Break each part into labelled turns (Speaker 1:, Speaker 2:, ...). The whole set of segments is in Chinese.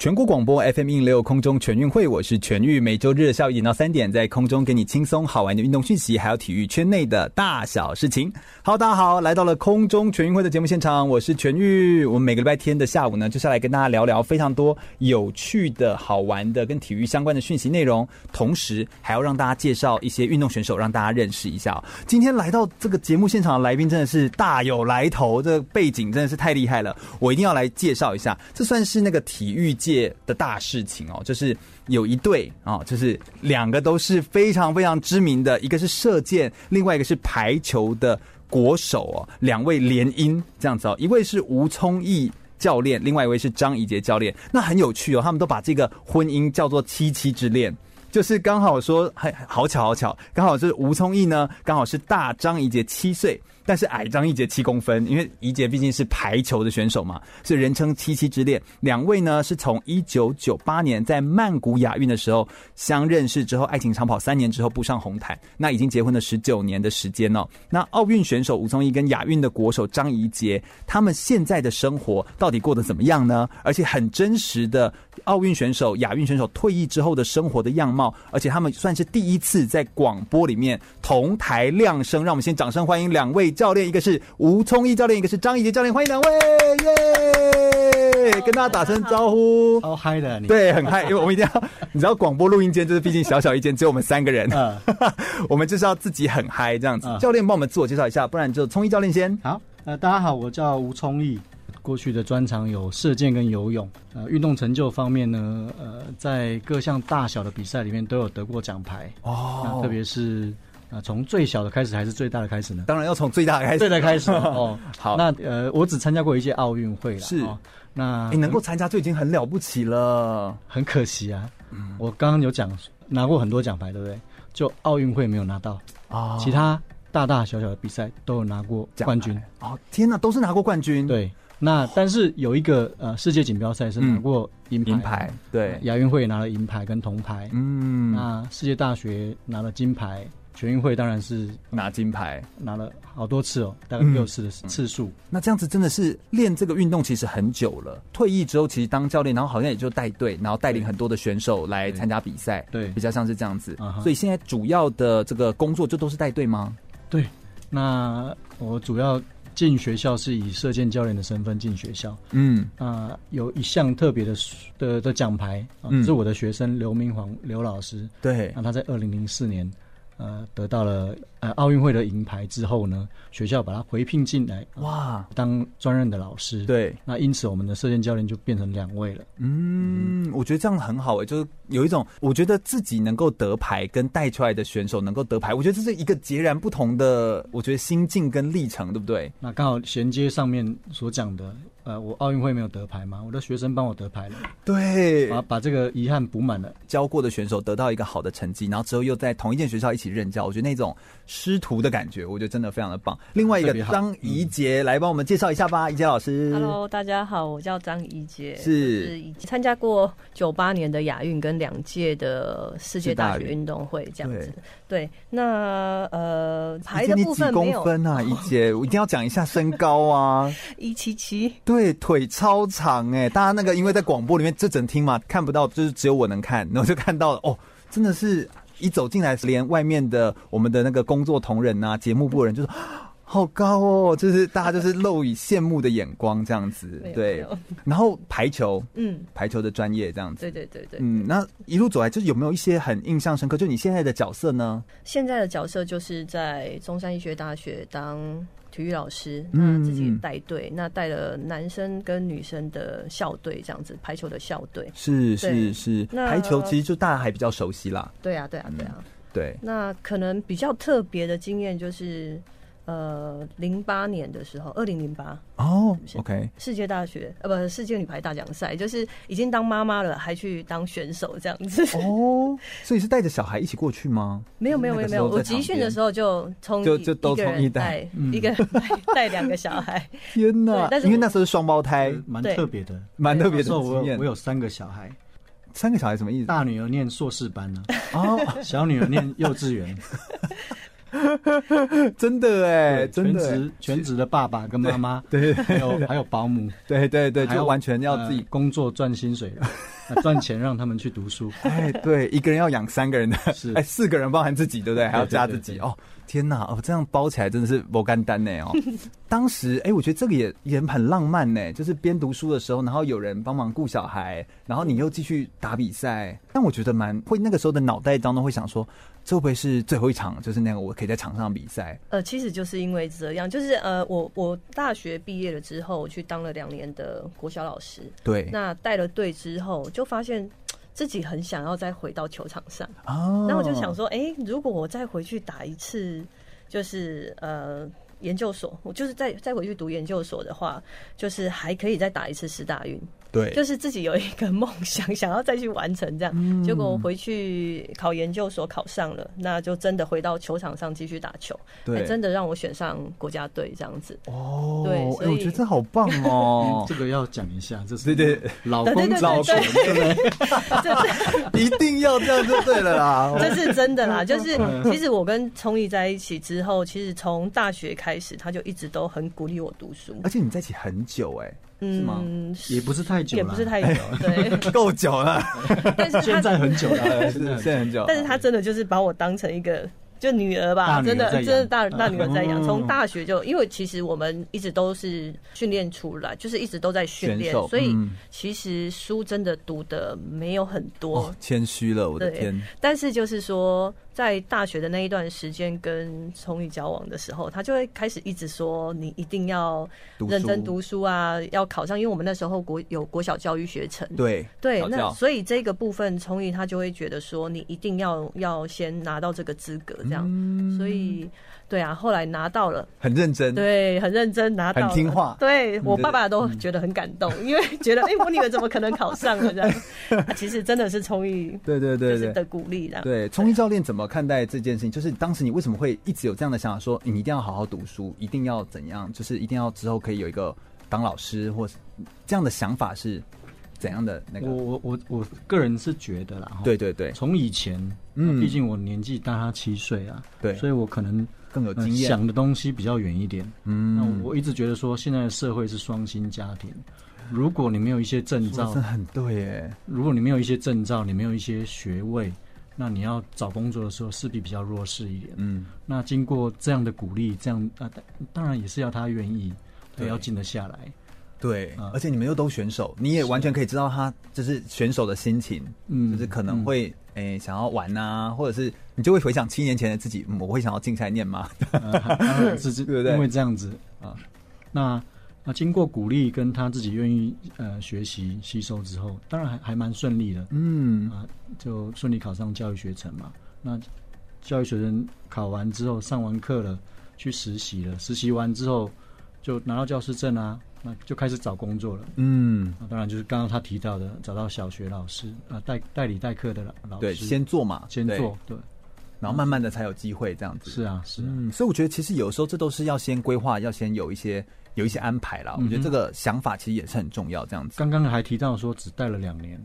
Speaker 1: 全国广播 FM 一零六空中全运会，我是全玉，每周日下午一点到三点，在空中给你轻松好玩的运动讯息，还有体育圈内的大小事情。Hello，大家好，来到了空中全运会的节目现场，我是全玉。我们每个礼拜天的下午呢，就是要来跟大家聊聊非常多有趣的好玩的跟体育相关的讯息内容，同时还要让大家介绍一些运动选手，让大家认识一下、哦。今天来到这个节目现场的来宾真的是大有来头，这个背景真的是太厉害了，我一定要来介绍一下，这算是那个体育界。界的大事情哦，就是有一对啊、哦，就是两个都是非常非常知名的，一个是射箭，另外一个是排球的国手哦，两位联姻这样子哦，一位是吴聪义。教练，另外一位是张怡杰教练，那很有趣哦，他们都把这个婚姻叫做七七之恋。就是刚好说，还好巧好巧，刚好是吴聪义呢，刚好是大张怡杰七岁，但是矮张怡杰七公分，因为怡杰毕竟是排球的选手嘛，所以人称“七七之恋”。两位呢是从一九九八年在曼谷亚运的时候相认识之后，爱情长跑三年之后步上红毯，那已经结婚了十九年的时间哦。那奥运选手吴聪义跟亚运的国手张怡杰，他们现在的生活到底过得怎么样呢？而且很真实的奥运选手、亚运选手退役之后的生活的样貌。而且他们算是第一次在广播里面同台亮声，让我们先掌声欢迎两位教练，一个是吴聪义教练，一个是张怡杰教练，欢迎两位，耶、yeah!！跟大家打声招呼，
Speaker 2: 超哦嗨的，
Speaker 1: 对，很嗨，因为我们一定要，你知道广播录音间就是毕竟小小一间，只有我们三个人，
Speaker 2: 呃
Speaker 1: 我们就是要自己很嗨这样子。
Speaker 2: 嗯
Speaker 1: 教练帮我们自我介绍一下，不然就聪义教练先。
Speaker 2: 好，呃，大家好，我叫吴聪义。过去的专长有射箭跟游泳，呃，运动成就方面呢，呃，在各项大小的比赛里面都有得过奖牌哦，特别是啊，从、呃、最小的开始还是最大的开始呢？
Speaker 1: 当然要从最大的开始，
Speaker 2: 最大开始哦。
Speaker 1: 好，
Speaker 2: 那呃，我只参加过一届奥运会了，
Speaker 1: 是、哦、
Speaker 2: 那
Speaker 1: 你、欸、能够参加就已经很了不起了，
Speaker 2: 很可惜啊。嗯、我刚刚有讲拿过很多奖牌，对不对？就奥运会没有拿到啊，哦、其他大大小小的比赛都有拿过冠军
Speaker 1: 哦，天哪，都是拿过冠军，
Speaker 2: 对。那但是有一个呃世界锦标赛是拿过嗯银
Speaker 1: 银牌，对，
Speaker 2: 亚运会拿了银牌跟铜牌，嗯，那世界大学拿了金牌，全运会当然是
Speaker 1: 拿金牌，
Speaker 2: 拿了好多次哦，大概六次的次数、嗯嗯。
Speaker 1: 那这样子真的是练这个运动其实很久了，退役之后其实当教练，然后好像也就带队，然后带领很多的选手来参加比赛，
Speaker 2: 对，嗯
Speaker 1: 比较像是这样子。啊、所以现在主要的这个工作就都是带队吗？
Speaker 2: 对，那我主要。进学校是以射箭教练的身份进学校，嗯啊、呃，有一项特别的的的奖牌啊，嗯、是我的学生刘明煌刘老师，
Speaker 1: 对，
Speaker 2: 那、啊、他在二零零四年呃得到了呃奥运会的银牌之后呢，学校把他回聘进来，啊
Speaker 1: 呃、哇，
Speaker 2: 当专任的老师，
Speaker 1: 对，
Speaker 2: 那因此我们的射箭教练就变成两位了，
Speaker 1: 嗯，嗯我觉得这样很好诶、欸，就是有一种我觉得自己能够得牌，跟带出来的选手能够得牌，我觉得这是一个截然不同的，我觉得心境跟历程，对不对？
Speaker 2: 那刚好衔接上面所讲的，呃，我奥运会没有得牌嘛，我的学生帮我得牌了，
Speaker 1: 对，
Speaker 2: 把把这个遗憾补满了。
Speaker 1: 教过的选手得到一个好的成绩，然后之后又在同一间学校一起任教，我觉得那种师徒的感觉，我觉得真的非常的棒。另外一个张怡杰、嗯、来帮我们介绍一下吧，怡杰老师。
Speaker 3: Hello，大家好，我叫张怡杰，
Speaker 1: 是
Speaker 3: 参加过九八年的亚运跟。两届的世界大学运动会这样子，对，那呃，排的部分
Speaker 1: 公分啊，一姐，我一定要讲一下身高啊，
Speaker 3: 一七七，
Speaker 1: 对，腿超长哎、欸，大家那个因为在广播里面这整听嘛看不到，就是只有我能看， 然后就看到了哦，真的是一走进来，连外面的我们的那个工作同仁啊，节目部人就说。好高哦，就是大家就是露以羡慕的眼光这样子，对。然后排球，嗯，排球的专业这样子，
Speaker 3: 对对对对，
Speaker 1: 嗯。那一路走来，就是有没有一些很印象深刻？就你现在的角色呢？
Speaker 3: 现在的角色就是在中山医学大学当体育老师，那自己带队，嗯、那带了男生跟女生的校队这样子，排球的校队
Speaker 1: 是是是，排球其实就大家还比较熟悉啦。嗯
Speaker 3: 对啊对啊对啊，
Speaker 1: 对。
Speaker 3: 那可能比较特别的经验就是。呃零八年的时候，二零零八
Speaker 1: 哦
Speaker 3: 是
Speaker 1: ，OK，
Speaker 3: 世界大学呃不世界女排大奖赛，就是已经当妈妈了，还去当选手这样子。
Speaker 1: 哦，所以是带着小孩一起过去吗？
Speaker 3: 没有没有没有没有，
Speaker 1: 那个时候
Speaker 3: 我
Speaker 1: 在
Speaker 3: 集
Speaker 1: 场
Speaker 3: 训
Speaker 1: 边
Speaker 3: 的时候就冲
Speaker 1: 就
Speaker 3: 一
Speaker 1: 就都
Speaker 3: 一个
Speaker 1: 冲
Speaker 3: 人
Speaker 1: 一嗯袋
Speaker 3: 带一个 人带带两个小孩，
Speaker 1: 天
Speaker 3: 对
Speaker 1: 哪！
Speaker 3: 但是
Speaker 1: 因为
Speaker 3: 我
Speaker 1: 那时候是双胞胎，
Speaker 2: 蛮
Speaker 3: 对
Speaker 2: 特别的。
Speaker 1: 蛮特别
Speaker 2: 哎那
Speaker 1: 的
Speaker 2: 时候
Speaker 1: 经
Speaker 2: 我
Speaker 1: 验
Speaker 2: 有我。有三个小孩，
Speaker 1: 三个小孩什么意思？啊
Speaker 2: 大女儿念硕士 班呢、
Speaker 1: 哦，
Speaker 2: 小女儿念幼稚园，
Speaker 1: 真的 哎，
Speaker 2: 对
Speaker 1: 真
Speaker 2: 全
Speaker 1: 的
Speaker 2: 职全职的爸爸跟妈妈，
Speaker 1: 对
Speaker 2: 还有还有保姆，
Speaker 1: 对对对，
Speaker 2: 还
Speaker 1: 就完全要自己
Speaker 2: 呃工作赚薪水， 呃赚钱让他们去读书。
Speaker 1: 哎，对，一个人要养三个人的，
Speaker 2: 是
Speaker 1: 哎，四个人包含自己，对不对？还要加自己
Speaker 2: 对对
Speaker 1: 哦，天哪，哦，这样包起来真的是不干单呢哦。 当时哎，我觉得这个也也很浪漫呢，就是边读书的时候，然后有人帮忙顾小孩，然后你又继续打比赛。但我觉得蛮会，那个时候的脑袋当中会想说，这会不会是最后一场？就是那个我可以在场上比赛
Speaker 3: 呃，其实就是因为这样，就是呃，我我大学毕业了之后，我去当了两年的国小老师，
Speaker 1: 对
Speaker 3: 那带了队之后，就发现自己很想要再回到球场上，
Speaker 1: 哦，
Speaker 3: 然后我就想说，哎、如果我再回去打一次，就是呃。研究所，我就是再再回去读研究所的话，就是还可以再打一次师大运，
Speaker 1: 对，
Speaker 3: 就是自己有一个 梦想，想要再去完成这样。
Speaker 1: 嗯
Speaker 3: 结果回去考研究所考上了，那就真的回到球场上继续打球，还
Speaker 1: 对，
Speaker 3: 真的让我选上国家队这样子。
Speaker 1: 哦，
Speaker 3: 对所
Speaker 1: 哎，我觉得
Speaker 3: 以
Speaker 1: 这好棒哦
Speaker 2: 嗯，这个要讲一下，这是
Speaker 1: 对对，
Speaker 2: 老
Speaker 3: 对对
Speaker 2: 公
Speaker 3: 对
Speaker 2: 老
Speaker 3: 对
Speaker 2: 婆
Speaker 3: 这是
Speaker 1: 一定要这样就对了啦。
Speaker 3: 这是真 的啦，就是
Speaker 1: 嗯
Speaker 3: 其实我跟聪毅在一起之后，其实从大学开始，他就一直都很鼓励我读书。
Speaker 1: 而且你们在一起很久哎、是吗
Speaker 3: 嗯，
Speaker 2: 也不是太久
Speaker 3: 也
Speaker 2: 了，
Speaker 3: 不是太 久，对。
Speaker 1: 够久了，
Speaker 3: 但是
Speaker 2: 现
Speaker 3: 他，
Speaker 2: 在很久 了，
Speaker 1: 是
Speaker 2: 现在
Speaker 1: 是呃很久。
Speaker 3: 但是他真的就是把我当成一个。就女儿
Speaker 2: 大
Speaker 3: 吧，
Speaker 2: 女儿
Speaker 3: 真的
Speaker 2: 在养
Speaker 3: 真的大大女儿在养。
Speaker 1: 嗯
Speaker 3: 从大学就，因为其实我们一直都是训练出来，就是一直都在训
Speaker 1: 选
Speaker 3: 练
Speaker 1: 手，
Speaker 3: 所以
Speaker 1: 嗯
Speaker 3: 其实书真的读的没有很多，
Speaker 1: 哦，谦虚了，我的
Speaker 3: 对
Speaker 1: 天，
Speaker 3: 但是就是说，在大学的那一段时间跟崇宇交往的时候，他就会开始一直说你一定要
Speaker 1: 读书
Speaker 3: 认真读书啊，要考上，因为我们那时候国有国小教育学程。
Speaker 1: 对
Speaker 3: 对
Speaker 1: 调，
Speaker 3: 那
Speaker 1: 教
Speaker 3: 所以这个部分，崇宇他就会觉得说，你一定要要先拿到这个资格，这样。
Speaker 1: 嗯
Speaker 3: 所以，对啊，后来拿到了，
Speaker 1: 很认真，
Speaker 3: 对，很认真拿到
Speaker 1: 嗯
Speaker 3: 了，
Speaker 1: 很听话嗯
Speaker 3: 对我
Speaker 1: 对
Speaker 3: 爸爸都觉得很感动，因为觉得，哎、我女儿怎么可能考上了这样？啊其实真的是崇宇
Speaker 1: 对对
Speaker 3: 就
Speaker 1: 对
Speaker 3: 是
Speaker 1: 对
Speaker 3: 的鼓励啦。
Speaker 1: 对，冲一教练怎么看待这件事情？就是当时你为什么会一直有这样的想法，说你一定要好好读书，一定要怎样，就是一定要之后可以有一个当老师，或是这样的想法是怎样的那
Speaker 2: 我
Speaker 1: 个？
Speaker 2: 我我我个人是觉得啦，哈
Speaker 1: 对，对对
Speaker 2: 从以前，
Speaker 1: 嗯
Speaker 2: 嗯，毕竟我年纪大他七岁啊，
Speaker 1: 对，
Speaker 2: 所以我可能
Speaker 1: 更有
Speaker 2: 呃
Speaker 1: 经验。
Speaker 2: 想的东西比较远一点。那
Speaker 1: 嗯，
Speaker 2: 我一直觉得说，现在的社会是双薪家庭，如果你没有一些证
Speaker 1: 说得
Speaker 2: 照
Speaker 1: 真，的很对耶，
Speaker 2: 如果你没有一些证照，你没有一些学位，那你要找工作的时候势必比较弱势一点。
Speaker 1: 嗯，
Speaker 2: 那经过这样的鼓励，这样啊，当当然也是要他愿意，
Speaker 1: 对
Speaker 2: 对，要静得下来。
Speaker 1: 对
Speaker 2: 啊，
Speaker 1: 而且你们又都选手，你也完全可以知道他就是选手的心情，
Speaker 2: 嗯
Speaker 1: 就是可能会诶、想要玩啊，或者是你就会回想七年前的自己，嗯、我会想要竞赛念吗？
Speaker 2: 呃，是 是，
Speaker 1: 对不对
Speaker 2: 因为这样子
Speaker 1: 啊
Speaker 2: 啊，那那经过鼓励跟他自己愿意呃学习吸收之后，当然还还蛮顺利的，
Speaker 1: 嗯，
Speaker 2: 啊，就顺利考上教育学程嘛。那教育学程考完之后，上完课了，去实习了，实习完之后就拿到教师证啊，那就开始找工作了。
Speaker 1: 嗯，
Speaker 2: 那当然就是刚刚他提到的，找到小学老师啊，代代理代课的老老师，
Speaker 1: 对，先做嘛，
Speaker 2: 先
Speaker 1: 对，
Speaker 2: 做，对，
Speaker 1: 然后慢慢的才有机会这样子。
Speaker 2: 是啊，是啊。
Speaker 1: 嗯，所以我觉得其实有时候这都是要先规划，要先有一些有一些安排
Speaker 2: 嗯
Speaker 1: 啦。我觉得这个想法其实也是很重要，这样子。
Speaker 2: 刚刚还提到说只带了两年，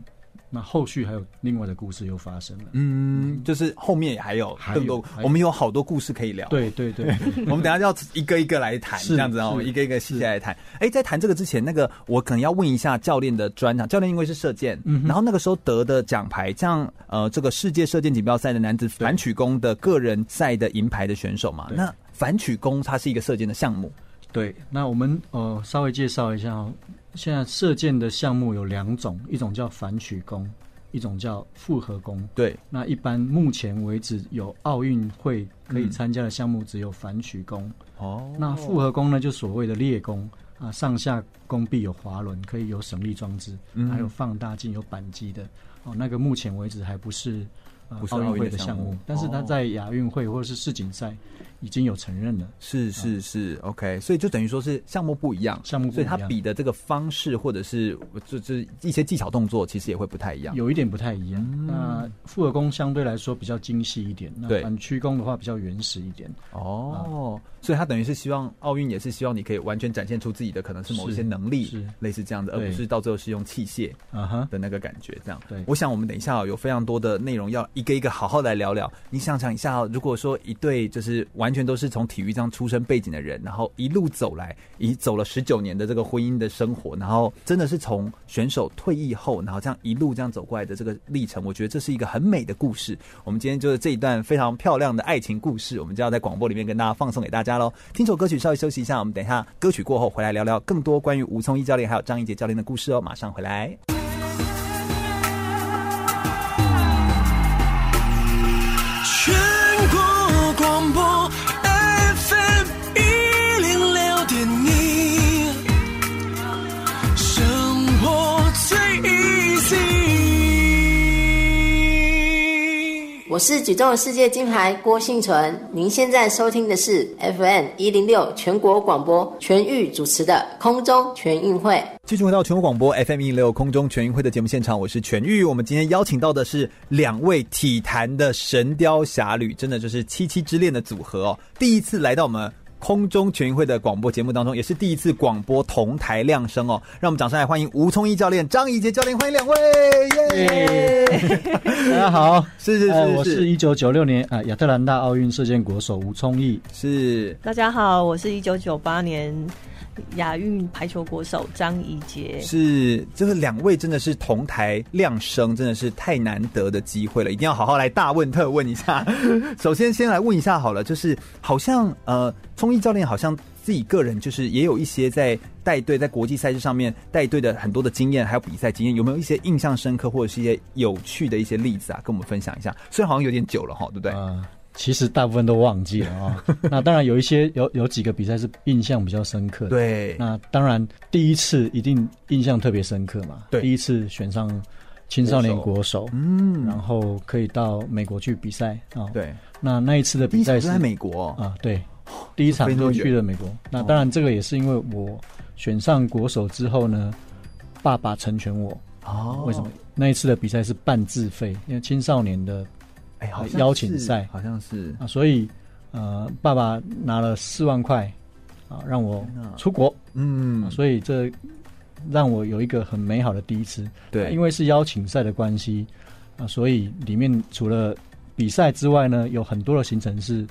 Speaker 2: 那后续还有另外的故事又发生了。
Speaker 1: 嗯，就是后面也还有
Speaker 2: 还有
Speaker 1: 更多
Speaker 2: 还，有
Speaker 1: 我们有好多故事可以聊。
Speaker 2: 对对对， 对
Speaker 1: 我们等一下要一个一个来谈，
Speaker 2: 是
Speaker 1: 这样子哦，
Speaker 2: 是
Speaker 1: 一个一个细细来谈。哎，在谈这个之前，那个我可能要问一下教练的专场，教练因为是射箭，
Speaker 2: 嗯
Speaker 1: 然后那个时候得的奖牌，像呃这个世界射箭锦标赛的男子反曲弓的个人赛的银牌的选手嘛，
Speaker 2: 对
Speaker 1: 那反曲弓它是一个射箭的项目，
Speaker 2: 对，那我们呃稍微介绍一下哦，现在射箭的项目有两种，一种叫反曲弓，一种叫复合弓。
Speaker 1: 对，
Speaker 2: 那一般目前为止有奥运会可以
Speaker 1: 嗯
Speaker 2: 参加的项目只有反曲弓，
Speaker 1: 哦，
Speaker 2: 那复合弓呢就所谓的猎弓啊，上下弓臂有滑轮，可
Speaker 1: 嗯
Speaker 2: 以有省力装置，还有放大镜、有扳机的。哦，那个目前为止还不是呃
Speaker 1: 不是
Speaker 2: 奥运
Speaker 1: 奥运
Speaker 2: 会
Speaker 1: 的
Speaker 2: 的
Speaker 1: 项
Speaker 2: 项
Speaker 1: 目
Speaker 2: 目，但是它
Speaker 1: 哦
Speaker 2: 在亚运会或者是世锦赛已经有承认了。
Speaker 1: 是是是，OK，所以就等于说是项目不一样，
Speaker 2: 项目不
Speaker 1: 所
Speaker 2: 一
Speaker 1: 以
Speaker 2: 样
Speaker 1: 他比的这个方式或者是就就是一些技巧动作，其实也会不太一样。
Speaker 2: 有一点不太一样。
Speaker 1: 哦嗯
Speaker 2: 那复合弓相对来说比较精细一点，那
Speaker 1: 对
Speaker 2: 反曲弓的话比较原始一点。
Speaker 1: 哦，所以他等于是希望奥运也是希望你可以完全展现出自己的可能是某一些
Speaker 2: 是
Speaker 1: 能力
Speaker 2: 是，
Speaker 1: 类似这样的，而
Speaker 2: 对
Speaker 1: 不是到最后是用器械
Speaker 2: 啊哈，
Speaker 1: 的那个感觉这样。
Speaker 2: 对
Speaker 1: 嗯我想我们等一下、哦、有非常多的内容要一个一个好好来聊聊。你想想一下、哦，如果说一对就是完全都是从体育这样出身背景的人，然后一路走来，已走了十九年的这个婚姻的生活，然后真的是从选手退役后，然后这样一路这样走过来的这个历程，我觉得这是一个很美的故事。我们今天就是这一段非常漂亮的爱情故事，我们就要在广播里面跟大家放送给大家喽。听首歌曲，稍微休息一下，我们等一下歌曲过后回来聊聊更多关于吴聪一教练还有张怡杰教练的故事哦。马上回来。
Speaker 4: 全国广播 FM 一零六点一，生活最 easy。
Speaker 5: 我是举重世界金牌郭幸存，您现在收听的是 FM 一零六全国广播全域主持的空中全运会。
Speaker 1: 继续回到全国广播 FM 一六空中全运会的节目现场，我是全玉。我们今天邀请到的是两位体坛的神雕侠侣，真的就是七七之恋的组合哦，第一次来到我们。空中全运会的广播节目当中，也是第一次广播同台亮声哦，让我们掌声来欢迎吴聪一教练、张怡杰教练，欢迎两位，耶、
Speaker 2: 大家好，
Speaker 1: 是是是
Speaker 2: 呃我
Speaker 1: 是
Speaker 2: 是一九九六年啊亚特兰大奥运射箭国手吴聪义。
Speaker 1: 是
Speaker 3: 大家好，我是一九九八年亚运排球国手张怡杰。
Speaker 1: 是，就是两位真的是同台亮声，真的是太难得的机会了，一定要好好来大问特问一下。 首先，先来问一下好了，就是好像呃，中医教练好像自己个人就是也有一些在带队，在国际赛事上面带队的很多的经验，还有比赛经验，有没有一些印象深刻或者是一些有趣的一些例子啊，跟我们分享一下？虽然好像有点久了哈，对不对？
Speaker 2: 啊，其实大部分都忘记了 啊、那当然有一些有有几个比赛是印象比较深刻的。
Speaker 1: 对，
Speaker 2: 那当然，第一次一定印象特别深刻嘛。
Speaker 1: 对
Speaker 2: 第一次选上青少年国手，
Speaker 1: 嗯，
Speaker 2: 然后可以到美国去比赛啊。，
Speaker 1: 对，
Speaker 2: 那那一次的
Speaker 1: 第
Speaker 2: 比
Speaker 1: 一场
Speaker 2: 赛
Speaker 1: 是
Speaker 2: 是
Speaker 1: 在美国哦、
Speaker 2: 啊，对，第一场
Speaker 1: 非洲
Speaker 2: 就
Speaker 1: 远
Speaker 2: 去了美国。那当然，这个也是因为我选上国手之后呢，爸爸成全我。
Speaker 1: 哦，
Speaker 2: 为什么？？那一次的比赛是半自费，因为青少年的
Speaker 1: 哎，好像是
Speaker 2: 邀请赛
Speaker 1: 好像是
Speaker 2: 啊，所以呃，爸爸拿了四万块啊，让我
Speaker 1: 天哪
Speaker 2: 出国。啊
Speaker 1: 嗯，
Speaker 2: 所以这让我有一个很美好的第一次。啊
Speaker 1: 对，
Speaker 2: 因为是邀请赛的关系啊，所以里面除了比赛之外呢，有很多的行程是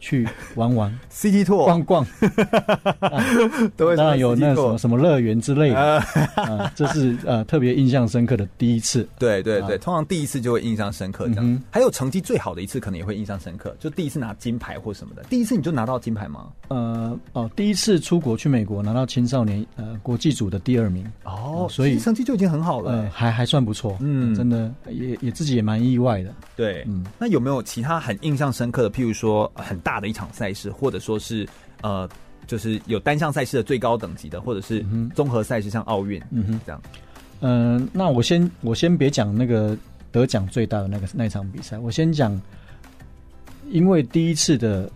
Speaker 2: 去玩 玩、
Speaker 1: CT Tour
Speaker 2: 逛 逛，
Speaker 1: 都会
Speaker 2: 当然有那什么
Speaker 1: 种
Speaker 2: 什么乐园之类的。啊，这是呃特别印象深刻的第一次。
Speaker 1: 对对对，
Speaker 2: 啊
Speaker 1: 通常第一次就会印象深刻这样。
Speaker 2: 嗯哼
Speaker 1: 还有成绩最好的一次，可能也会印象深刻，就第一次拿金牌或什么的。第一次你就拿到金牌吗？
Speaker 2: 呃，哦，第一次出国去美国拿到青少年呃国际组的第二名，
Speaker 1: 哦
Speaker 2: 嗯所以
Speaker 1: 其实成绩就已经很好了、
Speaker 2: 呃，还还算不错，
Speaker 1: 嗯
Speaker 2: 真的也也自己也蛮意外的。
Speaker 1: 对，
Speaker 2: 嗯
Speaker 1: 那有没有其他很印象深刻的？譬如说呃很大的一场赛事，或者说是呃，就是有单项赛事的最高等级的，或者是
Speaker 2: 嗯哼
Speaker 1: 综合赛事，像奥运、
Speaker 2: 嗯哼，
Speaker 1: 这样。
Speaker 2: 嗯，那我先我先别讲那个得奖最大的那个那一场比赛，我先讲，因为第一次的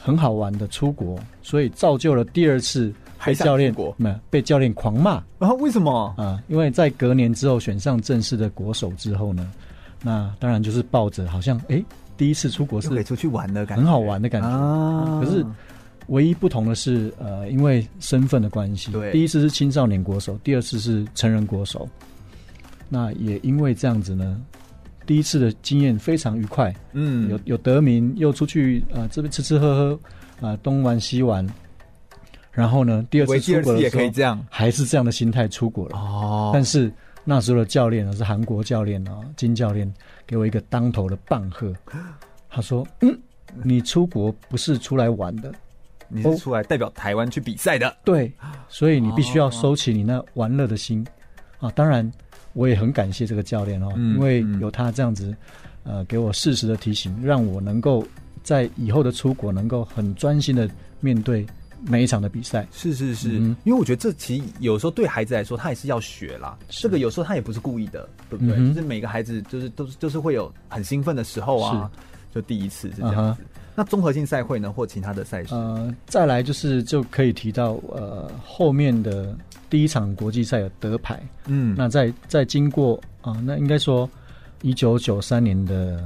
Speaker 2: 很好玩的出国，所以造就了第二次
Speaker 1: 还
Speaker 2: 被
Speaker 1: 想
Speaker 2: 教练
Speaker 1: 出国
Speaker 2: 没有被教练狂骂啊、
Speaker 1: 然后为什么？
Speaker 2: 因为在隔年之后选上正式的国手之后呢，那当然就是抱着好像诶第一次出国
Speaker 1: 又可以
Speaker 2: 是
Speaker 1: 出去玩的感觉，
Speaker 2: 很好玩的感觉，
Speaker 1: 啊
Speaker 2: 可是唯一不同的是呃因为身份的关系，
Speaker 1: 对
Speaker 2: 第一次是青少年国手，第二次是成人国手。那也因为这样子呢，第一次的经验非常愉快，
Speaker 1: 嗯，
Speaker 2: 有有得名，又出去啊这边吃吃喝喝啊、东玩西玩，然后呢第二次
Speaker 1: 为
Speaker 2: 出
Speaker 1: 第二
Speaker 2: 国
Speaker 1: 次
Speaker 2: 的
Speaker 1: 也
Speaker 2: 时
Speaker 1: 可
Speaker 2: 候
Speaker 1: 以这样
Speaker 2: 还是这样的心态出国了。
Speaker 1: 哦
Speaker 2: 但是那时候的教练呢是韩国教练啊，金教练给我一个当头的棒喝，他说：“嗯，你出国不是出来玩的，
Speaker 1: 你是出来代表台湾去比赛的，
Speaker 2: 对，所以你必须要收起你那玩乐的心、啊！当然，我也很感谢这个教练哦，
Speaker 1: 嗯
Speaker 2: 因为有他这样子，呃，给我适时的提醒，让我能够在以后的出国能够很专心的面对每一场的比赛。
Speaker 1: 是是是，
Speaker 2: 嗯
Speaker 1: 因为我觉得这其实有时候对孩子来说，他也是要学啦。这个有时候他也不是故意的，对不对？
Speaker 2: 嗯哼
Speaker 1: 就是每个孩子就是都是就是会有很兴奋的时候啊，就第一次是这样
Speaker 2: 嗯
Speaker 1: 子。那综合性赛会呢，或其他的赛事，
Speaker 2: 呃，再来就是就可以提到呃后面的第一场国际赛有德牌，
Speaker 1: 嗯，
Speaker 2: 那在在经过啊、那应该说一九九三年的，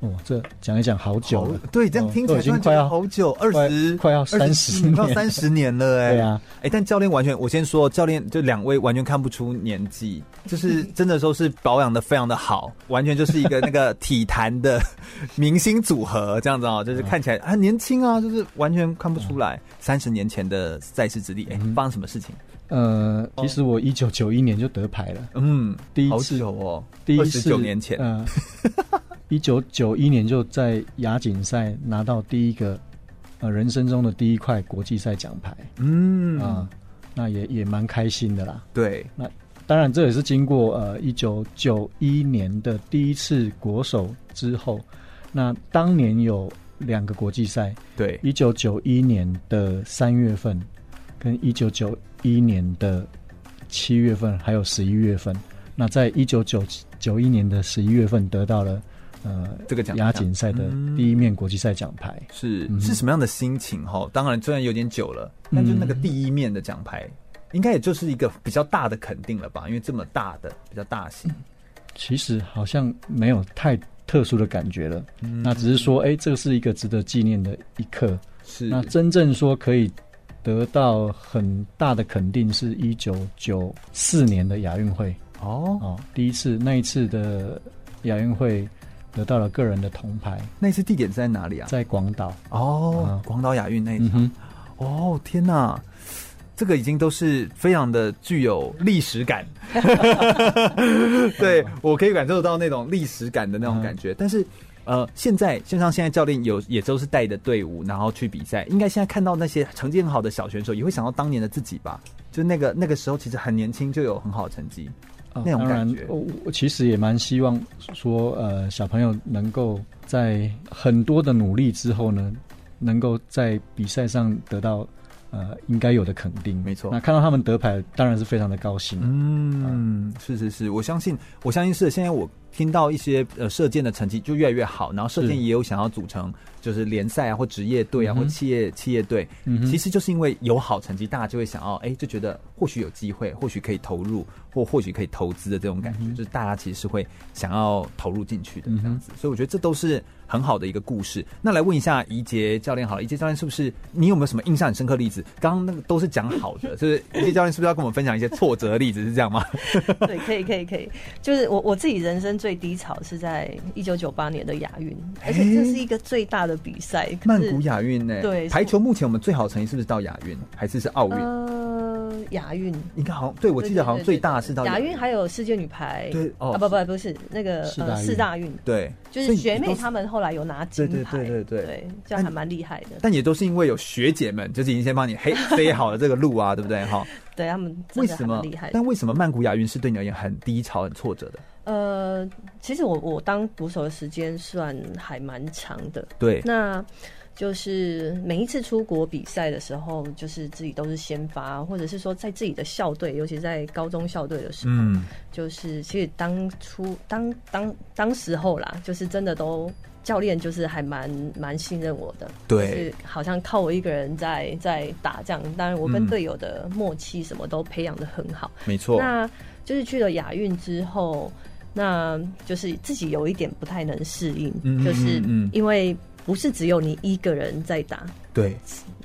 Speaker 2: 哦，这讲一讲好久
Speaker 1: 好
Speaker 2: 了，
Speaker 1: 对，这样
Speaker 2: 哦
Speaker 1: 听起来
Speaker 2: 都已
Speaker 1: 突然觉
Speaker 2: 经快
Speaker 1: 得
Speaker 2: 要
Speaker 1: 好久，二
Speaker 2: 快
Speaker 1: 十
Speaker 2: 快要30年
Speaker 1: 到三十年了，哎，
Speaker 2: 对啊，
Speaker 1: 哎，但教练完全，我先说，教练就两位完全看不出年纪， 就是真的都是保养的非常的好，完全就是一个那 个体坛的 明星组合这样子哦，就是
Speaker 2: 嗯
Speaker 1: 看起来很年轻啊，就是完全看不出来三十年前的赛事之力，
Speaker 2: 嗯
Speaker 1: 哎，发生什么事情？
Speaker 2: 呃，其实我一九九一年就得牌了，
Speaker 1: 嗯，
Speaker 2: 第一
Speaker 1: 好
Speaker 2: 次
Speaker 1: 久哦，
Speaker 2: 第一
Speaker 1: 二
Speaker 2: 次
Speaker 1: 十九年前，
Speaker 2: 呃， 一九九一年就在亚锦赛拿到第一个呃人生中的第一块国际赛奖牌
Speaker 1: 嗯，
Speaker 2: 啊、那也也蛮开心的啦。
Speaker 1: 对，
Speaker 2: 当然，这也是经过呃一九九一年的第一次国手之后，那当年有两个国际赛，
Speaker 1: 对，
Speaker 2: 一九九一年的三月份，跟一九九一年的七月份，还有十一月份。那在一九九九一年的十一月份得到了呃
Speaker 1: 这个奖项
Speaker 2: 亚锦赛的
Speaker 1: 嗯
Speaker 2: 第一面国际赛奖牌。
Speaker 1: 是
Speaker 2: 嗯
Speaker 1: 是什么样的心情？哈，当然虽然有点久了，但就那
Speaker 2: 嗯
Speaker 1: 个第一面的奖牌，应该也就是一个比较大的肯定了吧？因为这么大的比较大型，
Speaker 2: 其实好像没有太特殊的感觉了，
Speaker 1: 嗯
Speaker 2: 那只是说，哎、这个是一个值得纪念的一刻。
Speaker 1: 是
Speaker 2: 那真正说可以得到很大的肯定，是一九九四年的亚运会
Speaker 1: 哦，
Speaker 2: 哦，第一次那一次的亚运会得到了个人的铜牌，
Speaker 1: 那次地点是在哪里啊？
Speaker 2: 在广岛。
Speaker 1: 哦
Speaker 2: 啊，
Speaker 1: 广岛亚运那一场。
Speaker 2: 嗯哼，
Speaker 1: 哦，天哪！这个已经都是非常的具有历史 感，对我可以感受到那种历史感的那种感
Speaker 2: 嗯
Speaker 1: 觉。但是，呃，现在就像现在教练有也都是带着队伍，然后去比赛，应该现在看到那些成绩很好的小选手，也会想到当年的自己吧？就那个那个时候，其实很年轻就有很好的成绩。
Speaker 2: 啊
Speaker 1: 那种
Speaker 2: 当
Speaker 1: 感
Speaker 2: 然
Speaker 1: 觉，
Speaker 2: 我我其实也蛮希望说，呃，小朋友能够在很多的努力之后呢，能够在比赛上得到呃应该有的肯定。
Speaker 1: 没错
Speaker 2: 那看到他们得牌，当然是非常的高兴。
Speaker 1: 嗯，是是是，我相信，我相信是。现在我听到一些呃射箭的成绩就越来越好，然后射箭
Speaker 2: 是
Speaker 1: 也有想要组成就是联赛啊，或职业队啊，
Speaker 2: 嗯
Speaker 1: 或
Speaker 2: 哼
Speaker 1: 企业企业队。
Speaker 2: 嗯哼
Speaker 1: 其实就是因为有好成绩，大家就会想要，哎、就觉得或许有机会，或许可以投入，或或许可以投资的这种感觉，
Speaker 2: 嗯
Speaker 1: 就是大家其实是会想要投入进去的这样子。所以我觉得这都是很好的一个故事。那来问一下怡杰教练好了，怡杰教练是不是你有没有什么印象很深刻的例子？刚刚那个都是讲好的，就是怡杰教练是不是要跟我们分享一些挫折的例子？是这样 吗？
Speaker 3: 对，可以，可以，可以。就是我我自己人生最低潮是在一九九八年的亚运，而且这是一个最大的比赛，可
Speaker 1: 曼
Speaker 3: 是
Speaker 1: 谷亚运呢？
Speaker 3: 对
Speaker 1: 排球目前我们最好的成绩是不是到亚运，还是是奥运？
Speaker 3: 呃亚运。
Speaker 1: 应该好像对我记得好像最大是到
Speaker 3: 亚运，
Speaker 1: 运。
Speaker 3: 还有世界女排，
Speaker 1: 对哦
Speaker 3: 啊不不不是那个
Speaker 2: 四
Speaker 3: 呃
Speaker 2: 大运
Speaker 3: 四大运，
Speaker 1: 对，
Speaker 3: 就是
Speaker 1: 所以
Speaker 3: 学
Speaker 1: 都
Speaker 3: 妹
Speaker 1: 是
Speaker 3: 她们后来有拿金牌，
Speaker 1: 对对对对对
Speaker 3: 这样还蛮厉害的。
Speaker 1: 但也都是因为有学姐们，就是已经先帮你黑塞好了这个路啊，对不对？哈，
Speaker 3: 对他们
Speaker 1: 为
Speaker 3: 真的还
Speaker 1: 什么
Speaker 3: 蛮厉害？的。
Speaker 1: 但为什么曼谷亚运是对你而言很低潮、很挫折的？
Speaker 3: 呃，其实我我当鼓手的时间算还蛮长的，
Speaker 1: 对，
Speaker 3: 那就是每一次出国比赛的时候，就是自己都是先发，或者是说在自己的校队，尤其在高中校队的时候，
Speaker 1: 嗯，
Speaker 3: 就是其实当初当当当时候啦，就是真的都。教练就是还蛮蛮信任我的，
Speaker 1: 对
Speaker 3: 就是好像靠我一个人在在打这样。当然，我
Speaker 1: 嗯
Speaker 3: 跟队友的默契什么都培养的很好。
Speaker 1: 没错，
Speaker 3: 那就是去了亚运之后，那就是自己有一点不太能适应，
Speaker 1: 嗯
Speaker 3: 就是
Speaker 1: 嗯嗯
Speaker 3: 因为不是只有你一个人在打，
Speaker 1: 对，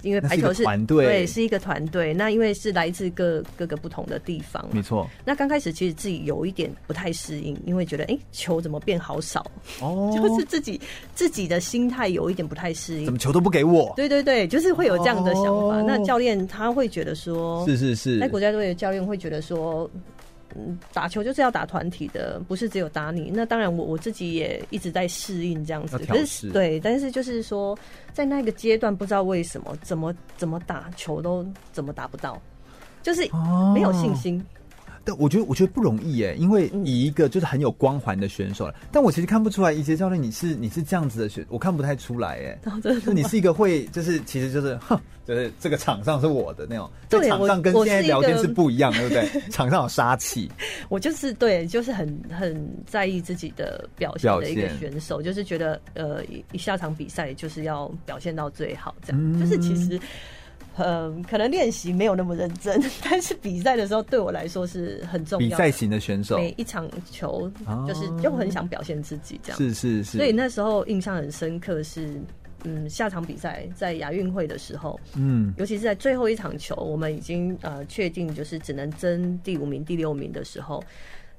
Speaker 3: 因为
Speaker 1: 那是
Speaker 3: 排
Speaker 1: 一个
Speaker 3: 球是
Speaker 1: 团队
Speaker 3: 对，是一个团队。那因为是来自各各个不同的地方嘛
Speaker 1: 没错，
Speaker 3: 那刚开始其实自己有一点不太适应，因为觉得哎、诶球怎么变好少，
Speaker 1: 哦，
Speaker 3: 就是自己自己的心态有一点不太适
Speaker 1: 怎
Speaker 3: 应
Speaker 1: 么。球都不给我？
Speaker 3: 对对对，就是会有这样的想法。
Speaker 1: 哦
Speaker 3: 那教练他会觉得说，
Speaker 1: 是是是
Speaker 3: 在，国家队的教练会觉得说，嗯，打球就是要打团体的，不是只有打你。那当然我，我自己也一直在适应这样子
Speaker 1: 要，调
Speaker 3: 可
Speaker 1: 试
Speaker 3: 是对，但是就是说，在那个阶段，不知道为什么，怎么怎么打球都怎么打不到，就是
Speaker 1: 哦
Speaker 3: 没有信心。嗯
Speaker 1: 但我觉得我觉得不容易耶，因为以一个就是很有光环的选手了，但我其实看不出来，一杰教练你是你是这样子的选，我看不太出来耶。
Speaker 3: 然后哦真
Speaker 1: 就
Speaker 3: 的
Speaker 1: 你是一个会，就是其实就是，哼，就是这个场上是我的那种，在
Speaker 3: 对
Speaker 1: 场上
Speaker 3: 我
Speaker 1: 跟
Speaker 3: 我
Speaker 1: 现在
Speaker 3: 是一
Speaker 1: 聊天
Speaker 3: 个
Speaker 1: 是不一样的，对不 对？场上有杀气，
Speaker 3: 我就是对，就是很很在意自己的表现的一个
Speaker 1: 表现
Speaker 3: 选手，就是觉得呃，一一下场比赛就是要表现到最好，这样、
Speaker 1: 嗯
Speaker 3: 就是其实。呃，可能练习没有那么认真，但是比赛的时候对我来说是很重要
Speaker 1: 比
Speaker 3: 的。
Speaker 1: 赛型的选手，
Speaker 3: 每一场球
Speaker 1: 哦
Speaker 3: 就是就很想表现自己这样。
Speaker 1: 是是是，
Speaker 3: 所以那时候印象很深刻是，嗯，下场比赛在亚运会的时候，
Speaker 1: 嗯
Speaker 3: 尤其是在最后一场球，我们已经呃确定就是只能争第五名、第六名的时候。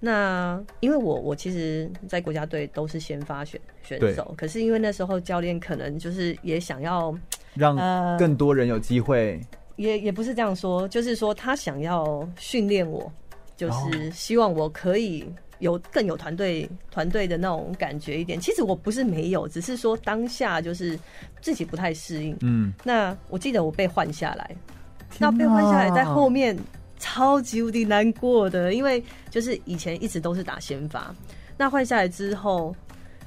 Speaker 3: 那因为我我其实，在国家队都是先发选选
Speaker 1: 对
Speaker 3: 手，可是因为那时候教练可能就是也想要，
Speaker 1: 让
Speaker 3: 呃
Speaker 1: 更多人有机会，
Speaker 3: 也也不是这样说，就是说他想要训练我，就
Speaker 1: 哦
Speaker 3: 是希望我可以有更有团队团队的那种感觉一点。其实我不是没有，只是说当下就是自己不太适应。
Speaker 1: 嗯，
Speaker 3: 那我记得我被换下来，
Speaker 1: 天
Speaker 3: 那被换下来
Speaker 1: 哪
Speaker 3: 在后面超级无敌难过的，因为就是以前一直都是打先发，那换下来之后，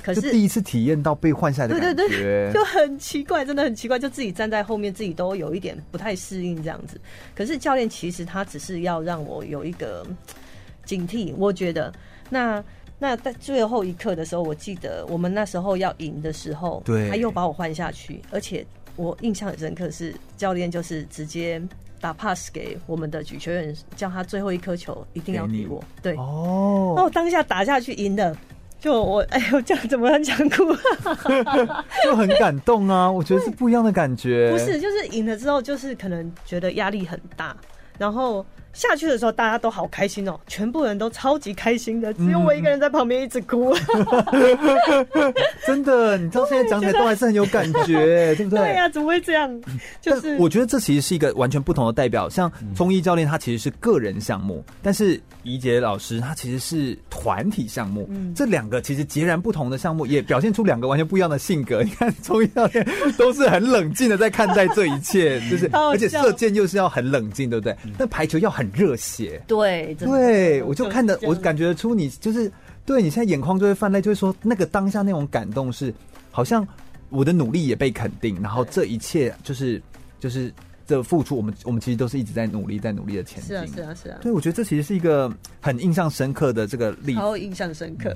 Speaker 3: 可
Speaker 1: 就是第一次体验到被换下来的
Speaker 3: 对
Speaker 1: 感觉，
Speaker 3: 对对， 就很奇怪，真的很奇怪，就自己站在后面，自己都有一点不太适应这样子。可是教练其实他只是要让我有一个嗯警惕，我觉得那。那在最后一刻的时候，我记得我们那时候要赢的时候，
Speaker 1: 对
Speaker 3: 他又把我换下去，而且我印象很深刻是教练就是直接打 pass 给我们的举球员，叫他最后一颗球一定要
Speaker 1: 给你
Speaker 3: 给我，对，那
Speaker 1: 哦，
Speaker 3: 我当下打下去赢的，就我 哎呦，这样怎么很想哭？
Speaker 1: 就很感动啊！我觉得是不一样的感觉，
Speaker 3: 不是，就是赢了之后，就是可能觉得压力很大，然后下去的时候大家都好开心哦，全部人都超级开心的，只有我一个人在旁边一直哭。
Speaker 1: 嗯真的，你到现在讲起来都还是很有感 觉，对不
Speaker 3: 对呀、怎么会这样？就
Speaker 1: 但
Speaker 3: 是
Speaker 1: 我觉得这其实是一个完全不同的代表。像中医教练他其实是个人项目，但是怡杰老师他其实是团体项目。
Speaker 3: 嗯
Speaker 1: 这两个其实截然不同的项目，也表现出两个完全不一样的性格。你 看中医教练都是很冷静的在看待这一切，就是
Speaker 3: 好好
Speaker 1: 而且
Speaker 3: 笑
Speaker 1: 射箭又是要很冷静，对不对？但排球要很热血。
Speaker 3: 对，真的
Speaker 1: 对，我就看得
Speaker 3: 这样
Speaker 1: 我感觉得出你就是对你现在眼眶就会泛泪，就会说那个当下那种感动是好像我的努力也被肯定，然后这一切就是就是这付出，我们我们其实都是一直在努力，在努力的前
Speaker 3: 是
Speaker 1: 进。
Speaker 3: 啊，是啊，是啊，
Speaker 1: 对，我觉得这其实是一个很印象深刻的这个例子。
Speaker 3: 好印象深刻。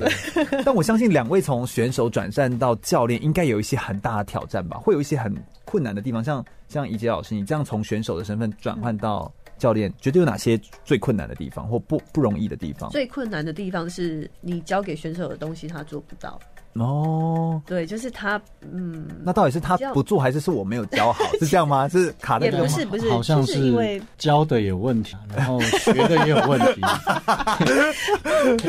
Speaker 1: 但我相信两位从选手转战到教练，应该有一些很大的挑战吧？会有一些很困难的地方，像像怡杰老师，你这样从选手的身份转换到教练，觉得有哪些最困难的地方或不不容易的地方？
Speaker 3: 最困难的地方是你交给选手的东西他做不到，
Speaker 1: 哦，
Speaker 3: 对，就是他嗯，
Speaker 1: 那到底是他
Speaker 3: 比较
Speaker 1: 不做，还是是我没有教好？是这样吗？是卡在
Speaker 3: 也
Speaker 1: 这个
Speaker 3: 不
Speaker 1: 吗？
Speaker 3: 是不是，
Speaker 2: 好像
Speaker 3: 就是因为
Speaker 2: 是教的有问题，然后学的也有问题。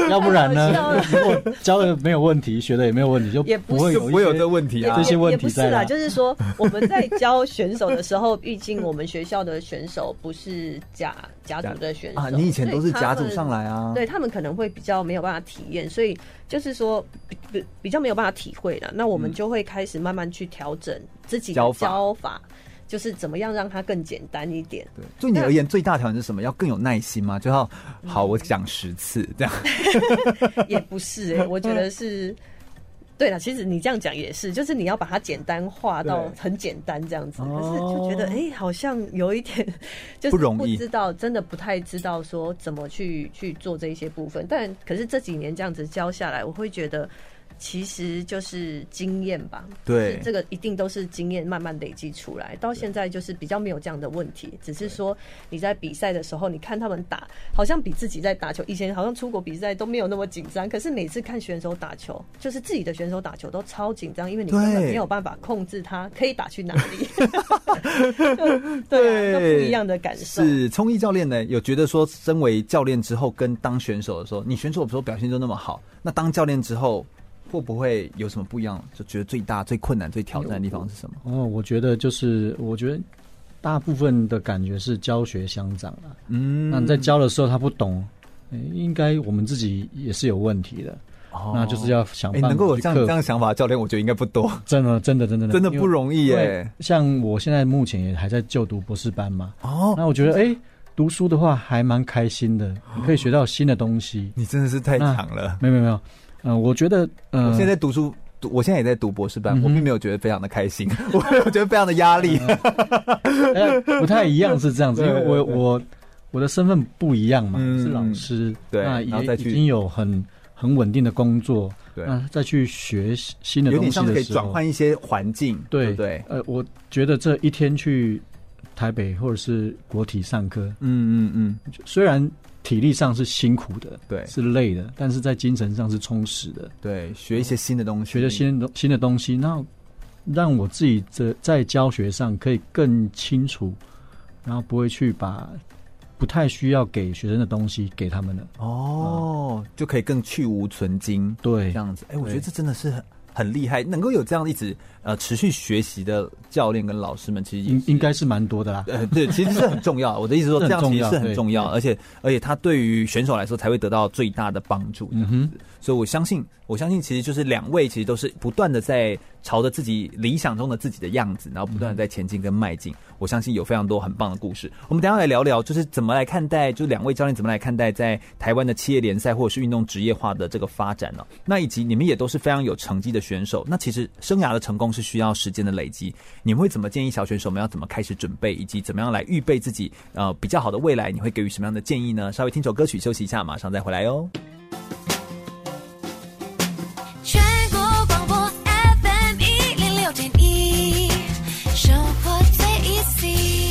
Speaker 2: 要不然呢
Speaker 3: 太好笑了？
Speaker 2: 如果教的没有问题，学的也没有问题，就
Speaker 3: 也不
Speaker 2: 不会
Speaker 3: 是
Speaker 1: 就
Speaker 2: 有
Speaker 1: 不
Speaker 2: 一
Speaker 1: 会有
Speaker 2: 些
Speaker 1: 这个问题
Speaker 3: 也
Speaker 1: 啊
Speaker 2: 这。些问
Speaker 3: 也
Speaker 2: 题
Speaker 3: 不是
Speaker 2: 在
Speaker 3: 啦，
Speaker 2: 哪
Speaker 3: 就是说我们在教选手的时候， 毕竟我们学校的选手不是甲甲组的选手
Speaker 1: 啊，你以前都是甲组
Speaker 3: 所以他们
Speaker 1: 上来啊？
Speaker 3: 对他们可能会比较没有办法体验，所以就是说比比比较没有办法体会了。那我们就会开始慢慢去调整自己
Speaker 1: 嗯
Speaker 3: 的
Speaker 1: 教
Speaker 3: 教
Speaker 1: 法
Speaker 3: 法，就是怎么样让它更简单一点。
Speaker 1: 对，对你而言最大挑战是什么？要更有耐心吗？就要好，我讲十次这样。
Speaker 3: 也不是 哎、我觉得是。对了，其实你这样讲也是，就是你要把它简单化到
Speaker 1: 对
Speaker 3: 很简单这样子，
Speaker 1: 哦
Speaker 3: 可是就觉得哎、诶好像有一点就
Speaker 1: 不
Speaker 3: 是
Speaker 1: 容易
Speaker 3: 不知道真的不太知道说怎么去去做这一些部分。但可是这几年这样子教下来，我会觉得其实就是经验吧，
Speaker 1: 对
Speaker 3: 是这个一定都是经验慢慢累积出来，到现在就是比较没有这样的问题，只是说你在比赛的时候，你看他们打，好像比自己在打球，以前好像出国比赛都没有那么紧张，可是每次看选手打球，就是自己的选手打球都超紧张，因为你根本
Speaker 1: 对
Speaker 3: 没有办法控制他可以打去哪 里，对啊，就不一样的感受。
Speaker 1: 是聪毅教练呢，有觉得说，身为教练之后跟当选手的时候，你选手的时候表现就那么好，那当教练之后会不会有什么不一样？就觉得最大、最困难、最挑战的地方是什么？
Speaker 2: 哦，我觉得就是，我觉得大部分的感觉是教学相长啊。
Speaker 1: 嗯，
Speaker 2: 那你在教的时候他不懂，诶应该我们自己也是有问题的。
Speaker 1: 哦
Speaker 2: 那就是要想
Speaker 1: 哎，
Speaker 2: 办法
Speaker 1: 能够有
Speaker 2: 去
Speaker 1: 这样
Speaker 2: 克
Speaker 1: 这
Speaker 2: 服
Speaker 1: 样想法的教练，我觉得应该不多，
Speaker 2: 真的真的真的
Speaker 1: 真的不容易
Speaker 2: 因为
Speaker 1: 耶。
Speaker 2: 像我现在目前也还在就读博士班嘛，
Speaker 1: 哦，
Speaker 2: 那我觉得哎、读书的话还蛮开心的，你可以学到新的东西。
Speaker 1: 你真的是太强了。
Speaker 2: 没有没有没有，呃，我觉得呃，
Speaker 1: 我现在在读书，读我现在也在读博士班，
Speaker 2: 嗯哼嗯
Speaker 1: 我并没有觉得非常的开心， 我有觉得非常的压力。
Speaker 2: 呃不太一样是这样 子，
Speaker 1: 对
Speaker 2: 因
Speaker 1: 对
Speaker 2: 为我
Speaker 1: 对
Speaker 2: 我我的身份不一样嘛，
Speaker 1: 嗯
Speaker 2: 是老师，
Speaker 1: 对
Speaker 2: 那
Speaker 1: 然后再
Speaker 2: 也已
Speaker 1: 去
Speaker 2: 经有很很稳定的工作，
Speaker 1: 对，
Speaker 2: 那再去学新的
Speaker 1: 有
Speaker 2: 嗯东
Speaker 1: 点
Speaker 2: 西
Speaker 1: 像是可
Speaker 2: 的
Speaker 1: 以
Speaker 2: 时
Speaker 1: 转
Speaker 2: 候，
Speaker 1: 换一些环境，对
Speaker 2: 对
Speaker 1: 不对？
Speaker 2: 呃，我觉得这一天去台北或者是国体上课，
Speaker 1: 嗯嗯嗯，
Speaker 2: 虽然体力上是辛苦的，
Speaker 1: 对
Speaker 2: 是累的，但是在精神上是充实的，
Speaker 1: 对，学一些新的东西，
Speaker 2: 学着新的新的东西，那让我自己这在教学上可以更清楚，然后不会去把不太需要给学生的东西给他们了。
Speaker 1: 哦，就可以更去无存精，
Speaker 2: 对
Speaker 1: 这，样子。哎，我觉得
Speaker 2: 对
Speaker 1: 这真的是很很厉害，能够有这样一直呃持续学习的教练跟老师们，其实也
Speaker 2: 应
Speaker 1: 是
Speaker 2: 应该是蛮多的啦。
Speaker 1: 呃，对，其实是很重要。我的意思说，这
Speaker 2: 这
Speaker 1: 样
Speaker 2: 很
Speaker 1: 其
Speaker 2: 重
Speaker 1: 实
Speaker 2: 要
Speaker 1: 是很重要，而且而且他对于选手来说才会得到最大的帮助。嗯哼，所以我相信，我相信其实就是两位其实都是不断的在朝着自己理想中的自己的样子，然后不断的在前进跟迈进。我相信有非常多很棒的故事。我们等一下来聊聊，就是怎么来看待，就是两位教练怎么来看待在台湾的企业联赛或者是运动职业化的这个发展呢、那以及你们也都是非常有成绩的选手，那其实生涯的成功是需要时间的累积。你们会怎么建议小选手们要怎么开始准备，以及怎么样来预备自己呃比较好的未来？你会给予什么样的建议呢？稍微听首歌曲休息一下，马上再回来哦哟。
Speaker 6: 全国广播 FM 一零六点一，生活最 easy。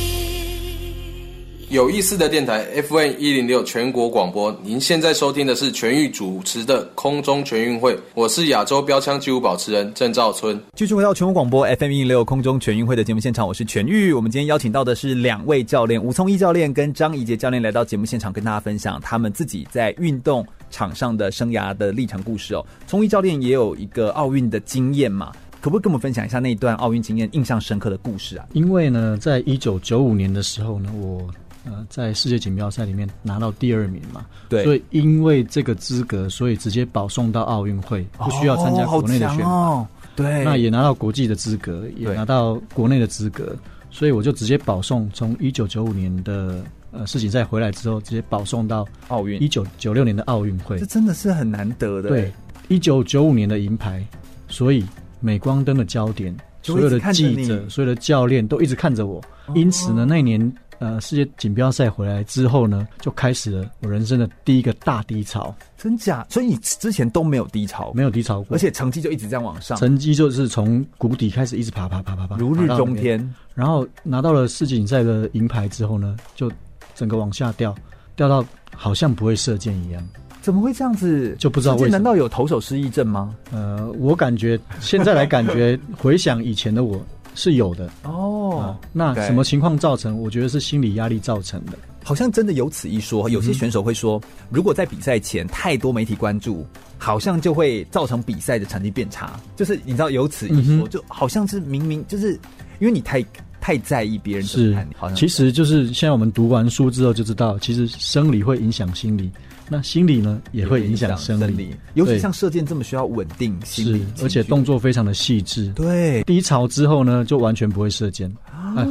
Speaker 7: 有意思的电台 FN 一零六全国广播，您现在收听的是全域主持的空中全运会，我是亚洲标枪纪录保持人郑兆春。
Speaker 1: 继续回到全国广播 FM 一六空中全运会的节目现场，我是全玉。我们今天邀请到的是两位教练吴聪一教练跟张怡杰教练来到节目现场，跟大家分享他们自己在运动场上的生涯的历程故事哦。聪一教练也有一个奥运的经验嘛，可不可以跟我们分享一下那一段奥运经验印象深刻的故事啊？
Speaker 2: 因为呢，在一九九五年的时候呢，我呃在世界锦标赛里面拿到第二名嘛，
Speaker 1: 对
Speaker 2: 所以因为这个资格，所以直接保送到奥运会，不需要参加国内的选拔。
Speaker 1: 哦，对，
Speaker 2: 那也拿到国际的资格，也
Speaker 1: 对
Speaker 2: 拿到国内的资格，所以我就直接保送，从一九九五年的呃世锦赛回来之后，直接保送到
Speaker 1: 奥运
Speaker 2: 一九九六年的奥运会
Speaker 1: 这。真的是很难得的。
Speaker 2: 对，，一九九五年的银牌，所以镁光灯的焦点，
Speaker 1: 就
Speaker 2: 所有
Speaker 1: 一直
Speaker 2: 的
Speaker 1: 看着
Speaker 2: 记者
Speaker 1: 你、哦
Speaker 2: 所有的教练都一直看着我。因此呢，那一年呃世界锦标赛回来之后呢，就开始了我人生的第一个大低潮，
Speaker 1: 真假？所以你之前都没有低潮，
Speaker 2: 没有低潮过，
Speaker 1: 而且成绩就一直在往上，
Speaker 2: 成绩就是从谷底开始一直爬爬爬爬爬，
Speaker 1: 如日
Speaker 2: 爬到那
Speaker 1: 中
Speaker 2: 边。
Speaker 1: 天。
Speaker 2: 然后拿到了世锦赛的银牌之后呢，就整个往下掉，掉到好像不会射箭一样。
Speaker 1: 怎么会这样子？
Speaker 2: 就不知道为
Speaker 1: 这
Speaker 2: 什么
Speaker 1: 难道有投手失忆症吗？
Speaker 2: 呃，我感觉现在来感觉回想以前的我是有的
Speaker 1: 哦
Speaker 2: 啊，。那
Speaker 1: 对
Speaker 2: 什么情况造成？我觉得是心理压力造成的。
Speaker 1: 好像真的有此一说。有些选手会说，
Speaker 2: 嗯
Speaker 1: 如果在比赛前太多媒体关注，好像就会造成比赛的成绩变差。就是你知道有此一
Speaker 2: 嗯
Speaker 1: 说，
Speaker 2: 哼
Speaker 1: 就好像是明明就是因为你太太在意别人怎么
Speaker 2: 是
Speaker 1: 看你，好像，
Speaker 2: 其实就是现在我们读完书之后就知道，其实生理会影响心理，那心理呢也会影响生
Speaker 1: 生
Speaker 2: 理，
Speaker 1: 尤其
Speaker 2: 对
Speaker 1: 像射箭这么需要稳定心理
Speaker 2: 是，
Speaker 1: 情
Speaker 2: 而且
Speaker 1: 绪
Speaker 2: 动作非常的细致。
Speaker 1: 对
Speaker 2: 低潮之后呢，就完全不会射箭啊。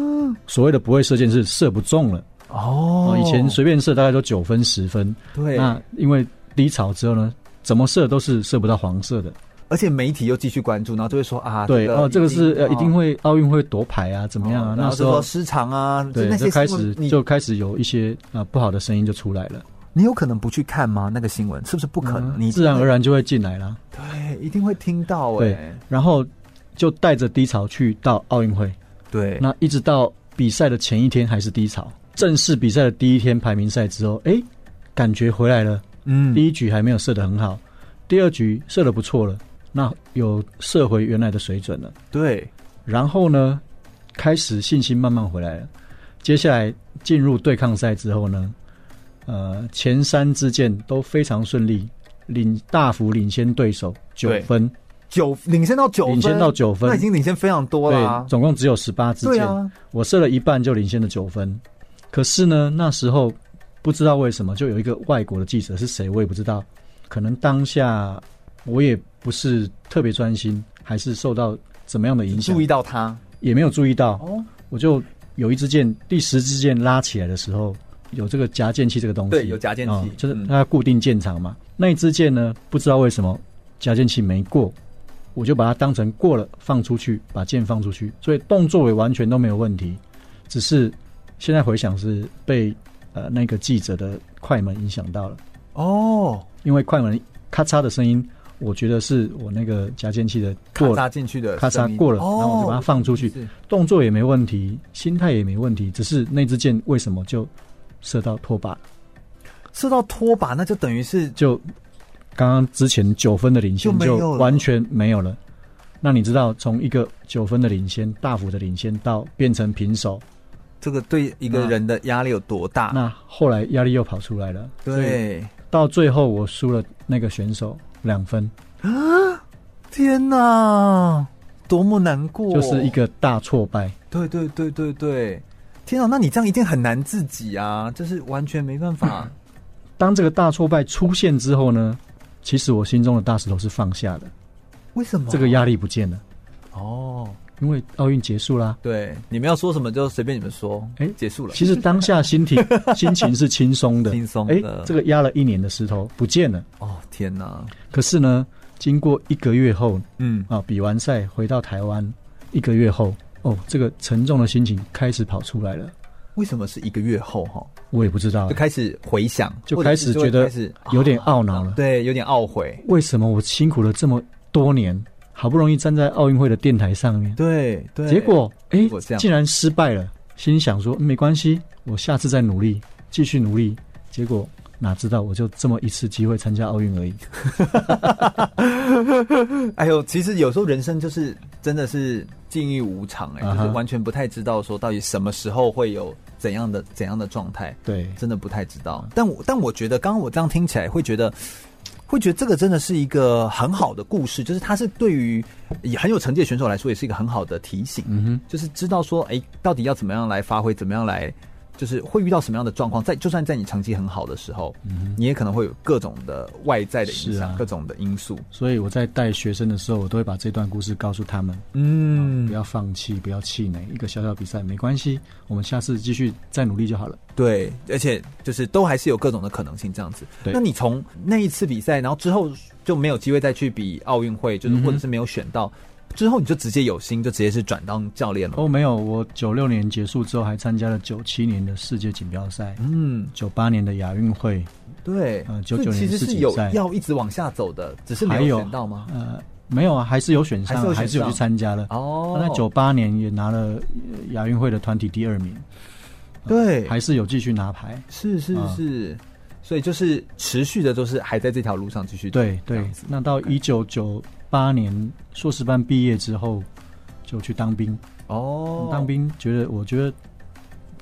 Speaker 2: 所谓的不会射箭是射不中了。
Speaker 1: 哦
Speaker 2: 哦，以前随便射大概都九分十分，
Speaker 1: 对，
Speaker 2: 那因为低潮之后呢，怎么射都是射不到黄色的。
Speaker 1: 而且媒体又继续关注，然后就会说啊，
Speaker 2: 对，哦，这个是呃一定
Speaker 1: 会
Speaker 2: 会奥运会夺牌啊，怎么样啊？
Speaker 1: 哦然
Speaker 2: 那
Speaker 1: 后
Speaker 2: 时
Speaker 1: 就说
Speaker 2: 候
Speaker 1: 失常啊，就
Speaker 2: 对
Speaker 1: 那，些
Speaker 2: 就开
Speaker 1: 新闻
Speaker 2: 始
Speaker 1: 你
Speaker 2: 就开始有一些啊不好的声音就出来了，
Speaker 1: 你有可能不去看吗？那个新闻是不是不可能？
Speaker 2: 嗯
Speaker 1: 你
Speaker 2: 自然而然就会进来啦。
Speaker 1: 对，一定会听到哎
Speaker 2: 对，然后就带着低潮去到奥运会，
Speaker 1: 对，
Speaker 2: 那一直到比赛的前一天还是低潮。正式比赛的第一天排名赛之后，哎，感觉回来了。
Speaker 1: 嗯，
Speaker 2: 第一局还没有射得很好，第二局射得不错了，那有射回原来的水准了。
Speaker 1: 对，
Speaker 2: 然后呢，开始信心慢慢回来了。接下来进入对抗赛之后呢，呃，前三支箭都非常顺利，领大幅领先对手九
Speaker 1: 对
Speaker 2: 分，
Speaker 1: 九领先到九分，
Speaker 2: 领先到九分
Speaker 1: 那已经领先非常多了啊
Speaker 2: 对，。总共只有十八支
Speaker 1: 对
Speaker 2: 箭，
Speaker 1: 啊，
Speaker 2: 我射了一半就领先了九分。可是呢，那时候不知道为什么，就有一个外国的记者是谁，我也不知道。可能当下我也不是特别专心，还是受到怎么样的影响
Speaker 1: 注意，到他
Speaker 2: 也没有注意到。
Speaker 1: 哦，
Speaker 2: 我就有一支箭，第十支箭拉起来的时候，有这个夹剑器这个东西，
Speaker 1: 对有夹剑器
Speaker 2: 哦就是
Speaker 1: 嗯
Speaker 2: 它固定箭场嘛。那一支箭呢，不知道为什么夹剑器没过，我就把它当成过了放出去，把箭放出去，所以动作也完全都没有问题，只是现在回想是被呃那个记者的快门影响到了，
Speaker 1: 哦，
Speaker 2: 因为快门咔嚓的声音，我觉得是我那个夹剑器的
Speaker 1: 咔
Speaker 2: 过了
Speaker 1: 嚓进去的
Speaker 2: 咔
Speaker 1: 声
Speaker 2: 嚓
Speaker 1: 音
Speaker 2: 过了，然
Speaker 1: 哦，
Speaker 2: 后我就把它放出去，
Speaker 1: 是
Speaker 2: 动作也没问题，心态也没问题，只是那支箭为什么就射到拖把，
Speaker 1: 射到拖把，那就等于是
Speaker 2: 就刚刚之前九分的领先
Speaker 1: 就没有了
Speaker 2: 完全没有了。那你知道从一个九分的领先，大幅的领先到变成平手，
Speaker 1: 这个对一个人的压力有多大？
Speaker 2: 那后来压力又跑出来了，所
Speaker 1: 啊
Speaker 2: 以
Speaker 1: 对，
Speaker 2: 到最后我输了那个选手两分，
Speaker 1: 天哪，多么难过，
Speaker 2: 就是一个大挫败。
Speaker 1: 对对对对对，天啊，那你这样一定很难自己啊，就是完全没办 法。
Speaker 2: 当这个大挫败出现之后呢，其实我心中的大石头是放下的，
Speaker 1: 为什么
Speaker 2: 这个压力不见了，
Speaker 1: 哦，
Speaker 2: 因为奥运结束啦、
Speaker 1: 对，你们要说什么就随便你们说。哎
Speaker 2: 哎，
Speaker 1: 结束了。
Speaker 2: 其实当下 心情心情是轻松的，
Speaker 1: 轻松的
Speaker 2: 哎，这个压了一年的石头不见了。
Speaker 1: 哦，天哪，
Speaker 2: 可是呢，经过一个月后
Speaker 1: 嗯，
Speaker 2: 啊，比完赛回到台湾，一个月后，哦，这个沉重的心情开始跑出来了。
Speaker 1: 为什么是一个月后哈
Speaker 2: 我也不知道啊
Speaker 1: 就，开始回想，
Speaker 2: 就
Speaker 1: 或者
Speaker 2: 开
Speaker 1: 是
Speaker 2: 始觉
Speaker 1: 会
Speaker 2: 得
Speaker 1: 开始
Speaker 2: 有点懊恼
Speaker 1: 啊
Speaker 2: 了。
Speaker 1: 对，有点懊悔。
Speaker 2: 为什么我辛苦了这么多年，好不容易站在奥运会的电台上面，
Speaker 1: 对对，
Speaker 2: 结果
Speaker 1: 结
Speaker 2: 哎
Speaker 1: 果这样，
Speaker 2: 竟然失败了，心想说嗯没关系，我下次再努力，继续努力。结果哪知道我就这么一次机会参加奥运而已。
Speaker 1: 哎呦，其实有时候人生就是真的是境遇无常、哎、
Speaker 2: 啊哈
Speaker 1: 就是完全不太知道说到底什么时候会有怎样的怎样的状态，
Speaker 2: 对，嗯
Speaker 1: 真的不太知道。但我但我觉得，刚刚我这样听起来会觉得。会觉得这个真的是一个很好的故事，就是它是对于也很有成绩的选手来说，也是一个很好的提醒，
Speaker 2: 嗯哼，
Speaker 1: 就是知道说，哎，到底要怎么样来发挥，怎么样来，就是会遇到什么样的状况，在就算在你成绩很好的时候，你也可能会有各种的外在的影
Speaker 2: 嗯是
Speaker 1: 响，
Speaker 2: 啊
Speaker 1: 各种的因素，
Speaker 2: 所以我在带学生的时候，我都会把这段故事告诉他们，
Speaker 1: 嗯
Speaker 2: 不要放弃，不要气馁，一个小小比赛没关系，我们下次继续再努力就好了。
Speaker 1: 对，而且就是都还是有各种的可能性这样子。
Speaker 2: 对
Speaker 1: 那你从那一次比赛，然后之后就没有机会再去比奥运会，
Speaker 2: 嗯
Speaker 1: 就是或者是没有选到，之后你就直接有心就直接是转当教练了。
Speaker 2: 哦，没有，我九六年结束之后还参加了九七年的世界锦标赛，
Speaker 1: 嗯，
Speaker 2: 九八年的亚运会，
Speaker 1: 对，
Speaker 2: 嗯
Speaker 1: 所以
Speaker 2: 99年
Speaker 1: 其实
Speaker 2: 世
Speaker 1: 是
Speaker 2: 锦
Speaker 1: 有
Speaker 2: 赛
Speaker 1: 要一直往下走的，只是
Speaker 2: 还
Speaker 1: 没有
Speaker 2: 有
Speaker 1: 选到吗？
Speaker 2: 呃，没有啊，还是有选
Speaker 1: 还是有选上
Speaker 2: 上，还是有去参加了。
Speaker 1: 哦，
Speaker 2: 那九八年也拿了呃亚运会的团体第二名，
Speaker 1: 对，
Speaker 2: 还是有继续拿牌。
Speaker 1: 是是
Speaker 2: 啊
Speaker 1: 是，所以就是持续的都是还在这条路上继续走
Speaker 2: 对
Speaker 1: 这
Speaker 2: 对
Speaker 1: 样子，
Speaker 2: 那到一九九八年硕士班毕业之后，就去当兵。
Speaker 1: 哦，
Speaker 2: 当兵觉得，我觉得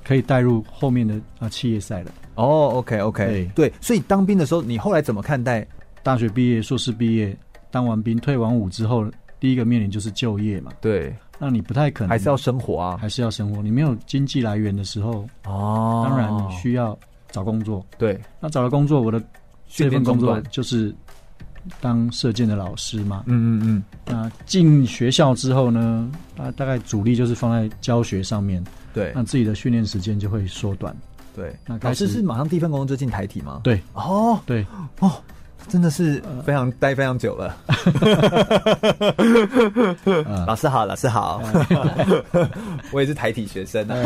Speaker 2: 可以带入后面的啊企业赛了。
Speaker 1: 哦，OK OK，对，所以当兵的时候，你后来怎么看待？
Speaker 2: 大学毕业、硕士毕业，当完兵、退完伍之后，第一个面临就是就业嘛。
Speaker 1: 对，
Speaker 2: 那你不太可能，
Speaker 1: 还是要生活啊，
Speaker 2: 还是要生活。你没有经济来源的时候，
Speaker 1: 哦，
Speaker 2: 当然你需要找工作。
Speaker 1: 对
Speaker 2: 那找了工作，我的
Speaker 1: 训
Speaker 2: 这
Speaker 1: 练
Speaker 2: 份
Speaker 1: 中
Speaker 2: 工作
Speaker 1: 断，
Speaker 2: 就是当射箭的老师嘛。
Speaker 1: 嗯嗯
Speaker 2: 那进学校之后呢，大大概主力就是放在教学上面，
Speaker 1: 嗯，对
Speaker 2: 那自己的训练时间就会缩短。
Speaker 1: 对。
Speaker 2: 那开
Speaker 1: 老师
Speaker 2: 始
Speaker 1: 是马上第一份工作就进台体吗？
Speaker 2: 对呃
Speaker 1: 哦
Speaker 2: 对，
Speaker 1: 哦，真的是非常待非常久 了。老师好，老师好，
Speaker 2: 嗯
Speaker 1: 我也是台体学生啊，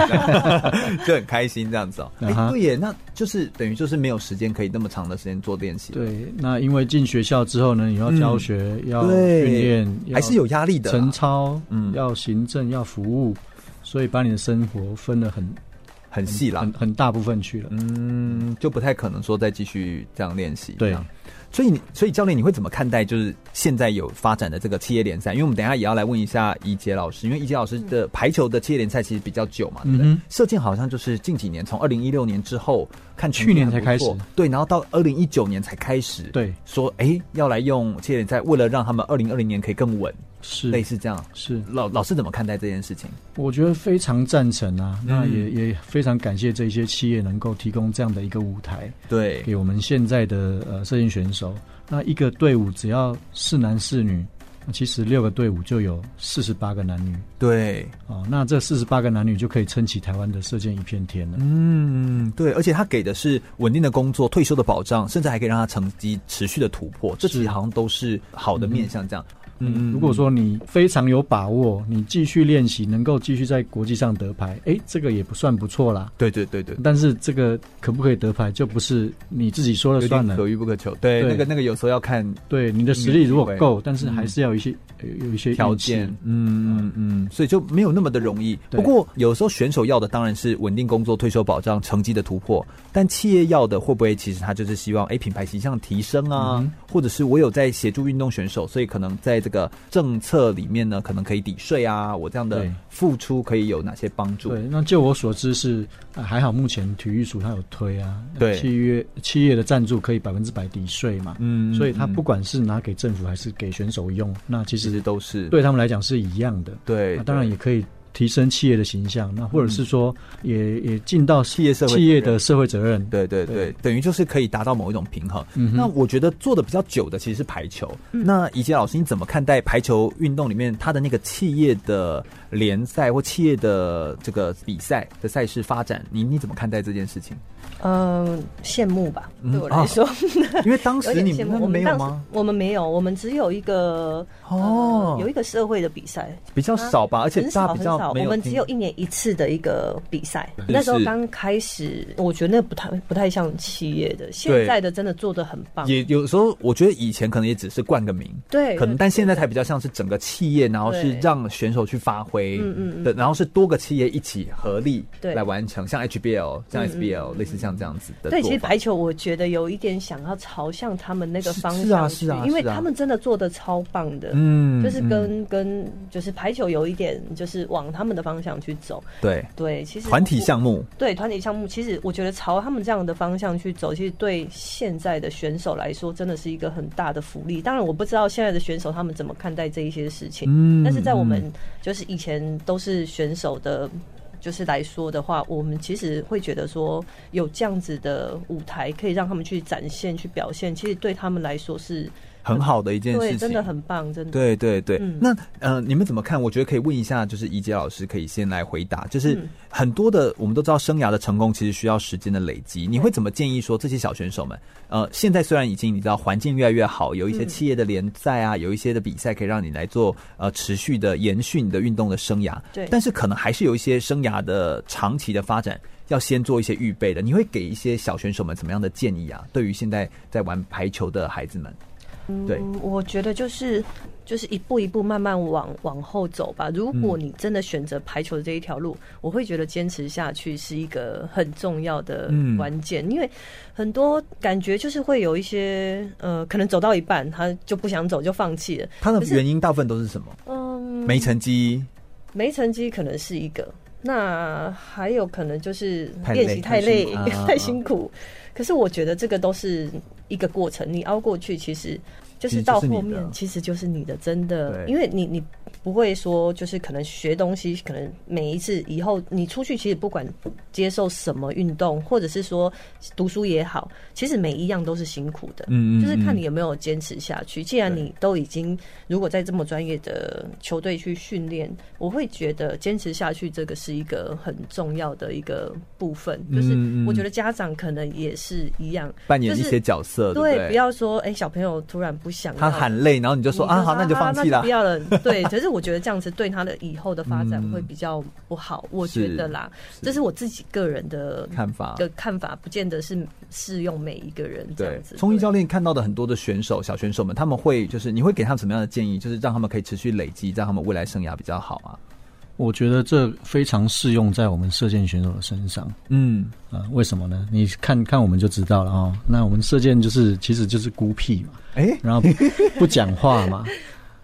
Speaker 1: 就很开心这样子哦。
Speaker 2: 啊
Speaker 1: 哎，
Speaker 2: 哈
Speaker 1: 对耶，那就是等于就是没有时间可以那么长的时间做练习，
Speaker 2: 对，那因为进学校之后呢，你要教学，要
Speaker 1: 嗯对
Speaker 2: 训练，要
Speaker 1: 还是有压力的啦。
Speaker 2: 晨操，
Speaker 1: 嗯
Speaker 2: 要行政，要服务，所以把你的生活分了很
Speaker 1: 很细啦
Speaker 2: 很，很大部分去了。
Speaker 1: 啊嗯，就不太可能说再继续这样练习。
Speaker 2: 对
Speaker 1: 这样，所以你所以教练你会怎么看待就是现在有发展的这个企业联赛？因为我们等一下也要来问一下怡杰老师，因为怡杰老师的排球的企业联赛其实比较久嘛，对不对？
Speaker 2: 嗯哼
Speaker 1: 射箭好像就是近几年，从二零一六年之后看成绩
Speaker 2: 去年
Speaker 1: 还不
Speaker 2: 才开始
Speaker 1: 错对，然后到二零一九年才开始
Speaker 2: 对
Speaker 1: 说，哎，要来用企业联赛，为了让他们二零二零年可以更稳，
Speaker 2: 是
Speaker 1: 类似这样。
Speaker 2: 是，
Speaker 1: 老老师怎么看待这件事情？
Speaker 2: 我觉得非常赞成啊，那也
Speaker 1: 嗯
Speaker 2: 也非常感谢这些企业能够提供这样的一个舞台
Speaker 1: 对，
Speaker 2: 给我们现在的呃射箭选手。那一个队伍只要是男是女，其实六个队伍就有四十八个男女
Speaker 1: 对，
Speaker 2: 哦，那这四十八个男女就可以撑起台湾的射箭一片天了。
Speaker 1: 嗯，对，而且他给的是稳定的工作、退休的保障，甚至还可以让他成绩持续的突破，这其实好像都是好的面向。这样，嗯，
Speaker 2: 如果说你非常有把握，你继续练习，能够继续在国际上得牌，诶，这个也不算不错啦。
Speaker 1: 对对对对，
Speaker 2: 但是这个可不可以得牌，就不是你自己说了
Speaker 1: 有
Speaker 2: 算
Speaker 1: 点
Speaker 2: 了。
Speaker 1: 可遇不可求。对，
Speaker 2: 对
Speaker 1: 那个那个有时候要看
Speaker 2: 对，你的实力如果够，
Speaker 1: 嗯
Speaker 2: 但是还是要有一些、呃有一些运气
Speaker 1: 条件，嗯嗯嗯，所以就没有那么的容易。
Speaker 2: 对
Speaker 1: 不过有时候选手要的当然是稳定工作、退休保障、成绩的突破，但企业要的会不会其实他就是希望哎品牌形象提升
Speaker 2: 嗯
Speaker 1: 啊，或者是我有在协助运动选手，所以可能在这个政策里面呢，可能可以抵税啊，我这样的
Speaker 2: 对
Speaker 1: 付出可以有哪些帮助？
Speaker 2: 对，那就我所知是、呃还好，目前体育署它有推啊，呃
Speaker 1: 对
Speaker 2: 企业企业的赞助可以百分之百抵税嘛，
Speaker 1: 嗯
Speaker 2: 所以它不
Speaker 1: 嗯
Speaker 2: 管是拿给政府还是给选手用，那其
Speaker 1: 其实
Speaker 2: 实
Speaker 1: 都是
Speaker 2: 对他们来讲是一样的。
Speaker 1: 对嗯
Speaker 2: 那当然也可以提升企业的形象，那或者是说也也尽到企
Speaker 1: 业社会责任
Speaker 2: 企业的社会责任。
Speaker 1: 对对对
Speaker 2: 对，
Speaker 1: 等于就是可以达到某一种平衡。
Speaker 2: 嗯哼
Speaker 1: 那我觉得做的比较久的其实是排球。那怡杰老师，你怎么看待排球运动里面它的那个企业的联赛或企业的这个比赛的赛事发展？你你怎么看待这件事情？
Speaker 3: 嗯，羡慕吧，
Speaker 1: 嗯
Speaker 3: 对我来说，
Speaker 1: 因为当
Speaker 3: 有
Speaker 1: 时
Speaker 3: 点
Speaker 1: 你
Speaker 3: 羡
Speaker 1: 们那
Speaker 3: 慕。我
Speaker 1: 没
Speaker 3: 们
Speaker 1: 有
Speaker 3: 当时
Speaker 1: 吗？
Speaker 3: 我们没有，我们只有一个呃
Speaker 1: 哦
Speaker 3: 有一个社会的比赛，
Speaker 1: 比较少吧，而且
Speaker 3: 很
Speaker 1: 大
Speaker 3: 少
Speaker 1: 家比
Speaker 3: 很
Speaker 1: 较
Speaker 3: 少，
Speaker 1: 没
Speaker 3: 我们
Speaker 1: 听
Speaker 3: 只有一年一次的一个比赛。
Speaker 1: 是
Speaker 3: 那时候刚开始，我觉得那不太不太像企业的，现在的真的做的很棒。
Speaker 1: 也有时候，我觉得以前可能也只是冠个名，
Speaker 3: 对
Speaker 1: 可能但现在才比较像是整个企业，然后是
Speaker 3: 对
Speaker 1: 让选手去发挥，
Speaker 3: 嗯嗯嗯
Speaker 1: 对，然后是多个企业一起合力
Speaker 3: 对嗯
Speaker 1: 来完成，像 HBL、像 SBL，类似像这样子的
Speaker 3: 对，
Speaker 1: 做
Speaker 3: 其实
Speaker 1: 法
Speaker 3: 排球我觉得有一点想要朝向他们那个
Speaker 1: 是
Speaker 3: 方向
Speaker 1: 是啊
Speaker 3: 去
Speaker 1: 是啊
Speaker 3: 因为
Speaker 1: 是啊
Speaker 3: 他们真的做的超棒的。
Speaker 1: 嗯
Speaker 3: 就是
Speaker 1: 嗯
Speaker 3: 跟、跟就是排球有一点就是往他们的方向去走，
Speaker 1: 对
Speaker 3: 对，其实
Speaker 1: 团体
Speaker 3: 我
Speaker 1: 项目，
Speaker 3: 对团体项目，其实我觉得朝他们这样的方向去走，其实对现在的选手来说，真的是一个很大的福利。当然，我不知道现在的选手他们怎么看待这一些事情，
Speaker 1: 嗯
Speaker 3: 但是在我们就是以前都是选手的。就是来说的话，我们其实会觉得说有这样子的舞台，可以让他们去展现、去表现，其实对他们来说是
Speaker 1: 很好的一件事
Speaker 3: 对，
Speaker 1: 情，
Speaker 3: 真的很棒，真的。
Speaker 1: 对对对，
Speaker 3: 嗯
Speaker 1: 那呃，你们怎么看？我觉得可以问一下，就是怡杰老师可以先来回答。就是
Speaker 3: 嗯
Speaker 1: 很多的，我们都知道，生涯的成功其实需要时间的累积。你会怎么建议说这些小选手们？呃，现在虽然已经你知道环境越来越好，有一
Speaker 3: 嗯
Speaker 1: 些企业的联赛啊，有一些的比赛可以让你来做呃持续的延续你的运动的生涯，
Speaker 3: 对
Speaker 1: 但是可能还是有一些生涯的长期的发展。要先做一些预备的，你会给一些小选手们怎么样的建议啊？对于现在在玩排球的孩子们，对，
Speaker 3: 嗯，我觉得就是就是一步一步慢慢往往后走吧。如果你真的选择排球的这一条路，我会觉得坚持下去是一个很重要的
Speaker 1: 嗯
Speaker 3: 关键，因为很多感觉就是会有一些呃，可能走到一半他就不想走就放弃了。
Speaker 1: 他的
Speaker 3: 可是
Speaker 1: 原因大部分都是什么？
Speaker 3: 嗯，
Speaker 1: 没成绩，
Speaker 3: 没成绩可能是一个，那还有可能就是
Speaker 1: 太累
Speaker 3: 练习太累、
Speaker 1: 太辛苦啊
Speaker 3: 太辛苦。可是我觉得这个都是一个过程，你熬过去，其实就是到后面其实就是你的，真的
Speaker 1: 对，
Speaker 3: 因为你你不会说就是可能学东西，可能每一次以后你出去，其实不管接受什么运动，或者是说读书也好，其实每一样都是辛苦的，
Speaker 1: 嗯嗯
Speaker 3: 就是看你有没有坚持下去。既然你都已经如果在这么专业的球队去训练，我会觉得坚持下去这个是一个很重要的一个部分。就是
Speaker 1: 嗯嗯
Speaker 3: 我觉得家长可能也是一样，
Speaker 1: 扮演一
Speaker 3: 就
Speaker 1: 些
Speaker 3: 是
Speaker 1: 角色，对
Speaker 3: 对，
Speaker 1: 不
Speaker 3: 不
Speaker 1: 对？
Speaker 3: 要说哎、小朋友突然不想要
Speaker 1: 他喊累，然后你就
Speaker 3: 你就
Speaker 1: 说啊，好，那你就放弃
Speaker 3: 了，
Speaker 1: 了
Speaker 3: 不。要了。对，可是我觉得这样子对他的以后的发展
Speaker 1: 嗯
Speaker 3: 会比较不好，我觉得啦，这是我自己个人的
Speaker 1: 看法
Speaker 3: 的看法，不见得是适用每一个人这
Speaker 1: 对
Speaker 3: 样，子。
Speaker 1: 冲毅
Speaker 3: 对
Speaker 1: 教练看到的很多的选手、小选手们，他们会就是你会给他们什么样的建议？就是让他们可以持续累积，让他们未来生涯比较好啊。
Speaker 2: 我觉得这非常适用在我们射箭选手的身上
Speaker 1: 嗯，
Speaker 2: 啊、为什么呢？你看看我们就知道了哦。那我们射箭就是其实就是孤僻嘛，
Speaker 1: 哎，
Speaker 2: 然后不讲话嘛，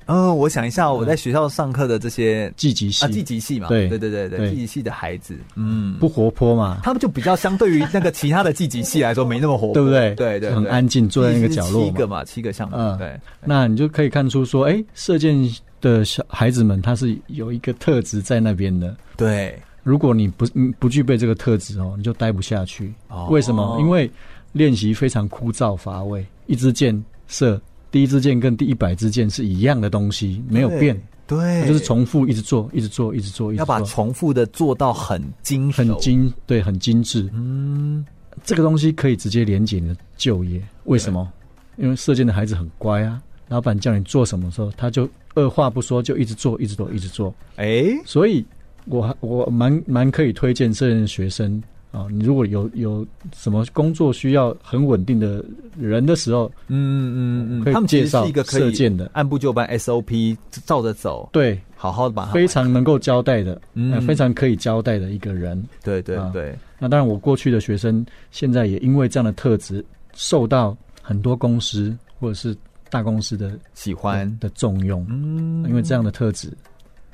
Speaker 1: 嗯，我想一下，我在学校上课的这些
Speaker 2: 积极
Speaker 1: 啊，
Speaker 2: 性，
Speaker 1: 积极系嘛，
Speaker 2: 嗯对
Speaker 1: 对对对对，
Speaker 2: 对
Speaker 1: 积极系的孩子，嗯，
Speaker 2: 不活泼嘛，
Speaker 1: 他们就比较相对于那个其他的积极系来说，没那么活泼，
Speaker 2: 对不对？
Speaker 1: 对对，
Speaker 2: 就很
Speaker 1: 对
Speaker 2: 安静，坐在那个角落
Speaker 1: 七个嘛，七个项目，
Speaker 2: 嗯
Speaker 1: 对，
Speaker 2: 那你就可以看出说，哎，射箭的小孩子们他是有一个特质在那边的。
Speaker 1: 对，
Speaker 2: 如果你不嗯不具备这个特质哦，你就待不下去
Speaker 1: 哦。
Speaker 2: 为什么？因为练习非常枯燥乏味，一支箭射第一支箭跟第一百支箭是一样的东西，没有变，
Speaker 1: 对，
Speaker 2: 它
Speaker 1: 对，
Speaker 2: 就是重复一直做，一直做，一直做，一直
Speaker 1: 要把
Speaker 2: 做，
Speaker 1: 重复的做到很精熟
Speaker 2: 很精，对，很精致。嗯，这个东西可以直接连接你的就业，为什么？因为射箭的孩子很乖啊，老板叫你做什么的时候，他就二话不说就一直做，一直做，一直做。
Speaker 1: 哎、
Speaker 2: 所以我还我蛮蛮可以推荐这任学生啊，你如果有有什么工作需要很稳定的人的时候，
Speaker 1: 嗯嗯嗯
Speaker 2: 可以
Speaker 1: 嗯，他们其
Speaker 2: 介
Speaker 1: 实
Speaker 2: 绍
Speaker 1: 是一个可
Speaker 2: 射
Speaker 1: 以
Speaker 2: 箭的
Speaker 1: 按部就班 SOP 照着走，
Speaker 2: 对，
Speaker 1: 好好的把它
Speaker 2: 非常能够交代的，
Speaker 1: 嗯
Speaker 2: 呃非常可以交代的一个人。
Speaker 1: 对对
Speaker 2: 啊
Speaker 1: 对，
Speaker 2: 那当然，我过去的学生现在也因为这样的特质，受到很多公司或者是大公司的
Speaker 1: 喜欢，
Speaker 2: 的重用，
Speaker 1: 嗯
Speaker 2: 因为这样的特质。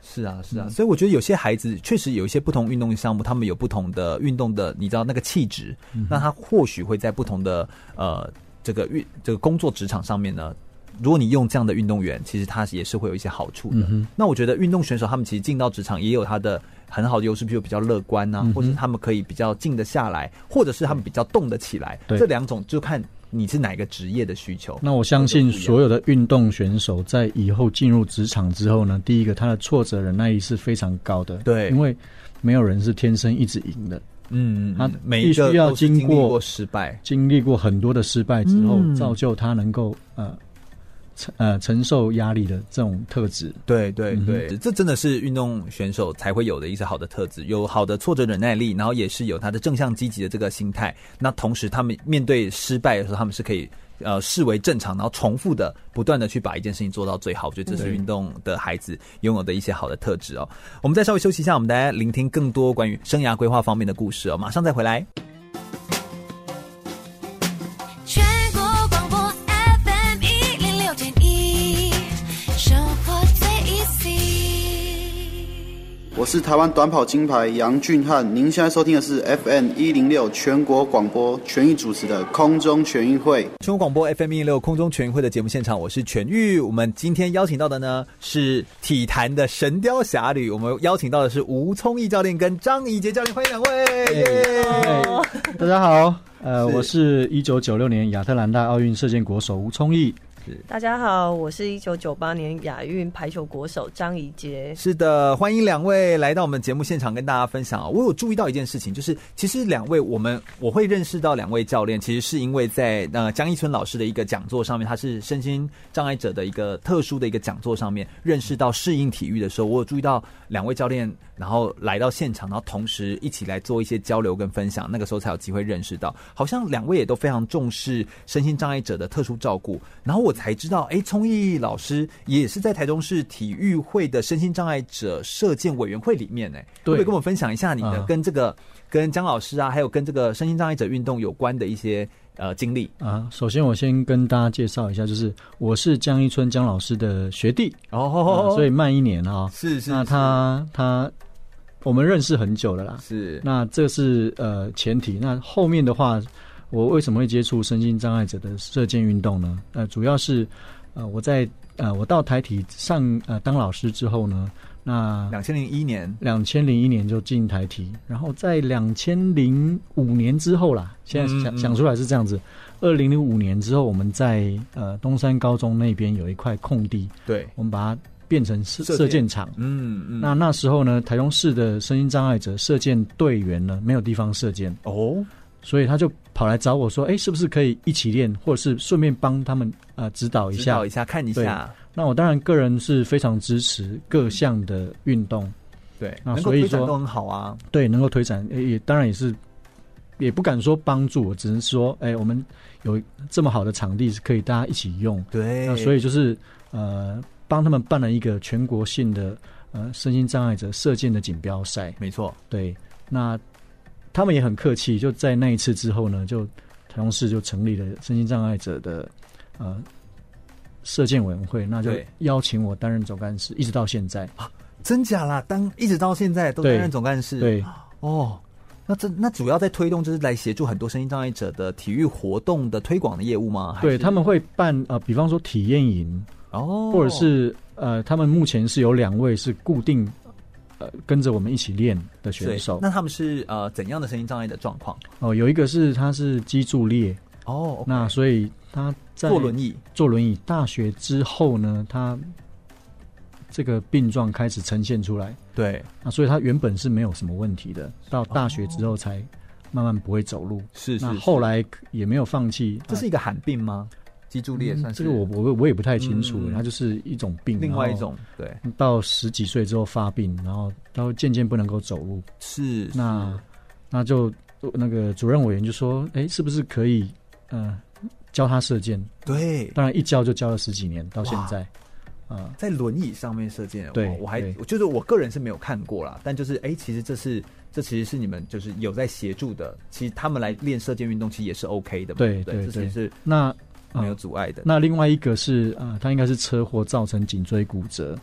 Speaker 1: 是啊是啊，
Speaker 2: 嗯
Speaker 1: 所以我觉得有些孩子确实有一些不同运动项目，他们有不同的运动的，你知道那个气质，
Speaker 2: 嗯
Speaker 1: 那他或许会在不同的呃这个运这个工作职场上面呢。如果你用这样的运动员，其实他也是会有一些好处的。
Speaker 2: 嗯哼
Speaker 1: 那我觉得运动选手他们其实进到职场也有他的很好的优势，比如比较乐观呐、啊
Speaker 2: 嗯哼
Speaker 1: 或者他们可以比较静得下来，或者是他们比较动得起来。
Speaker 2: 对
Speaker 1: 这两种就看你是哪一个职业的需求。
Speaker 2: 那我相信
Speaker 1: 这就不一样
Speaker 2: 所有的运动选手在以后进入职场之后呢，第一个他的挫折忍耐力是非常高的，
Speaker 1: 对
Speaker 2: 因为没有人是天生一直赢的，
Speaker 1: 嗯，
Speaker 2: 他
Speaker 1: 嗯每一
Speaker 2: 必
Speaker 1: 个
Speaker 2: 须要
Speaker 1: 都是经
Speaker 2: 经过
Speaker 1: 历过失败，
Speaker 2: 经历过很多的失败之后，
Speaker 1: 嗯
Speaker 2: 造就他能够呃承呃承受压力的这种特质。
Speaker 1: 对对
Speaker 2: 嗯哼
Speaker 1: 对，这真的是运动选手才会有的一些好的特质，有好的挫折忍耐力，然后也是有他的正向积极的这个心态。那同时，他们面对失败的时候，他们是可以呃视为正常，然后重复的不断的去把一件事情做到最好。我觉得这是
Speaker 2: 对
Speaker 1: 运动的孩子拥有的一些好的特质哦。我们再稍微休息一下，我们大家聆听更多关于生涯规划方面的故事哦。马上再回来。
Speaker 6: 全国广播 FM 一零六点一，生活最 easy。
Speaker 8: 我是台湾短跑金牌杨俊翰，您现在收听的是 FM 一零六全国广播全域主持的空中全运会。
Speaker 1: 全国广播 FM 一六空中全运会的节目现场，我是全玉。我们今天邀请到的呢是体坛的神雕侠侣，我们邀请到的是吴聪义教练跟张怡杰教练，欢迎两位。耶
Speaker 2: 哎大家好，呃，
Speaker 1: 是
Speaker 2: 我是一九九六年亚特兰大奥运射箭国手吴聪义。
Speaker 3: 大家好，我是一九九八年亚运排球国手张怡杰。
Speaker 1: 是的，欢迎两位来到我们节目现场跟大家分享啊。我有注意到一件事情，就是其实两位我们我会认识到两位教练，其实是因为在呃江一春老师的一个讲座上面，他是身心障碍者的一个特殊的一个讲座上面认识到适应体育的时候，我有注意到两位教练，然后来到现场，然后同时一起来做一些交流跟分享，那个时候才有机会认识到，好像两位也都非常重视身心障碍者的特殊照顾，然后我才知道，哎，聪毅老师也是在台中市体育会的身心障碍者射箭委员会里面，哎，可
Speaker 2: 对
Speaker 1: 不可以跟我们分享一下你的
Speaker 2: 啊
Speaker 1: 跟这个、跟江老师啊，还有跟这个身心障碍者运动有关的一些呃经历
Speaker 2: 啊，首先我先跟大家介绍一下，就是我是江一春江老师的学弟，
Speaker 1: 哦
Speaker 2: 啊所以慢一年啊、
Speaker 1: 是是，
Speaker 2: 那他他我们认识很久了啦，
Speaker 1: 是
Speaker 2: 那这是呃前提。那后面的话，我为什么会接触身心障碍者的射箭运动呢？呃，主要是呃我在呃我到台体上呃当老师之后呢，那
Speaker 1: 两千零一年，
Speaker 2: 两千零一年就进台体，然后在两千零五年之后啦，现在
Speaker 1: 嗯
Speaker 2: 想、
Speaker 1: 嗯
Speaker 2: 想出来是这样子。二零零五年之后，我们在呃东山高中那边有一块空地，
Speaker 1: 对，
Speaker 2: 我们把它变成射
Speaker 1: 射箭
Speaker 2: 射箭场。
Speaker 1: 嗯嗯，
Speaker 2: 那那时候呢，台中市的身心障碍者射箭队员呢，没有地方射箭，
Speaker 1: 哦，
Speaker 2: 所以他就跑来找我说：“哎，是不是可以一起练，或者是顺便帮他们呃指导一
Speaker 1: 指
Speaker 2: 下
Speaker 1: 导一下看一下，
Speaker 2: 那我当然个人是非常支持各项的运动，
Speaker 1: 对，
Speaker 2: 那
Speaker 1: 能够
Speaker 2: 所以
Speaker 1: 推展
Speaker 2: 说
Speaker 1: 都很好啊，
Speaker 2: 对，能够推展呃也当然也是，也不敢说帮助，我只能说，哎，我们有这么好的场地是可以大家一起用，
Speaker 1: 对，
Speaker 2: 那所以就是呃帮他们办了一个全国性的呃身心障碍者射箭的锦标赛。
Speaker 1: 没错，
Speaker 2: 对，那他们也很客气，就在那一次之后呢，就台中市就成立了身心障碍者的呃射箭委员会，那就
Speaker 1: 对
Speaker 2: 邀请我担任总干事，一直到现在。
Speaker 1: 真假啦，当一直到现在都担
Speaker 2: 对
Speaker 1: 任总干事，
Speaker 2: 对，
Speaker 1: 哦，那这那主要在推动就是来协助很多身心障碍者的体育活动的推广的业务吗？还
Speaker 2: 对
Speaker 1: 是
Speaker 2: 他们会办呃，比方说体验营，
Speaker 1: 哦，
Speaker 2: 或者是呃，他们目前是有两位是固定呃跟着我们一起练的
Speaker 1: 对
Speaker 2: 选手
Speaker 1: 那。他们是呃怎样的身心障碍的状况？
Speaker 2: 哦，有一个是他是脊柱裂，
Speaker 1: 哦，
Speaker 2: 那所以他在
Speaker 1: 坐轮椅
Speaker 2: 坐轮椅，大学之后呢，他这个病状开始呈现出来。
Speaker 1: 对
Speaker 2: 那所以他原本是没有什么问题的，到大学之后才慢慢不会走路。
Speaker 1: 哦是是
Speaker 2: 那
Speaker 1: 是
Speaker 2: 后来也没有放弃，
Speaker 1: 这是一个罕病吗？脊柱裂算
Speaker 2: 啊
Speaker 1: 是
Speaker 2: 这个我我我也不太哦清楚
Speaker 1: 嗯，
Speaker 2: 他就是一种病，
Speaker 1: 另外一
Speaker 2: 然后
Speaker 1: 种对
Speaker 2: 到十几岁之后发病，然后到渐渐不能够走路，
Speaker 1: 是
Speaker 2: 那那就呃那个主任委员就说，哎，是不是可以呃教他射箭？
Speaker 1: 对
Speaker 2: 当然一教就教了十几年，到现在，啊、
Speaker 1: 在轮椅上面射箭，
Speaker 2: 对
Speaker 1: 我我还
Speaker 2: 对
Speaker 1: 我就是我个人是没有看过啦，但就是哎、其实这是这其实是你们就是有在协助的，其实他们来练射箭运动其实也是 OK 的嘛，
Speaker 2: 对
Speaker 1: 不
Speaker 2: 对
Speaker 1: 这其实是
Speaker 2: 那啊
Speaker 1: 没有阻碍的。
Speaker 2: 那另外一个是啊、呃他应该是车祸造成颈椎骨折，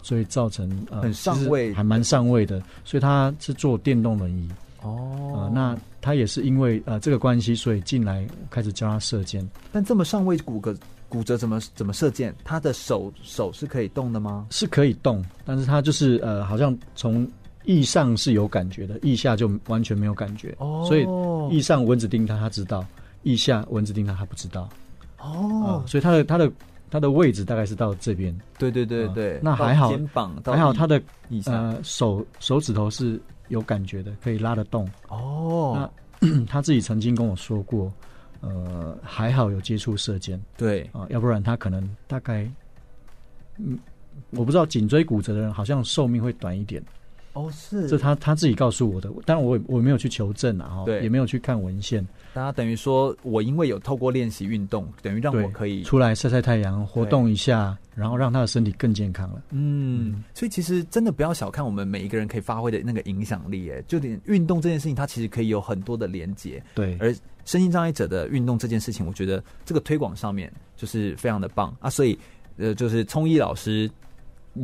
Speaker 2: 所以造成呃
Speaker 1: 很上位
Speaker 2: 其实还蛮上位的，所以他是坐电动轮椅啊、呃
Speaker 1: 哦
Speaker 2: 那他也是因为呃这个关系，所以进来开始教他射箭，
Speaker 1: 但这么上位骨骼骨折怎么怎么射箭？他的手手是可以动的吗？
Speaker 2: 是可以动，但是他就是呃好像从腋上是有感觉的，腋下就完全没有感觉，
Speaker 1: 哦
Speaker 2: 所以腋上蚊子叮他他知道，腋下蚊子叮他他不知道啊、
Speaker 1: 哦，
Speaker 2: 所以他的他的他的位置大概是到这边，
Speaker 1: 对对对
Speaker 2: 啊
Speaker 1: 对，
Speaker 2: 那
Speaker 1: 到
Speaker 2: 还好
Speaker 1: 肩膀到
Speaker 2: 还好他的
Speaker 1: 腋下、
Speaker 2: 呃手手指头是有感觉的，可以拉得动。
Speaker 1: 哦，
Speaker 2: 嗯他自己曾经跟我说过，呃，还好有接触射箭
Speaker 1: 对
Speaker 2: 啊、要不然他可能大概，嗯，我不知道颈椎骨折的人好像寿命会短一点，
Speaker 1: 哦是
Speaker 2: 这他他自己告诉我的，当然我也我没有去求证啊，哈
Speaker 1: 对，
Speaker 2: 也没有去看文献，
Speaker 1: 大家等于说我因为有透过练习运动，等于让
Speaker 2: 对
Speaker 1: 我可以
Speaker 2: 出来晒晒太阳，活动一下，然后让他的身体更健康了。
Speaker 1: 嗯，所以其实真的不要小看我们每一个人可以发挥的那个影响力，哎，就连运动这件事情，它其实可以有很多的连接。
Speaker 2: 对，
Speaker 1: 而身心障碍者的运动这件事情，我觉得这个推广上面就是非常的棒啊，所以呃，就是聪一老师。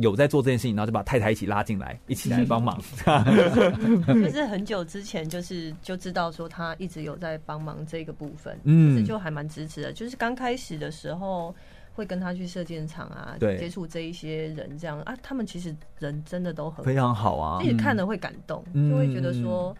Speaker 1: 有在做这件事情，然后就把太太一起拉进来，一起来帮忙。嗯
Speaker 3: 就是很久之前就是就知道说他一直有在帮忙这个部分，
Speaker 1: 嗯
Speaker 3: 嗯，就还蛮支持的。就是刚开始的时候会跟他去射箭场啊，
Speaker 1: 对
Speaker 3: 接触这一些人这样啊，他们其实人真的都很
Speaker 1: 非常好啊
Speaker 3: 自！己看了会感动，
Speaker 1: 嗯
Speaker 3: 就会觉得说。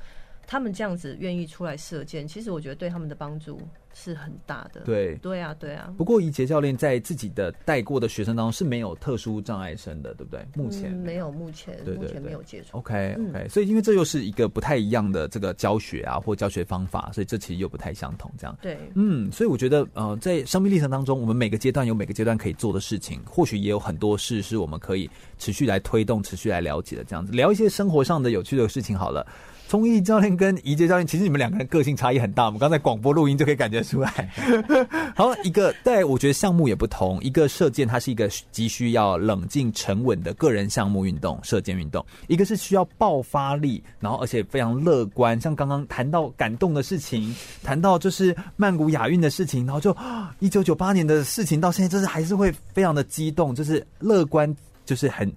Speaker 3: 他们这样子愿意出来射箭，其实我觉得对他们的帮助是很大的。
Speaker 1: 对
Speaker 3: 对啊，对啊。
Speaker 1: 不过怡杰教练在自己的带过的学生当中是没有特殊障碍生的，对不对？目前
Speaker 3: 嗯、没有，目前
Speaker 1: 对
Speaker 3: 目
Speaker 1: 对哦
Speaker 3: 前
Speaker 1: 对
Speaker 3: 没有接触。
Speaker 1: OK
Speaker 3: 嗯
Speaker 1: OK，、所以因为这又是一个不太一样的这个教学啊，或教学方法，所以这其实又不太相同。这样，
Speaker 3: 对，
Speaker 1: 嗯，所以我觉得呃，在生命历程当中，我们每个阶段有每个阶段可以做的事情，或许也有很多事是我们可以持续来推动、持续来了解的。这样子聊一些生活上的有趣的事情好了。聪毅教练跟怡杰教练，其实你们两个人个性差异很大，我们刚才广播录音就可以感觉出来。 好，一个对我觉得项目也不同，一个射箭它是一个急需要冷静沉稳的个人项目运动，射箭运动；一个是需要爆发力，然后而且非常乐观，像刚刚谈到感动的事情，谈到就是曼谷亚运的事情，然后就 一九九八年的事情到现在，就是还是会非常的激动，就是乐观，就是很。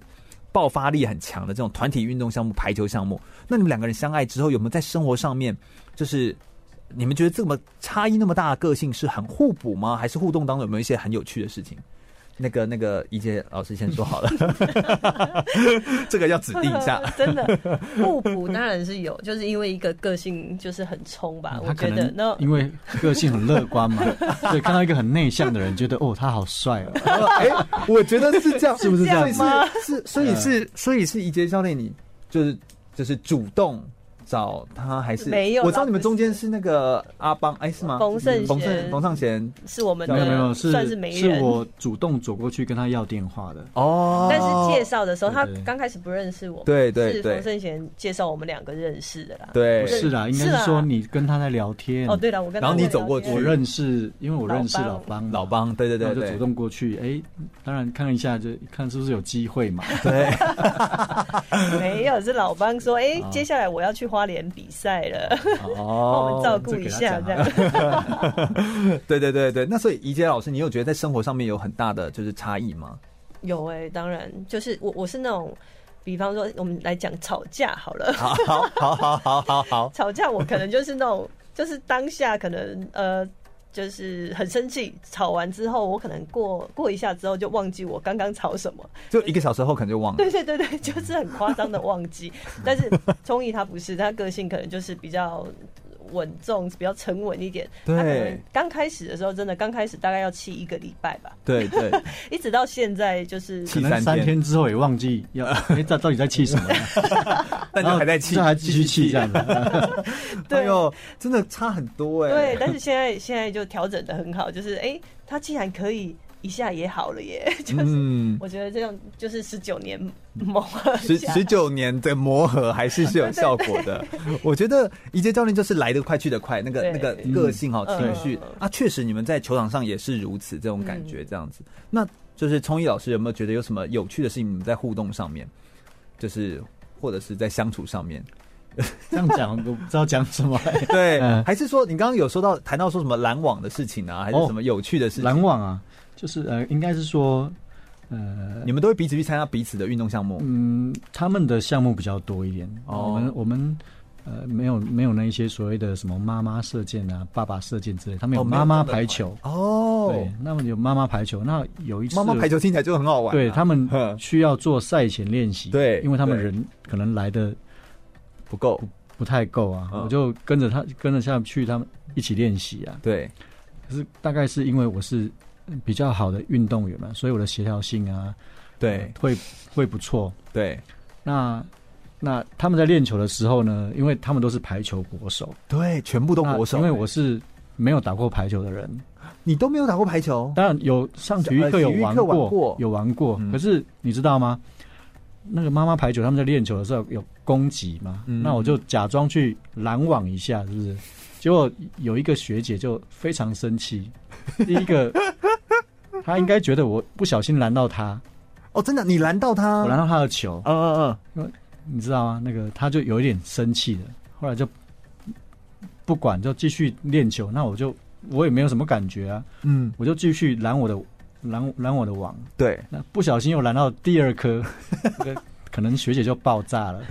Speaker 1: 爆发力很强的这种团体运动项目，排球项目，那你们两个人相爱之后，有没有在生活上面，就是你们觉得这么差异那么大的个性是很互补吗？还是互动当中有没有一些很有趣的事情？那个那个，怡杰老师先说好了， 这个要指定一下。
Speaker 3: 真的互补当然是有，就是因为一个个性就是很冲吧，
Speaker 2: 嗯他
Speaker 3: 啊我
Speaker 2: 可
Speaker 3: 觉得那
Speaker 2: 能因为个性很乐 观嘛，所以看到一个很内向的人，觉得哦，他好帅哦。
Speaker 1: 哎、我觉得是这样，是不是
Speaker 3: 这样吗
Speaker 1: 是所以是所以是怡杰教练，你就是就是主动找他，还是
Speaker 3: 没有啦
Speaker 1: 我知道你们中间是那个阿邦，哎、是吗？
Speaker 3: 冯圣贤
Speaker 1: 冯圣冯尚贤。
Speaker 3: 是我们的
Speaker 2: 没有没有，是
Speaker 3: 算是媒
Speaker 2: 是
Speaker 3: 人。
Speaker 2: 我主动走过去跟他要电话的。
Speaker 1: 哦，
Speaker 3: 但是介绍的时候，他
Speaker 2: 对对
Speaker 3: 刚开始不认识我，
Speaker 1: 对对
Speaker 3: 是
Speaker 1: 对
Speaker 3: 冯圣贤介绍我们两个认识的啦。
Speaker 1: 对
Speaker 2: 不是啊啦，应该
Speaker 3: 是
Speaker 2: 是
Speaker 3: 啦
Speaker 2: 说你跟他在聊天。
Speaker 3: 哦，对了，我跟
Speaker 1: 然后
Speaker 3: 他
Speaker 1: 你
Speaker 3: 在聊
Speaker 1: 走过
Speaker 3: 天
Speaker 1: 去
Speaker 2: 我认识，因为我认识
Speaker 3: 老
Speaker 2: 老
Speaker 3: 邦
Speaker 2: 邦，
Speaker 1: 老，邦，对对
Speaker 2: 然
Speaker 1: 对
Speaker 2: 后就
Speaker 1: 对
Speaker 2: 主，动过去，哎，当然看一下，就看是不是有机会嘛。
Speaker 1: 对，
Speaker 3: 没有，是老 邦说，哎，
Speaker 2: 啊
Speaker 3: 接下来我要去花莲比赛了，帮 我
Speaker 1: 哦
Speaker 3: 们照顾一
Speaker 2: 这
Speaker 3: 下这
Speaker 2: 给
Speaker 3: 样
Speaker 2: 他。啊
Speaker 1: 对对对对，那所以怡杰老师，你有觉得在生活上面有很大的就是差异吗？
Speaker 3: 有哎、当然，就是我我是那种，比方说我们来讲吵架好了，
Speaker 1: 好好好好好好，
Speaker 3: 吵架我可能就是那种，就是当下可能呃，就是很生气，吵完之后我可能过过一下之后就忘记我刚刚吵什么，
Speaker 1: 就一个小时后可能就忘了。
Speaker 3: 对对对对，就是很夸张的忘记。但是聪毅他不是，他个性可能就是比较稳重、比较沉稳一点。
Speaker 1: 对
Speaker 3: 他可能刚开始的时候，真的刚开始大概要气一个礼拜吧，
Speaker 1: 对对，
Speaker 3: 一直到现在就是
Speaker 1: 气
Speaker 2: 可能
Speaker 1: 三
Speaker 2: 三
Speaker 1: 天
Speaker 2: 天之后也忘记要， 哎，到到底在气什么了？
Speaker 1: 但就还在 气，
Speaker 2: 然后就还继续气这样 子。
Speaker 1: 哎呦，真的差很多哎。
Speaker 3: 对，但是现在现在就调整的很好，就是哎、他既然可以一下也好了耶， 就是、
Speaker 1: 嗯，
Speaker 3: 我觉得这样就是十九年磨
Speaker 1: 十
Speaker 3: 下来
Speaker 1: 十九年的磨合还是是有效果的。 我觉得一届教练就是来得快去得快，那个
Speaker 3: 对
Speaker 1: 那个个性哈、
Speaker 3: 嗯
Speaker 1: 情绪
Speaker 3: 嗯嗯
Speaker 1: 啊，确实你们在球场上也是如此，这种感觉这样子。
Speaker 2: 嗯
Speaker 1: 那就是聪一老师有没有觉得有什么有趣的事情？你们在互动上面，就是或者是在相处上 面，
Speaker 2: 这样讲我不知道讲什么、 哎
Speaker 1: 对，
Speaker 2: 嗯
Speaker 1: 还是说你刚刚有说到谈到说什么拦网的事情啊，还是
Speaker 2: 哦
Speaker 1: 什么有趣的事情？
Speaker 2: 篮网啊，就是呃，应该是说，呃，
Speaker 1: 你们都会彼此去参加彼此的运动项目，
Speaker 2: 嗯，他们的项目比较多一点。
Speaker 1: 哦
Speaker 2: 我们我们呃没有没有那一些所谓的什么妈妈射箭啊、爸爸射箭之类，他们
Speaker 1: 哦
Speaker 2: 有
Speaker 1: 没有
Speaker 2: 妈妈
Speaker 1: 这么
Speaker 2: 排球。
Speaker 1: 哦，
Speaker 2: 对，那么有妈妈排球，那有一次
Speaker 1: 妈妈排球听起来就很好玩啊、
Speaker 2: 对他们
Speaker 1: 呵
Speaker 2: 需要做赛前练习，
Speaker 1: 对
Speaker 2: 因为他们
Speaker 1: 对
Speaker 2: 人可能来的
Speaker 1: 不够，
Speaker 2: 不太够啊，
Speaker 1: 嗯
Speaker 2: 我就跟着他跟着下去，他们一起练习啊。
Speaker 1: 对，
Speaker 2: 可是大概是因为我是比较好的运动员嘛，所以我的协调性啊，
Speaker 1: 对，
Speaker 2: 会会不错。
Speaker 1: 对，
Speaker 2: 那那他们在练球的时候呢，因为他们都是排球国手，
Speaker 1: 对，全部都国手，
Speaker 2: 啊那因为我是没有打过排球的人，
Speaker 1: 你都没有打过排球，
Speaker 2: 当然有上体育课
Speaker 1: 呃
Speaker 2: 有
Speaker 1: 体育
Speaker 2: 玩
Speaker 1: 课
Speaker 2: 过，
Speaker 1: 玩过
Speaker 2: 有玩过。
Speaker 1: 嗯
Speaker 2: 可是你知道吗？那个妈妈排球他们在练球的时候有攻击嘛，
Speaker 1: 嗯
Speaker 2: 那我就假装去拦网一下，是不是？结果有一个学姐就非常生 气，第一个她应该觉得我不小心拦到她，
Speaker 1: 哦，真的，你拦到他，
Speaker 2: 我拦到她的球，
Speaker 1: 嗯，嗯嗯
Speaker 2: 你知道吗？那个她就有一点生气了，后来就不管就继续练球，那我就我也没有什么感觉啊，
Speaker 1: 嗯，
Speaker 2: 我就继续拦我的拦拦我的网，
Speaker 1: 对，
Speaker 2: 那不小心又拦到第 二颗，那个可能学姐就爆炸了。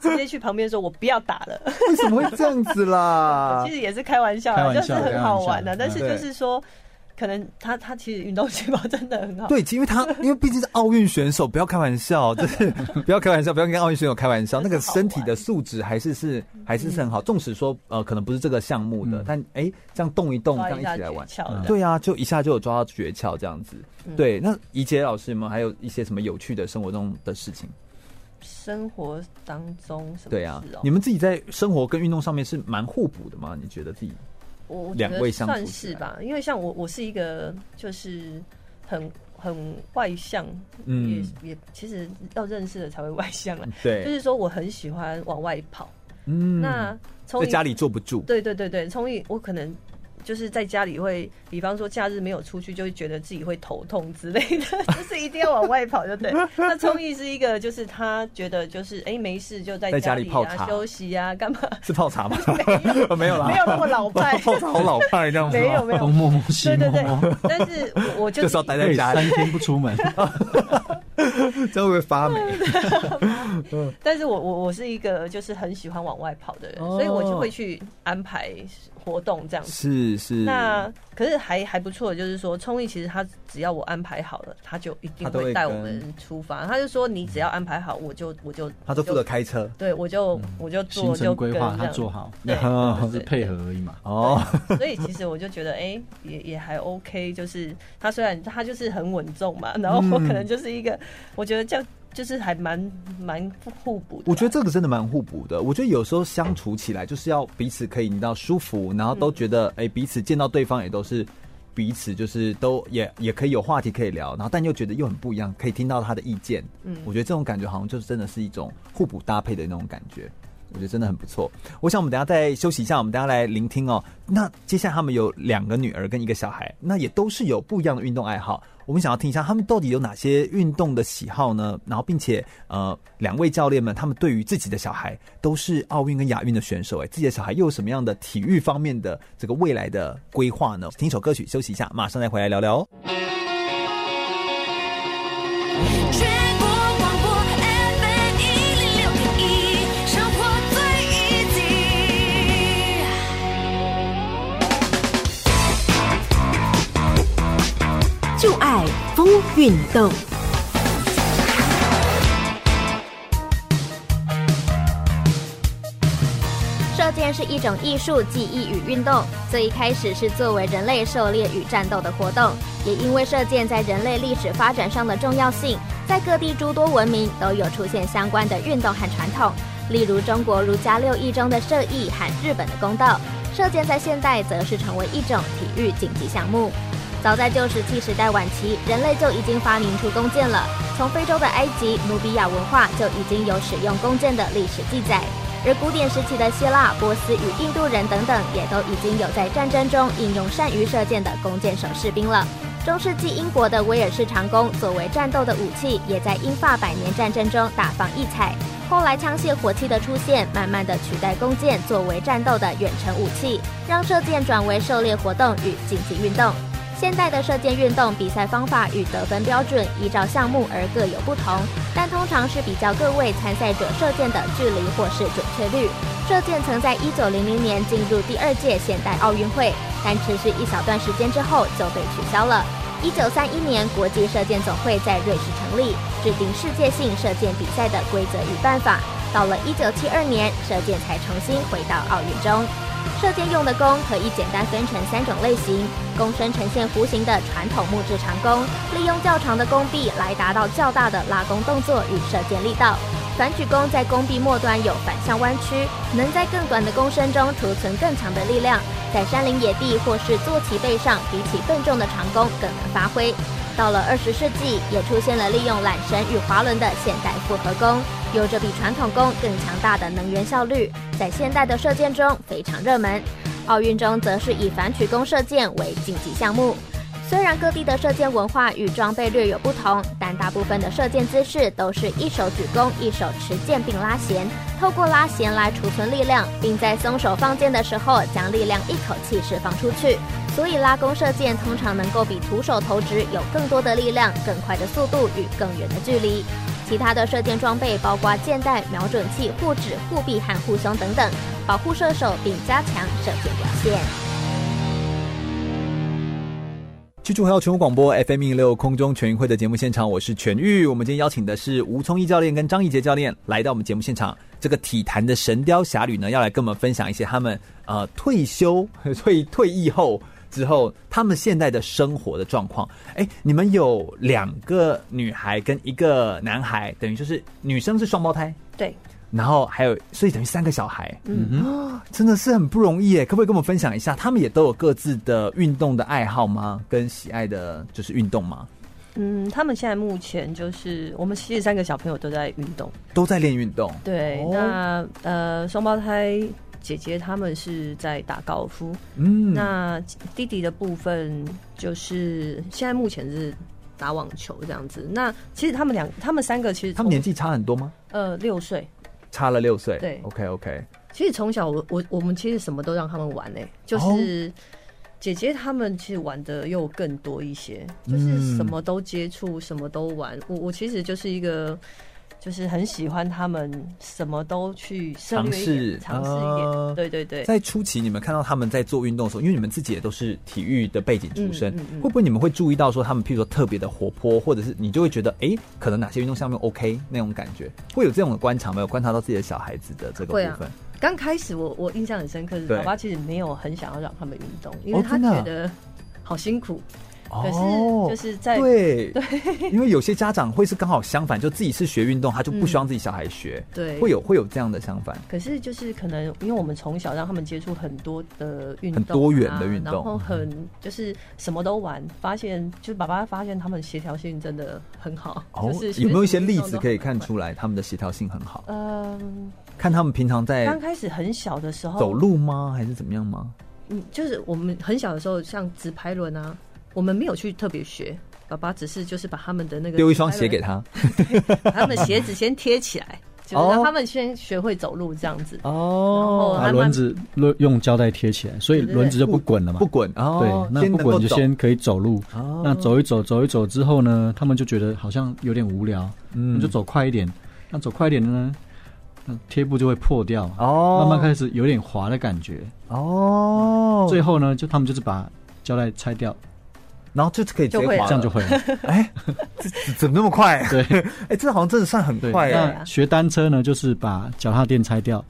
Speaker 3: 直接去旁边说：“我不要打了。
Speaker 1: 为什么会这样子啦
Speaker 3: 其？实也是开玩笑
Speaker 2: 开
Speaker 3: 啦，
Speaker 2: 玩笑
Speaker 3: 就是很好玩的、
Speaker 2: 开玩笑
Speaker 3: 但是就是说，可能他他其实运动细胞真的很好。
Speaker 1: 对，因为他因为毕竟是奥运选手，不要开玩笑，就是不要开玩笑，不要跟奥运选手开玩笑。那个身体的素质还是是还是是很好，纵使说呃可能不是这个项目的，
Speaker 2: 嗯
Speaker 1: 但哎这样动一动，这
Speaker 3: 抓
Speaker 1: 样
Speaker 3: 一
Speaker 1: 一
Speaker 3: 下
Speaker 1: 起
Speaker 3: 诀
Speaker 1: 来玩，
Speaker 3: 窍
Speaker 2: 嗯
Speaker 3: 的，
Speaker 1: 对啊，就一下就有抓到诀窍这样子。对，那怡杰老师有没有还有一些什么有趣的生活中的事情？
Speaker 3: 生活当中什么
Speaker 1: 对
Speaker 3: 事
Speaker 1: 啊
Speaker 3: 哦、，
Speaker 1: 你们自己在生活跟运动上面是蛮互补的吗？你觉得自己？
Speaker 3: 我我觉
Speaker 1: 两
Speaker 3: 得
Speaker 1: 位相处
Speaker 3: 算
Speaker 1: 起
Speaker 3: 是
Speaker 1: 来
Speaker 3: 吧，因为像我，我是一个就是很很外向，
Speaker 1: 嗯
Speaker 3: 也也其实要认识了才会外向了。就
Speaker 1: 对，
Speaker 3: 是说我很喜欢往外跑，
Speaker 1: 嗯
Speaker 3: 那从
Speaker 1: 在家里坐不住，
Speaker 3: 对对对对，从一我可能。就是在家里会，比方说假日没有出去，就会觉得自己会头痛之类的， 就是一定要往外跑，就对。那聪毅是一个，就是他觉得就是哎、没事就在
Speaker 1: 在家
Speaker 3: 家
Speaker 1: 里
Speaker 3: 里
Speaker 1: 泡
Speaker 3: 啊
Speaker 1: 茶
Speaker 3: 休息啊干嘛，
Speaker 1: 是泡茶吗？ 没有啦，，
Speaker 3: 没有那么老派
Speaker 1: 泡茶好老派这样子吗，
Speaker 3: 没 有没有
Speaker 2: 东，摸摸西
Speaker 3: 对
Speaker 2: 摸
Speaker 3: 对对
Speaker 2: 摸，，
Speaker 3: 但是我我
Speaker 1: 就
Speaker 3: 就是
Speaker 1: 要待
Speaker 2: 可
Speaker 1: 在
Speaker 2: 以
Speaker 1: 家里哦
Speaker 2: 三，天不出门。
Speaker 1: 这样会不会发霉？
Speaker 3: 但是我我我是一个就是很喜欢往外跑的人，
Speaker 1: 哦
Speaker 3: 所以我就会去安排活动这样子。
Speaker 1: 是是，
Speaker 3: 那可是还还不错，就是说聪毅其实他只要我安排好了，他就一定
Speaker 1: 他都会
Speaker 3: 会带我
Speaker 1: 跟嗯
Speaker 3: 们出发。他就说你只要安排好，我就我就
Speaker 1: 他都负责，嗯开车
Speaker 3: 对我就我就
Speaker 2: 行
Speaker 3: 做就
Speaker 2: 程规划
Speaker 3: 跟这
Speaker 2: 他
Speaker 3: 样
Speaker 2: 做好，
Speaker 3: 对
Speaker 2: 只
Speaker 3: 对
Speaker 2: 哦是
Speaker 3: 对
Speaker 2: 配合而已嘛。
Speaker 1: 哦，
Speaker 3: 所以其实我就觉得，哎、也也还 OK，就是他虽然他就是很稳重
Speaker 1: 嗯
Speaker 3: 嘛，然后我可能就是一个，我觉得这样就是还蛮蛮互补的啦。
Speaker 1: 我觉得这个真的蛮互补的。我觉得有时候相处起来就是要彼此可以你知道舒服，然后都觉得哎、彼此见到对方也都是彼此就是都也也可以有话题可以聊，然后但又觉得又很不一样，可以听到他的意见。嗯，我觉得这种感觉好像就是真的是一种互补搭配的那种感觉。我觉得真的很不错。我想我们等一下再休息一下，我们等一下来聆听哦。那接下来他们有两个女儿跟一个小孩，那也都是有不一样的运动爱好。我们想要听一下他们到底有哪些运动的喜好呢？然后，并且呃，两位教练们他们对于自己的小孩都是奥运跟亚运的选手，哎，自己的小孩又有什么样的体育方面的这个未来的规划呢？听一首歌曲休息一下，马上再回来聊聊哦。
Speaker 6: 全国广播 FM 一零六点一，生活最 easy。
Speaker 9: 就爱风运动。
Speaker 10: 射箭片是一种艺术、技艺与运动，最一开始是作为人类狩猎与战斗的活动。也因为射箭在人类历史发展上的重要性，在各地诸多文明都有出现相关的运动和传统，例如中国儒家六艺中的射艺和日本的弓道。射箭在现代则是成为一种体育竞技项目。早在旧石器时代晚期，人类就已经发明出弓箭了。从非洲的埃及、努比亚文化就已经有使用弓箭的历史记载，而古典时期的希腊、波斯与印度人等等，也都已经有在战争中应用善于射箭的弓箭手士兵了。中世纪英国的威尔士长弓作为战斗的武器，也在英法百年战争中大放异彩。后来枪械火器的出现，慢慢的取代弓箭作为战斗的远程武器，让射箭转为狩猎活动与竞技运动。现代的射箭运动比赛方法与得分标准依照项目而各有不同，但通常是比较各位参赛者射箭的距离或是准确率。射箭曾在1900年进入第二届现代奥运会，但持续一小段时间之后就被取消了。1931年，国际射箭总会在瑞士成立，制定世界性射箭比赛的规则与办法。到了1972年，射箭才重新回到奥运中。射箭用的弓可以简单分成三种类型：弓身呈现弧形的传统木质长弓，利用较长的弓臂来达到较大的拉弓动作与射箭力道；反曲弓在弓臂末端有反向弯曲，能在更短的弓身中储存更强的力量，在山林野地或是坐骑背上，比起笨重的长弓更能发挥。到了二十世纪，也出现了利用缆绳与滑轮的现代复合弓，有着比传统弓更强大的能源效率，在现代的射箭中非常热门。奥运中则是以反曲弓射箭为竞技项目。虽然各地的射箭文化与装备略有不同，但大部分的射箭姿势都是一手举弓，一手持箭并拉弦，透过拉弦来储存力量，并在松手放箭的时候将力量一口气释放出去。所以拉弓射箭通常能够比徒手投掷有更多的力量、更快的速度与更远的距离。其他的射箭装备包括箭袋、瞄准器、护指、护臂和护胸等等，保护射手并加强射箭表现。
Speaker 1: 去祝回到全国广播 FM 一六空中全运会的节目现场，我是全玉。我们今天邀请的是吴聪义教练跟张怡杰教练来到我们节目现场。这个体坛的神雕侠侣呢，要来跟我们分享一些他们呃退休 退退役后之后他们现在的生活的状况。哎，你们有两个女孩跟一个男孩，等于就是女生是双胞胎，
Speaker 3: 对，
Speaker 1: 然后还有，所以等于三个小孩，嗯真的是很不容易耶。可不可以跟我们分享一下，他们也都有各自的运动的爱好吗？跟喜爱的就是运动吗？
Speaker 3: 嗯，他们现在目前就是我们七十三个小朋友都在运动。
Speaker 1: 都在练运动，
Speaker 3: 对，
Speaker 1: 哦
Speaker 3: 那呃，双胞胎姐姐他们是在打高尔夫，
Speaker 1: 嗯，
Speaker 3: 那弟弟的部分就是现在目前是打网球这样子。那其实他们两，他们三个其实
Speaker 1: 他们年纪差很多吗？
Speaker 3: 从呃六岁，
Speaker 1: 差了六岁，
Speaker 3: 对
Speaker 1: ，OK OK，
Speaker 3: 其实从小我我我们其实什么都让他们玩呢、
Speaker 1: 哦
Speaker 3: 就是。姐姐他们其实玩的又更多一些，就是
Speaker 1: 嗯
Speaker 3: 什么都接触，什么都玩。我我其实就是一个，就是很喜欢他们什么都去涉猎一点
Speaker 1: 尝
Speaker 3: 尝
Speaker 1: 试
Speaker 3: 试一点。
Speaker 1: 啊
Speaker 3: 对对对，
Speaker 1: 在初期你们看到他们在做运动的时候，因为你们自己也都是体育的背景出身，
Speaker 3: 嗯嗯嗯
Speaker 1: 会不会你们会注意到说他们譬如说特别的活泼，或者是你就会觉得哎、诶可能哪些运动项目 OK 那种感觉，会有这种观察没有？观察到自己的小孩子的这个
Speaker 3: 会啊
Speaker 1: 部分，
Speaker 3: 刚开始我我印象很深刻是，
Speaker 1: 对
Speaker 3: 爸爸其实没有很想要让他们运动，因为
Speaker 1: 哦
Speaker 3: 他
Speaker 1: 真的啊
Speaker 3: 觉得好辛苦。可是
Speaker 1: 哦
Speaker 3: 就是在
Speaker 1: 对对， 因为有些家长会是刚好相反，就自己是学运动，他就不希望自己小孩学，
Speaker 3: 对
Speaker 1: 会有会有这样的相反，
Speaker 3: 可是就是可能因为我们从小让他们接触很多的运
Speaker 1: 很
Speaker 3: 动啊、
Speaker 1: 多元的运动嗯
Speaker 3: 然后很就是什么都玩，发现就爸爸发现他们协调性真的很好。就是
Speaker 1: 哦有没有一些例子可以
Speaker 3: 学
Speaker 1: 看
Speaker 3: 什么运动都很快？
Speaker 1: 出来他们的协调性很好？
Speaker 3: 嗯，
Speaker 1: 看他们平常在
Speaker 3: 刚哦开始很小的时候
Speaker 1: 哎走，路吗，还是怎么样吗？
Speaker 3: 嗯，就是我们很小的时候，像直排轮啊，我们没有去特别学。爸爸只是就是把他们的那个
Speaker 1: 丢一双
Speaker 3: 直
Speaker 1: 鞋
Speaker 3: 排轮
Speaker 1: 给他
Speaker 3: 把他们的鞋子先贴起 来，就是让他们先学会走路这样子。
Speaker 1: 哦
Speaker 3: 然后
Speaker 2: 把
Speaker 3: 慢慢
Speaker 2: 轮子轮用胶带贴起来，所以
Speaker 3: 对对对
Speaker 2: 轮子就不滚了嘛
Speaker 1: 不。滚哦
Speaker 2: 对，，那
Speaker 1: 能
Speaker 2: 不
Speaker 1: 够
Speaker 2: 滚就
Speaker 1: 走
Speaker 2: 先可以走路。
Speaker 1: 哦
Speaker 2: 那走一走，走一走之后呢，他们就觉得好像有点无聊，
Speaker 1: 嗯
Speaker 2: 你就走快一点。那走快一点呢，那贴布就会破掉，
Speaker 1: 哦，
Speaker 2: 慢慢开始有点滑的感觉。
Speaker 1: 哦，
Speaker 2: 最后呢，就他们就是把胶带拆掉，
Speaker 1: 然后就可以直接
Speaker 3: 就会
Speaker 1: 滑了
Speaker 3: 了
Speaker 2: 这样就会了。
Speaker 1: 哎，这这怎么那么快？
Speaker 2: 对
Speaker 1: 哎，这好像真的算很
Speaker 2: 对，
Speaker 3: 啊
Speaker 1: 快哎
Speaker 2: 那学单车呢，就是把脚踏垫拆掉，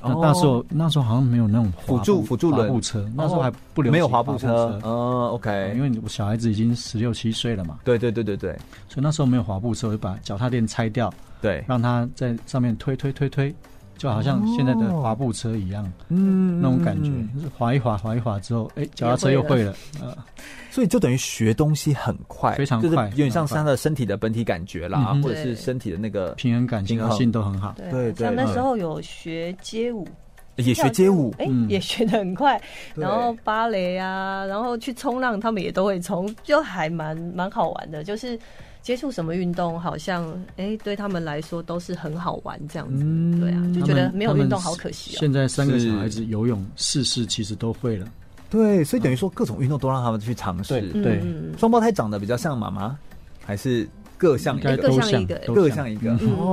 Speaker 2: 那
Speaker 3: 哦
Speaker 2: 那时候那时候好像没有那种滑步
Speaker 1: 辅助辅助
Speaker 2: 滑
Speaker 1: 轮哦
Speaker 2: 步车，那时候还不流行
Speaker 1: 没有
Speaker 2: 滑
Speaker 1: 滑步车
Speaker 2: 车，，
Speaker 1: 嗯
Speaker 2: 因
Speaker 1: ，OK，
Speaker 2: 为你小孩子已经十六七岁了嘛，
Speaker 1: 对对对对对
Speaker 2: 所以那时候没有滑步车，我就把脚踏垫拆掉，
Speaker 1: 对，
Speaker 2: 让他在上面推推推推，就好像现在的滑步车一样、
Speaker 1: 嗯
Speaker 2: 那种感觉，就是滑一滑滑一滑之后，
Speaker 3: 嗯
Speaker 2: 哎、脚踏车又会了，
Speaker 3: 哎
Speaker 2: 呃，
Speaker 1: 嗯所以就等于学东西很快，
Speaker 2: 非常
Speaker 1: 就是
Speaker 2: 快
Speaker 1: 有点像
Speaker 2: 非常快
Speaker 1: 他的身体的本体感觉啦，
Speaker 2: 嗯哼
Speaker 1: 或者是身体的那个
Speaker 2: 平衡感、协
Speaker 1: 平衡
Speaker 2: 调性都很好。
Speaker 3: 对啊
Speaker 1: 对对
Speaker 3: 像那
Speaker 1: 嗯
Speaker 3: 时候有学街舞，
Speaker 1: 也学街舞，
Speaker 3: 哎、
Speaker 2: 嗯
Speaker 3: 也学的很快，
Speaker 1: 对
Speaker 3: 然后芭蕾啊，然后去冲浪，他们也都会冲，就还蛮蛮好玩的。就是接触什么运动，好像哎、对他们来说都是很好玩这样子。对啊，就觉
Speaker 2: 他
Speaker 3: 得
Speaker 2: 们
Speaker 3: 没有运动
Speaker 2: 他们
Speaker 3: 好可惜哦、
Speaker 2: 现在三个
Speaker 1: 是
Speaker 2: 小孩子游泳、试试其实都会了，
Speaker 1: 对，所以等于说各种运动都让他们去尝试。
Speaker 2: 对对
Speaker 3: 嗯，
Speaker 1: 双胞胎长得比较像妈妈，还是各像一
Speaker 2: 应该
Speaker 1: 个？
Speaker 3: 嗯各
Speaker 2: 都
Speaker 3: 像一个
Speaker 2: 都
Speaker 1: 各像一个
Speaker 2: 嗯
Speaker 1: 哦，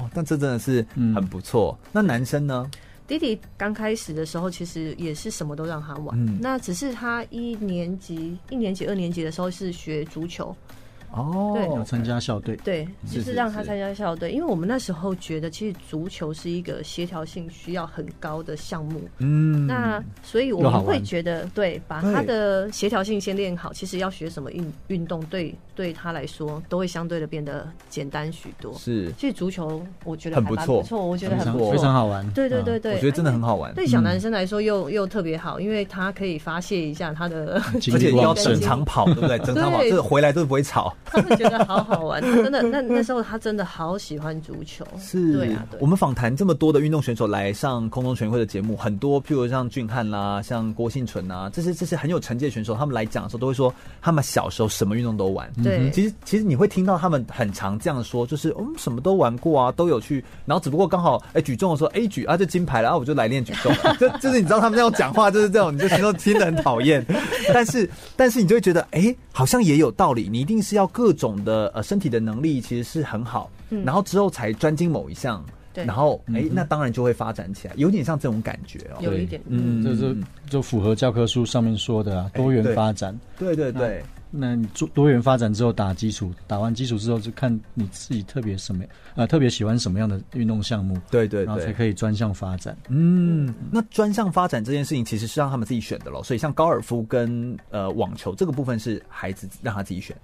Speaker 1: 哦但这真的是
Speaker 2: 嗯
Speaker 1: 很不错。那男生呢？
Speaker 3: 弟弟刚开始的时候，其实也是什么都让他玩。
Speaker 1: 嗯
Speaker 3: 那只是他一年级、一年级、二年级的时候是学足球，
Speaker 1: 哦
Speaker 3: 对，
Speaker 2: 有参加校队，
Speaker 3: 对，
Speaker 1: 是
Speaker 3: 就是是让他
Speaker 1: 是
Speaker 3: 参加校队，因为我们那时候觉得，其实足球是一个协调性需要很高的项目。
Speaker 1: 嗯，
Speaker 3: 那所以我
Speaker 2: 又好
Speaker 3: 们
Speaker 2: 玩
Speaker 3: 会觉得，对，把
Speaker 1: 对
Speaker 3: 他的协调性先练好，其实要学什么运运动，对对他来说都会相对的变得简单许多。
Speaker 1: 是，
Speaker 3: 其实足球，我觉得还
Speaker 1: 很
Speaker 3: 蛮
Speaker 1: 不
Speaker 3: 不
Speaker 1: 错
Speaker 3: 错，我觉得
Speaker 2: 非
Speaker 3: 很
Speaker 2: 常
Speaker 3: 不错，
Speaker 2: 非常好玩。
Speaker 3: 对对
Speaker 2: 嗯
Speaker 3: 对对，
Speaker 1: 我觉得真的很嗯好玩，
Speaker 3: 对小男生来说又又特别好，因为他可以发泄一下 他的，
Speaker 2: 精
Speaker 1: 而 且
Speaker 2: 力
Speaker 1: 要
Speaker 2: 旺
Speaker 1: 整
Speaker 2: 盛，
Speaker 1: 场跑，对不对？整场跑，
Speaker 3: 对
Speaker 1: 这回来都不会吵。
Speaker 3: 他们觉得好好玩，真的。那那时候他真的好喜欢足球，对啊，对
Speaker 1: 我。们访谈这么多的运动选手来上空中全运会的节目，很多，譬如像俊翰啦，像郭幸存啊，这些这些很有成绩的选手，他们来讲的时候都会说，他们小时候什么运动都玩。
Speaker 3: 对
Speaker 1: 其实其实你会听到他们很常这样说，就是我们、嗯、什么都玩过啊，都有去，然后只不过刚好哎举重的时候，哎举啊就金牌了，啊我就来练举重，就就是你知道他们那种讲话就是这种，你就听都听得很讨厌，但是但是你就会觉得哎、好像也有道理，你一定是要各种的呃身体的能力其实是很好，然后之后才专精某一项，
Speaker 3: 对
Speaker 1: 然后
Speaker 2: 嗯
Speaker 1: 哎、那当然就会发展起来，有点像这种感觉哦，
Speaker 3: 有一点，
Speaker 1: 嗯哎
Speaker 2: 这就就符合教科书上面说的啊，多元发展。
Speaker 1: 对对对，
Speaker 2: 那你做多元发展之后打基础，打完基础之后就看你自己特别什么，呃，特别喜欢什么样的运动项目，
Speaker 1: 对对
Speaker 2: 然后才
Speaker 1: 对。
Speaker 2: 可以专项发展。
Speaker 1: 嗯，那专项发展这件事情其实是让他们自己选的咯，所以像高尔夫跟呃网球这个部分是孩子让他自己选。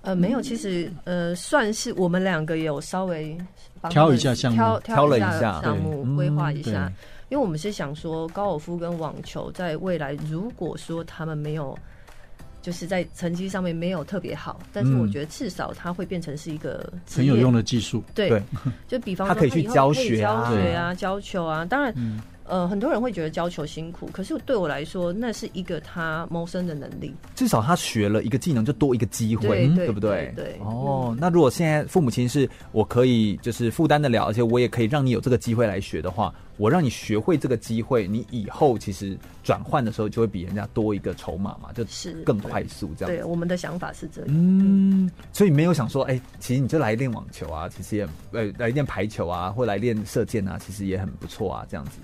Speaker 3: 呃，没有，其实呃，算是我们两个有稍微帮他
Speaker 2: 挑一
Speaker 3: 们
Speaker 2: 下项目嗯
Speaker 3: 挑
Speaker 1: 挑了
Speaker 3: 一
Speaker 1: 一下
Speaker 3: 项
Speaker 1: 对
Speaker 3: 目，规划一
Speaker 2: 对
Speaker 3: 下，因为我们是想说高尔夫跟网球在未来，如果说他们没有。就是在成绩上面没有特别好，但是
Speaker 1: 嗯
Speaker 3: 我觉得至少它会变成是一个职
Speaker 2: 很有
Speaker 3: 业
Speaker 2: 用的技术，
Speaker 3: 对，
Speaker 1: 对
Speaker 3: 就比方
Speaker 1: 他
Speaker 3: 说
Speaker 1: 可以去
Speaker 3: 以后
Speaker 1: 教
Speaker 3: 可以
Speaker 1: 学啊
Speaker 3: 教学啊、教球啊。当然，
Speaker 2: 嗯
Speaker 3: 呃，很多人会觉得教球辛苦，可是对我来说，那是一个他谋生的能力。
Speaker 1: 至少他学了一个技能，就多一个机会，
Speaker 3: 对对
Speaker 1: 不对？
Speaker 3: 对对
Speaker 1: 哦，那如果现在父母亲是我可以就是负担得了，而且我也可以让你有这个机会来学的话，我让你学会这个机会，你以后其实转换的时候就会比人家多一个筹码嘛，就是更快速这样
Speaker 3: 对，
Speaker 1: 子。
Speaker 3: 我们的想法是这样。
Speaker 1: 嗯，所以没有想说，哎、其实你就来练网球啊，其实也呃来练排球啊，或来练射箭啊，其实也很不错啊，这样子。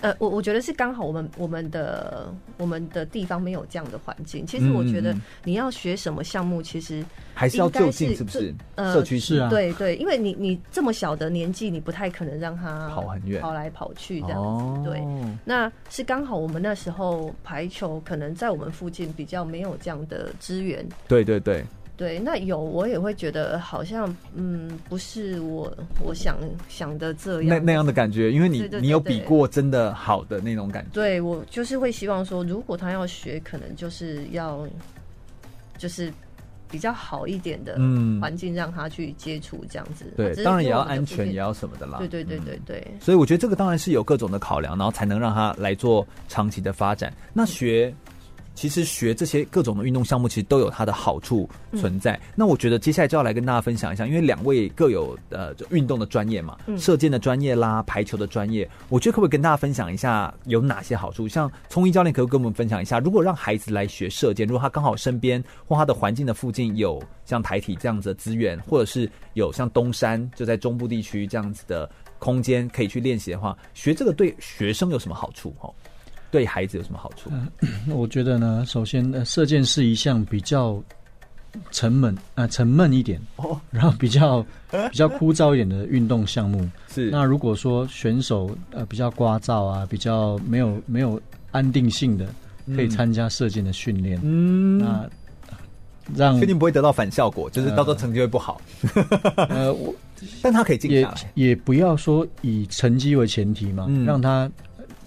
Speaker 3: 呃，我我觉得是刚好我们我们的我们的地方没有这样的环境。其实我觉得
Speaker 1: 嗯嗯嗯
Speaker 3: 你要学什么项目，其实
Speaker 1: 还是要
Speaker 3: 应该
Speaker 1: 就近，是不
Speaker 3: 最
Speaker 1: 是？
Speaker 3: 呃
Speaker 1: 社区
Speaker 2: 是啊
Speaker 3: 对对，因为你你这么小的年纪，你不太可能让他
Speaker 1: 跑很远
Speaker 3: 跑来跑去这样子。
Speaker 1: 哦，
Speaker 3: 对，那是刚好我们那时候排球可能在我们附近比较没有这样的资源。
Speaker 1: 对对对，
Speaker 3: 对，那有我也会觉得好像嗯，不是我我想想的这
Speaker 1: 那
Speaker 3: 样。
Speaker 1: 那样的感觉，因为你
Speaker 3: 对对对
Speaker 1: 你有比过真的好的那种感觉，
Speaker 3: 对我就是会希望说，如果他要学，可能就是要就是比较好一点的
Speaker 1: 嗯
Speaker 3: 环境让他去接触这样子。啊
Speaker 1: 对
Speaker 3: 只，是
Speaker 1: 当然也
Speaker 3: 因为
Speaker 1: 要
Speaker 3: 我们的
Speaker 1: 安
Speaker 3: 附
Speaker 1: 全，
Speaker 3: 近
Speaker 1: 也要什么的啦。
Speaker 3: 对对对
Speaker 1: 嗯
Speaker 3: 对对。
Speaker 1: 所以我觉得这个当然是有各种的考量，然后才能让他来做长期的发展。那学。其实学这些各种的运动项目，其实都有它的好处存在。那我觉得接下来就要来跟大家分享一下，因为两位各有呃就运动的专业嘛，射箭的专业啦，排球的专业，我觉得可不可以跟大家分享一下有哪些好处？像聪一教练，可不可以跟我们分享一下，如果让孩子来学射箭，如果他刚好身边或他的环境的附近有像台体这样子的资源，或者是有像东山就在中部地区这样子的空间可以去练习的话，学这个对学生有什么好处？哦，对孩子有什么好处？
Speaker 2: 那我觉得呢，首先，呃，射箭是一项比较沉闷啊、呃沉闷一点，
Speaker 1: 哦，
Speaker 2: 然后比较比较枯燥一点的运动项目。
Speaker 1: 是
Speaker 2: 那如果说选手呃比较聒噪啊，比较没有没有安定性的，可以参加射箭的训练。
Speaker 1: 嗯，
Speaker 2: 那让
Speaker 1: 确定不会得到反效果，就是到时候成绩会不好，
Speaker 2: 呃我
Speaker 1: 但他可以静
Speaker 2: 也
Speaker 1: 下来。
Speaker 2: 也不要说以成绩为前提嘛，
Speaker 1: 嗯
Speaker 2: 让他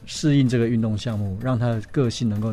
Speaker 2: 适应这个运动项目，让他的个性能够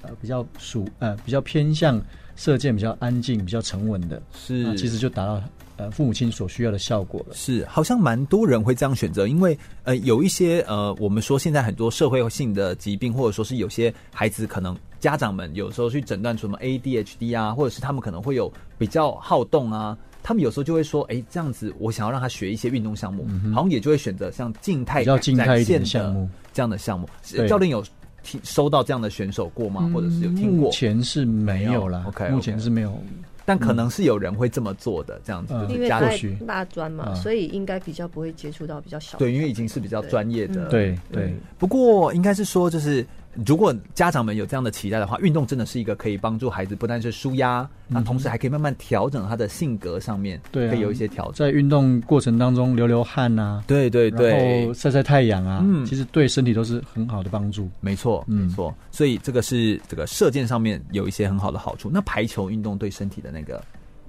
Speaker 2: 呃比较属呃比较偏向射箭比较安静、比较沉稳的，那
Speaker 1: 是，
Speaker 2: 其实就达到呃父母亲所需要的效果了。
Speaker 1: 是，好像蛮多人会这样选择，因为呃，有一些呃，我们说现在很多社会性的疾病，或者说是有些孩子可能家长们有时候去诊断出什么 ADHD 啊，或者是他们可能会有比较好动啊，他们有时候就会说，哎、这样子我想要让他学一些运动项目，好像也就会选择像静态
Speaker 2: 比较静态一点
Speaker 1: 展现
Speaker 2: 的项目
Speaker 1: 这样的项目。
Speaker 2: 对
Speaker 1: 教练有听收到这样的选手过吗？或者是有听过
Speaker 2: 目？前是没有啦
Speaker 1: 没有，OK，
Speaker 2: 目前
Speaker 1: OK
Speaker 2: 是没有。
Speaker 1: 但可能是有人会这么做的，这样子
Speaker 2: 嗯
Speaker 1: 就
Speaker 3: 因
Speaker 1: 是
Speaker 3: 为
Speaker 1: 家
Speaker 3: 他
Speaker 1: 长
Speaker 2: 或许
Speaker 3: 在大专嘛，
Speaker 2: 嗯
Speaker 3: 所以应该比较不会接触到比较小。
Speaker 1: 对，因为已经是比较专业的
Speaker 2: 对对
Speaker 3: 嗯，
Speaker 1: 不过应该是说，就是如果家长们有这样的期待的话，运动真的是一个可以帮助孩子不但是舒压，那同时还可以慢慢调整他的性格上面，
Speaker 2: 嗯对啊
Speaker 1: 可以有一些调整。
Speaker 2: 在运动过程当中流流汗啊，
Speaker 1: 对对
Speaker 2: 然
Speaker 1: 对
Speaker 2: 后，晒晒太阳啊，
Speaker 1: 嗯
Speaker 2: 其实对身体都是很好的帮助。
Speaker 1: 没错
Speaker 2: 嗯
Speaker 1: 没错。所以这个是这个射箭上面有一些很好的好处。那排球运动对身体的那个，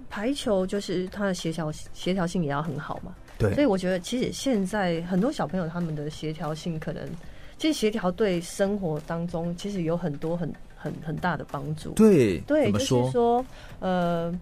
Speaker 3: 排球就是它的协调协调性也要很好嘛。所
Speaker 1: 对
Speaker 3: 以我觉得，其实现在很多小朋友他们的协调性可能，其实协调对生活当中其实有很多很很很大的帮助。
Speaker 1: 对
Speaker 3: 对，
Speaker 1: 怎么
Speaker 3: 就是
Speaker 1: 说？
Speaker 3: 说，呃，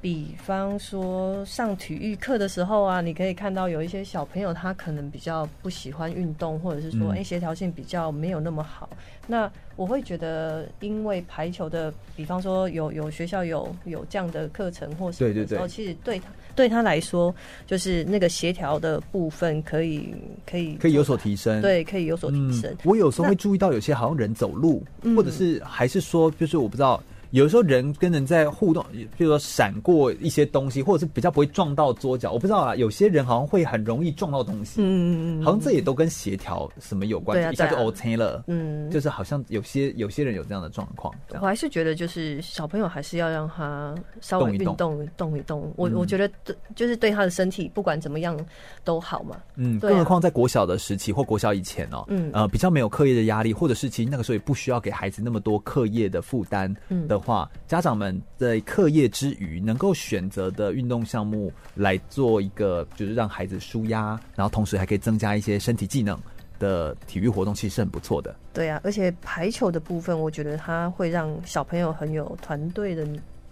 Speaker 3: 比方说上体育课的时候啊，你可以看到有一些小朋友他可能比较不喜欢运动，或者是说，
Speaker 1: 嗯
Speaker 3: 哎、协调性比较没有那么好。那我会觉得，因为排球的，比方说有有学校有有这样的课程或什
Speaker 1: 对
Speaker 3: 么
Speaker 1: 对
Speaker 3: 的时候，
Speaker 1: 对
Speaker 3: 其实对他对他来说，就是那个协调的部分可以可以
Speaker 1: 可以有
Speaker 3: 做
Speaker 1: 所提升。
Speaker 3: 对，可以有所提升。
Speaker 1: 嗯我有时候
Speaker 3: 那
Speaker 1: 会注意到有些好像人走路，
Speaker 3: 嗯
Speaker 1: 或者是还是说，就是我不知道，有时候人跟人在互动，比如说闪过一些东西，或者是比较不会撞到桌角，我不知道啊。有些人好像会很容易撞到东西，
Speaker 3: 嗯嗯嗯嗯
Speaker 1: 好像这也都跟协调什么有关，
Speaker 3: 对啊
Speaker 1: 一下就
Speaker 3: 对啊
Speaker 1: OK 了。
Speaker 3: 嗯，
Speaker 1: 就是好像有些有些人有这样的状况，这
Speaker 3: 我
Speaker 1: 样
Speaker 3: 还是觉得，就是小朋友还是要让他稍微
Speaker 1: 动一
Speaker 3: 运
Speaker 1: 动
Speaker 3: 动动一动。我、
Speaker 1: 嗯
Speaker 3: 我觉得对，就是对他的身体不管怎么样都好嘛。
Speaker 1: 嗯，
Speaker 3: 对啊
Speaker 1: 更何况在国小的时期或国小以前哦，
Speaker 3: 嗯
Speaker 1: 呃，比较没有课业的压力，或者是其实那个时候也不需要给孩子那么多课业的负担
Speaker 3: 嗯
Speaker 1: 的话，家长们在课业之余能够选择的运动项目来做一个，就是让孩子舒压，然后同时还可以增加一些身体技能的体育活动，其实是很不错的。
Speaker 3: 对啊，而且排球的部分，我觉得它会让小朋友很有团队的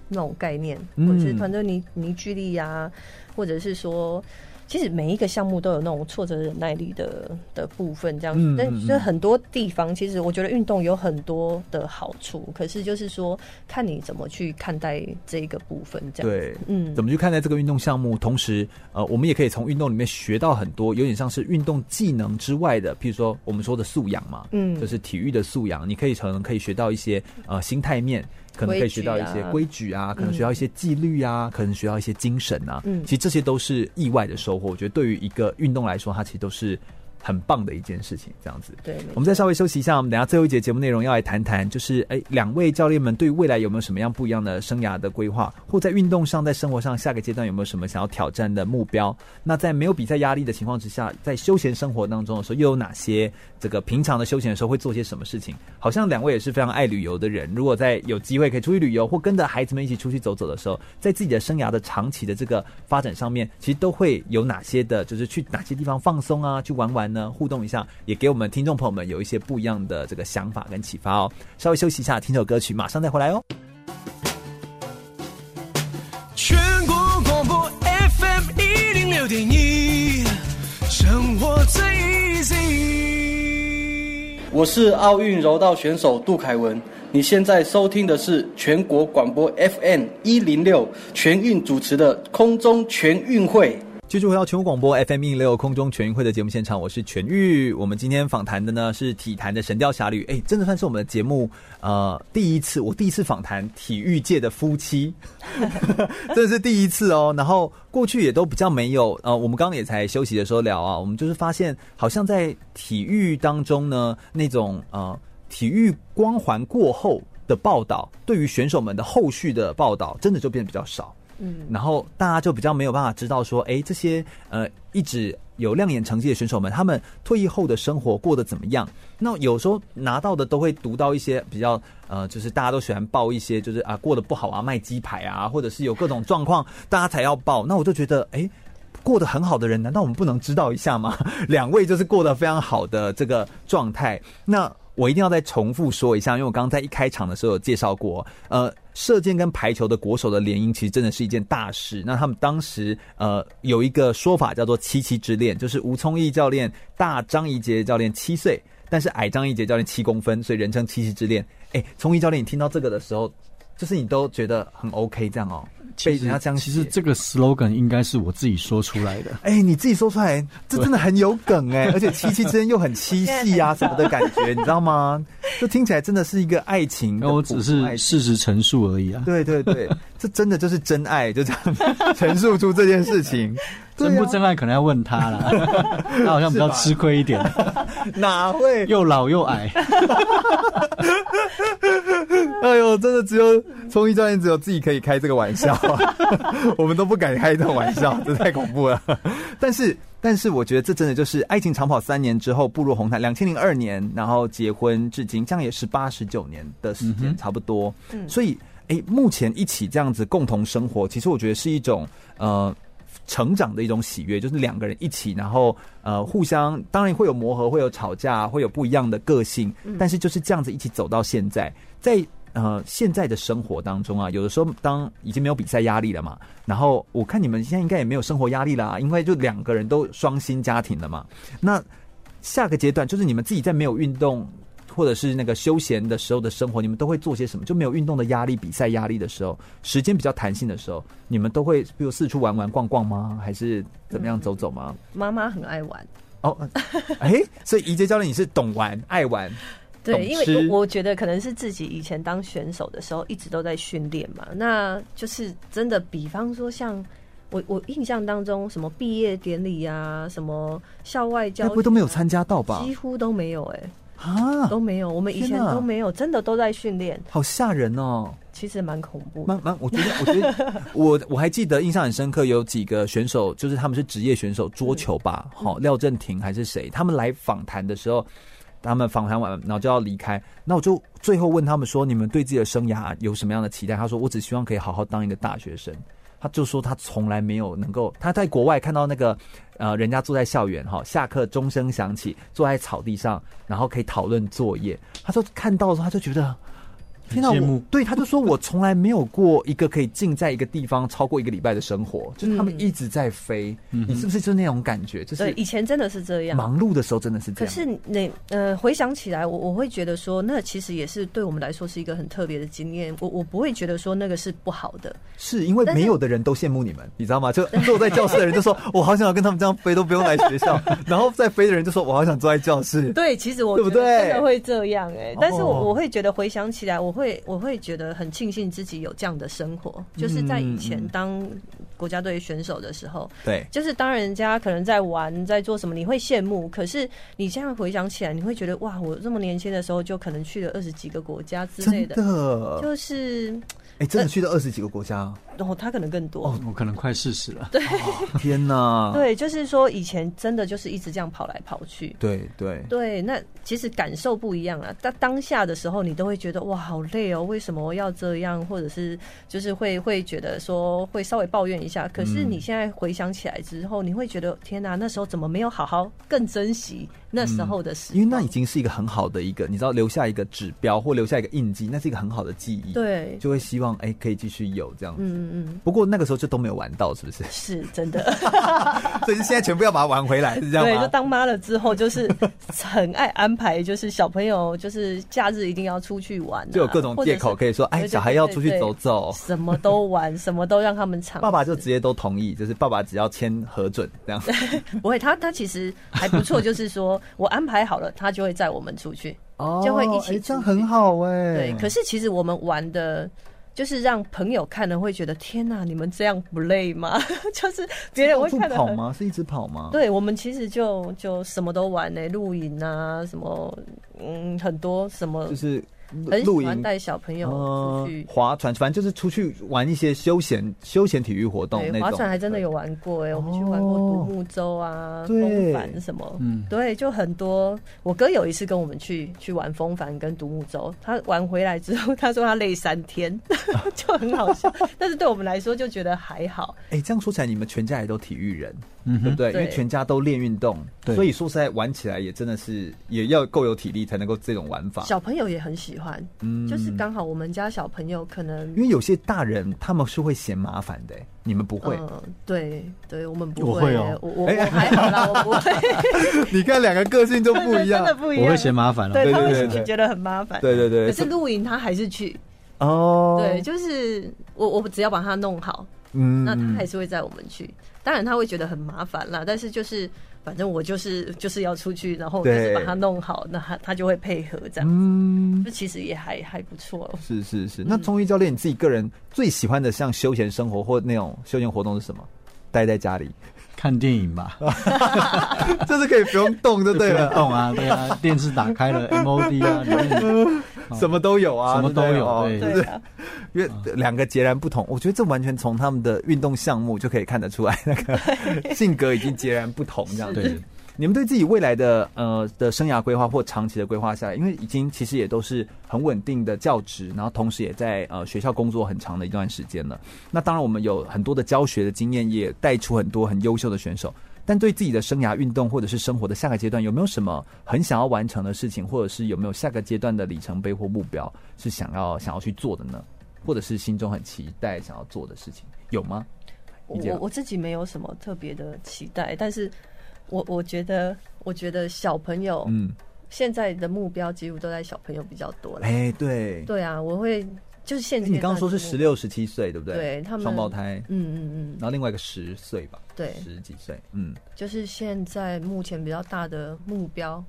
Speaker 3: 那种概念，
Speaker 1: 嗯
Speaker 3: 或者是团队凝凝聚力啊，或者是说。其实每一个项目都有那种挫折忍耐力的的部分，这样子
Speaker 1: 嗯。
Speaker 3: 但
Speaker 1: 嗯
Speaker 3: 就是
Speaker 1: 嗯
Speaker 3: 很多地方，其实我觉得运动有很多的好处，可是就是说，看你怎么去看待这一个部分，这样子。
Speaker 1: 对，
Speaker 3: 嗯
Speaker 1: 怎么去看待这个运动项目？同时，呃，我们也可以从运动里面学到很多，有点像是运动技能之外的，譬如说我们说的素养嘛，
Speaker 3: 嗯
Speaker 1: 就是体育的素养，你可以可能可以学到一些呃心态面，可能可以学到一些规
Speaker 3: 规
Speaker 1: 矩啊，可能学到一些纪律啊，可能学到一些精神啊，
Speaker 3: 嗯
Speaker 1: 其实这些都是意外的收获。我觉得对于一个运动来说，它其实都是很棒的一件事情，这样子。
Speaker 3: 对，没
Speaker 1: 我们再稍微休息一下，我们等一下最后一节节目内容要来谈谈，就是哎，两位教练们对未来有没有什么样不一样的生涯的规划，或在运动上、在生活上下个阶段有没有什么想要挑战的目标？那在没有比赛压力的情况之下，在休闲生活当中的时候，又有哪些这个平常的休闲的时候会做些什么事情？好像两位也是非常爱旅游的人，如果在有机会可以出去旅游，或跟着孩子们一起出去走走的时候，在自己的生涯的长期的这个发展上面，其实都会有哪些的，就是去哪些地方放松啊，去玩玩呢，互动一下，也给我们听众朋友们有一些不一样的这个想法跟启发哦。稍微休息一下，听首歌曲，马上再回来哦。
Speaker 4: 全国广播 FM 一零六点一，生活最 easy。
Speaker 11: 我是奥运柔道选手杜凯文。你现在收听的是全国广播 FM 一零六全运主持的空中全运会。
Speaker 1: 继续回到全国广播 FM 一六空中全运会的节目现场，我是全玉。我们今天访谈的呢是体坛的《神雕侠侣》，哎，真的算是我们的节目呃第一次，我第一次访谈体育界的夫妻， 真的是第一次哦。然后过去也都比较没有，呃，我们刚刚也才休息的时候聊啊，我们就是发现好像在体育当中呢，那种呃体育光环过后，的报道，对于选手们的后续的报道，真的就变得比较少。
Speaker 3: 嗯，
Speaker 1: 然后大家就比较没有办法知道说，哎，这些呃一直有亮眼成绩的选手们，他们退役后的生活过得怎么样？那有时候拿到的都会读到一些比较呃，就是大家都喜欢报一些，就是啊过得不好啊，卖鸡排啊，或者是有各种状况，大家才要报。那我就觉得，哎。过得很好的人，难道我们不能知道一下吗？ 两位就是过得非常好的这个状态。那我一定要再重复说一下，因为我刚刚在一开场的时候有介绍过，呃，射箭跟排球的国手的联姻，其实真的是一件大事。那他们当时呃有一个说法叫做“七七之恋”，就是吴聪义教练大张怡杰教练七岁，但是矮张怡杰教练七公分，所以人称“七七之恋”。哎，聪义教练，你听到这个的时候，就是你都觉得很 OK 这样哦，被人家这样
Speaker 2: 其实这个 slogan 应该是我自己说出来 的。
Speaker 1: 哎、你自己说出来，这真的很有梗哎、而且七七之间又很七夕啊什么的感觉，你知道吗？这听起来真的是一个爱情的
Speaker 2: 哦那我
Speaker 1: 普
Speaker 2: 只
Speaker 1: 通爱
Speaker 2: 是
Speaker 1: 情
Speaker 2: 事实陈述而已啊，
Speaker 1: 对对 对，这真的就是真爱，就这样陈述出这件事情，
Speaker 2: 真
Speaker 1: 对
Speaker 2: 不
Speaker 1: 啊？
Speaker 2: 真爱可能要问 他啦，他好像比较吃亏一点，
Speaker 1: 啊哪会
Speaker 2: 又老又矮。
Speaker 1: 哎呦，真的只有综艺教练只有自己可以开这个玩笑、 我们都不敢开这种玩 笑，这太恐怖了。但是，但是我觉得这真的就是爱情长跑三年之后步入红毯，两千零二年，然后结婚至今，这样也是八十九年的时间，差不多。
Speaker 3: 嗯
Speaker 1: 所以，哎、目前一起这样子共同生活，其实我觉得是一种呃。成长的一种喜悦，就是两个人一起，然后呃互相，当然会有磨合，会有吵架，会有不一样的个性，
Speaker 3: 嗯
Speaker 1: 但是就是这样子一起走到现在，在呃现在的生活当中啊，有的时候当已经没有比赛压力了嘛，然后我看你们现在应该也没有生活压力啦，因为就两个人都双薪家庭了嘛，那下个阶段就是你们自己在没有运动。或者是那个休闲的时候的生活，你们都会做些什么？就没有运动的压力、比赛压力的时候，时间比较弹性的时候，你们都会比如四处玩玩、逛逛吗？还是怎么样走走吗？
Speaker 3: 妈妈很爱玩。
Speaker 1: 哦，哎、所以怡杰教练你是懂玩、爱玩，懂
Speaker 3: 对，因为
Speaker 1: 吃
Speaker 3: 我我觉得可能是自己以前当选手的时候一直都在训练嘛，那就是真的，比方说像我我印象当中什么毕业典礼啊，什么校外交、
Speaker 1: 该哎不会都没有参加到吧？
Speaker 3: 几乎都没有哎、
Speaker 1: 啊，
Speaker 3: 都没有，我们以前
Speaker 1: 天哪
Speaker 3: 都没有，真的都在训练，
Speaker 1: 好吓人哦！
Speaker 3: 其实蛮恐怖的。
Speaker 1: 慢慢，我觉得，我觉得，我我还记得印象很深刻，有几个选手，就是他们是职业选手，桌球吧，好、廖振廷还是谁，他们来访谈的时候，他们访谈完，然后就要离开，那我就最后问他们说，你们对自己的生涯有什么样的期待？他说，我只希望可以好好当一个大学生。他就说他从来没有能够，他在国外看到那个，呃，人家坐在校园哈、下课钟声响起，坐在草地上，然后可以讨论作业。他说看到的时候，他就觉得天哪，
Speaker 2: 很羡
Speaker 1: 我
Speaker 2: 慕
Speaker 1: 对他就说我从来没有过一个可以静在一个地方超过一个礼拜的生活，就是他们一直在飞，你是不是就那种感觉？就
Speaker 3: 嗯
Speaker 1: 是，
Speaker 3: 对以前真的是这样，
Speaker 1: 忙碌的时候真的是这
Speaker 3: 可
Speaker 1: 样。
Speaker 3: 是你呃，回想起来，我我会觉得说，那其实也是对我们来说是一个很特别的经验。我我不会觉得说那个是不好的，
Speaker 1: 是因为没有的人都羡慕你们，你知道吗？就坐在教室的人就说，我好想要跟他们这样飞，都不用来学 校；然后再飞的人就说，我好想坐在教室。
Speaker 3: 对，其实我
Speaker 1: 对不
Speaker 3: 觉得
Speaker 1: 对
Speaker 3: 真的会这样哎、
Speaker 1: 哦
Speaker 3: 但是我我会觉得回想起来，我会我会觉得很庆幸自己有这样的生活，就是在以前
Speaker 1: 嗯嗯
Speaker 3: 当国家队选手的时候，
Speaker 1: 对，
Speaker 3: 就是当人家可能在玩在做什么，你会羡慕，可是你现在回想起来，你会觉得哇，我这么年轻的时候就可能去了二十几个国家之类
Speaker 1: 真
Speaker 3: 的，
Speaker 1: 的，
Speaker 3: 就是呃
Speaker 1: 哎，真的去到二十几个国家，
Speaker 3: 哦，他可能更多。
Speaker 2: 哦，我可能快四十了。
Speaker 1: 天哪！
Speaker 3: 对，就是说以前真的就是一直这样跑来跑去。
Speaker 1: 对对，
Speaker 3: 对，那其实感受不一样啊。在当下的时候，你都会觉得哇，好累哦，为什么要这样？或者是就是会会觉得说会稍微抱怨一下。可是
Speaker 1: 嗯
Speaker 3: 你现在回想起来之后，你会觉得天哪、那时候怎么没有好好更珍惜那时候的时
Speaker 1: 嗯因为
Speaker 3: 光？
Speaker 1: 那已经是一个很好的一个，你知道留下一个指标或留下一个印记，那是一个很好的记忆，，
Speaker 3: 对，
Speaker 1: 就会希望哎可以继续有这样子。
Speaker 3: 嗯嗯嗯，
Speaker 1: 不过那个时候就都没有玩到，是不 是？
Speaker 3: 是真的。
Speaker 1: 所以现在全部要把它玩回来，是这
Speaker 3: 对，
Speaker 1: 样
Speaker 3: 就
Speaker 1: 吗？
Speaker 3: 当妈了之后，就是 很爱安排，就是小朋友就是假日一定要出去玩、啊，
Speaker 1: 就有各种
Speaker 3: 或者
Speaker 1: 借口
Speaker 3: 是
Speaker 1: 可以说，哎，
Speaker 3: 对对
Speaker 1: 小孩要出去
Speaker 3: 对对
Speaker 1: 走走，
Speaker 3: 什么都玩，什么都让他们尝试。
Speaker 1: 爸爸就直接都同意，就是爸爸只要签核准这样。
Speaker 3: 不会，他他其实还不错，就是说我安排好了，他就会载我们出去。
Speaker 1: 哦
Speaker 3: 就会一起
Speaker 1: 哎这样
Speaker 3: 出去
Speaker 1: 很好哎。
Speaker 3: 对，可是其实我们玩的。就是让朋友看了会觉得天哪、你们这样不累吗？ 就是别人会
Speaker 1: 到处
Speaker 3: 看得
Speaker 1: 跑
Speaker 3: 很。
Speaker 1: 吗？是一直跑吗？
Speaker 3: 对，我们其实就就什么都玩呢、露营啊，什么嗯，很多什么
Speaker 1: 就，是
Speaker 3: 很
Speaker 1: 露
Speaker 3: 喜欢
Speaker 1: 营、
Speaker 3: 带小朋友
Speaker 1: 呃
Speaker 3: 出去。
Speaker 1: 划船，反正就是出去玩一些休闲休闲体育活动
Speaker 3: 对，
Speaker 1: 那
Speaker 3: 划
Speaker 1: 种。哦
Speaker 3: 船还真的有玩过哎、我们去玩过独木舟啊、
Speaker 1: 对
Speaker 3: 风帆什么，
Speaker 1: 嗯
Speaker 3: 对，就很多。我哥有一次跟我们去去玩风帆跟独木舟，他玩回来之后， 他说他累三天， 就很好笑。但是对我们来说就觉得还好，
Speaker 1: 哎、这样说起来，你们全家也都体育人，
Speaker 2: 嗯
Speaker 1: 对不对？因为
Speaker 3: 对
Speaker 1: 全家都练运动，
Speaker 2: 对
Speaker 1: 所以说实在玩起来也真的是也要够有体力才能够这种玩法。
Speaker 3: 小朋友也很喜欢，
Speaker 1: 啊嗯
Speaker 3: 就是刚好我们家小朋友可能
Speaker 1: 因为有些大人他们是会嫌麻烦的、你们不会？
Speaker 3: 嗯，对对，我们不
Speaker 1: 我
Speaker 3: 会
Speaker 1: 会
Speaker 3: 欸，
Speaker 1: 哦
Speaker 3: 我我我还好啦，我不会，
Speaker 1: 你看两个个性就 不一样，
Speaker 3: 真的不一样，
Speaker 2: 我会嫌麻烦了
Speaker 3: 对
Speaker 1: 啊对
Speaker 3: 他
Speaker 1: 对
Speaker 3: 们
Speaker 1: 对
Speaker 3: 就
Speaker 1: 对
Speaker 3: 觉得很麻烦，
Speaker 1: 对对对
Speaker 3: 可是露营他还是去，
Speaker 1: 哦。
Speaker 3: 对，就是我我只要把它弄好，
Speaker 1: 嗯
Speaker 3: 那他还是会载我们去。当然他会觉得很麻烦啦，但是就是反正我就是就是要出去，然后我就
Speaker 1: 对
Speaker 3: 是把它弄好，那他他就会配合这样子，
Speaker 1: 嗯
Speaker 3: 这其实也还还不错。
Speaker 1: 是是是。
Speaker 3: 嗯
Speaker 1: 那钟玉教练，你自己个人最喜欢的像休闲生活或那种休闲活动是什么？待在 家里，
Speaker 2: 看电影吧，
Speaker 1: 就是可以不用动就对 了，
Speaker 2: 不用动啊，对啊，电视打开了，MOD 啊，里 面
Speaker 1: 什么都有啊，
Speaker 2: 什么都有
Speaker 1: 对不
Speaker 2: 对
Speaker 3: 啊
Speaker 1: 对哦就是因为两个截然不同，我觉得这完全从他们的运动项目就可以看得出来，那个性格已经截然不同这样
Speaker 2: 是
Speaker 1: 子
Speaker 2: 对。
Speaker 1: 你们对自己未来的呃的生涯规划或长期的规划下来，因为已经其实也都是很稳定的教职，然后同时也在呃学校工作很长的一段时间了。那当然，我们有很多的教学的经验，也带出很多很优秀的选手。但对自己的生涯、运动或者是生活的下个阶段，有没有什么很想要完成的事情，或者是有没有下个阶段的里程碑或目标是想要想要去做的呢？或者是心中很期待想要做的事情，有吗？
Speaker 3: 我
Speaker 1: 一姐
Speaker 3: 我我自己没有什么特别的期待，但是我我觉得我觉得小朋友
Speaker 1: 嗯，
Speaker 3: 现在的目标几乎都在小朋友比较多了。
Speaker 1: 哎、对，
Speaker 3: 对啊，我会就是现
Speaker 1: 哎
Speaker 3: 阶
Speaker 1: 你刚
Speaker 3: 段
Speaker 1: 刚说是
Speaker 3: 的
Speaker 1: 十
Speaker 3: 目
Speaker 1: 六、十七岁，对不对？
Speaker 3: 对他们
Speaker 1: 双胞胎，
Speaker 3: 嗯嗯嗯
Speaker 1: 然后另外一个十岁吧，
Speaker 3: 对
Speaker 1: 十几岁，嗯，
Speaker 3: 就是现在目前比较大的目标，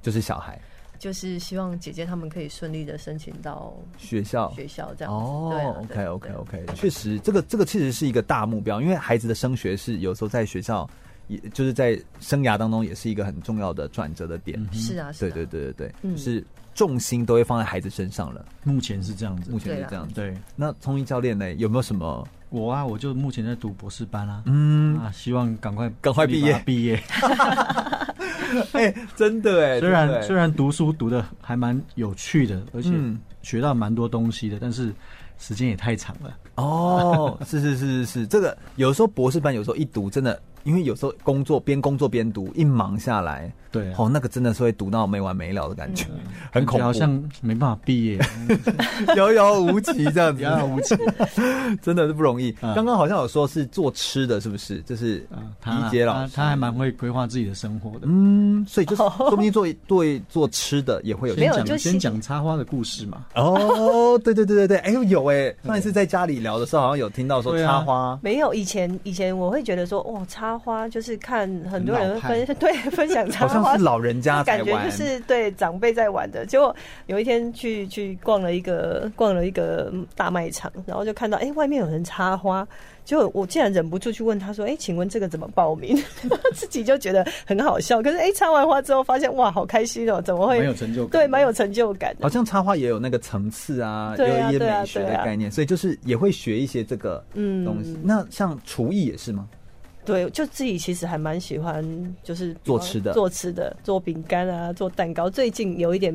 Speaker 1: 就是小孩
Speaker 3: 就是希望姐姐她们可以顺利的申请到
Speaker 1: 学校。
Speaker 3: 学校这样子。对啊
Speaker 1: 哦、o
Speaker 3: 对
Speaker 1: k OK OK，确实，这个这个确实是一个大目标，因为孩子的升学是有时候在学校，也就是在生涯当中也是一个很重要的转折的点。
Speaker 3: 是啊是啊
Speaker 1: 对对对对对，
Speaker 3: 嗯
Speaker 1: 就是重心都会放在孩子身上了。
Speaker 2: 目前是这样子，
Speaker 1: 目前是这样
Speaker 3: 啊
Speaker 1: 子。
Speaker 2: 对。
Speaker 1: 那聪一教练呢，有没有什么？
Speaker 2: 我啊，我就目前在读博士班啊，
Speaker 1: 嗯
Speaker 2: 啊，希望赶快
Speaker 1: 赶快毕业
Speaker 2: 把它毕业。
Speaker 1: 哎、真的哎，对
Speaker 2: 虽
Speaker 1: 不
Speaker 2: 然
Speaker 1: 对
Speaker 2: 虽然读书读的还蛮有趣的，而且
Speaker 1: 嗯
Speaker 2: 学到蛮多东西的，但是时间也太长了。
Speaker 1: 哦，是是是是是，这个有时候博士班有时候一读真的，因为有时候工作边工作边读，一忙下来，
Speaker 2: 对啊嗯
Speaker 1: 哦，那个真的是会读到没完没了的感觉，很恐怖，
Speaker 2: 好像没办法毕业，
Speaker 1: 遥遥无期这样子，
Speaker 2: 遥遥无期， 嗯
Speaker 1: 真的是不容易。刚刚好像有说是做吃的，是不是？就是
Speaker 2: 啊他
Speaker 1: 怡杰老
Speaker 2: 他
Speaker 1: 师，
Speaker 2: 他还蛮会规划自己的生活的。
Speaker 1: 嗯，所以 就是说不定做做做吃的也会有
Speaker 3: 没有
Speaker 2: 先
Speaker 3: 就
Speaker 2: 讲
Speaker 3: 是
Speaker 2: 先讲插花的故事嘛。
Speaker 1: 哦，对对对对对，哎呦有哎，上一次在家里聊的时候，好像有听到说
Speaker 2: 对啊
Speaker 1: 插花，
Speaker 3: 没有以前，以前我会觉得说，哇，插花就是看很多人
Speaker 2: 很老
Speaker 3: 分 对分享插
Speaker 1: 好
Speaker 3: 花，
Speaker 1: 像是老人家才
Speaker 3: 感觉
Speaker 1: 玩，
Speaker 3: 就是对长辈在玩的。结果有一天去去逛了一个逛了一个嗯大卖场，然后就看到哎、诶外面有人插花，结果我竟然忍不住去问他说：“哎、请问这个怎么报名？” 自己就觉得很好笑。可是哎、诶插完花之后发现哇，好开心哦、怎么会
Speaker 2: 蛮有成就感
Speaker 3: 对，蛮有成就感的
Speaker 1: 好。像插画也有那个层次啊，
Speaker 3: 对啊
Speaker 1: 有一些
Speaker 3: 对啊
Speaker 1: 美学的
Speaker 3: 对啊
Speaker 1: 概念，所以就是也会学一些这个
Speaker 3: 嗯
Speaker 1: 东西。那像厨艺也是吗？
Speaker 3: 对，就自己其实还蛮喜欢，就是
Speaker 1: 做吃的
Speaker 3: 做吃的，做饼干啊，做蛋糕。最近有一点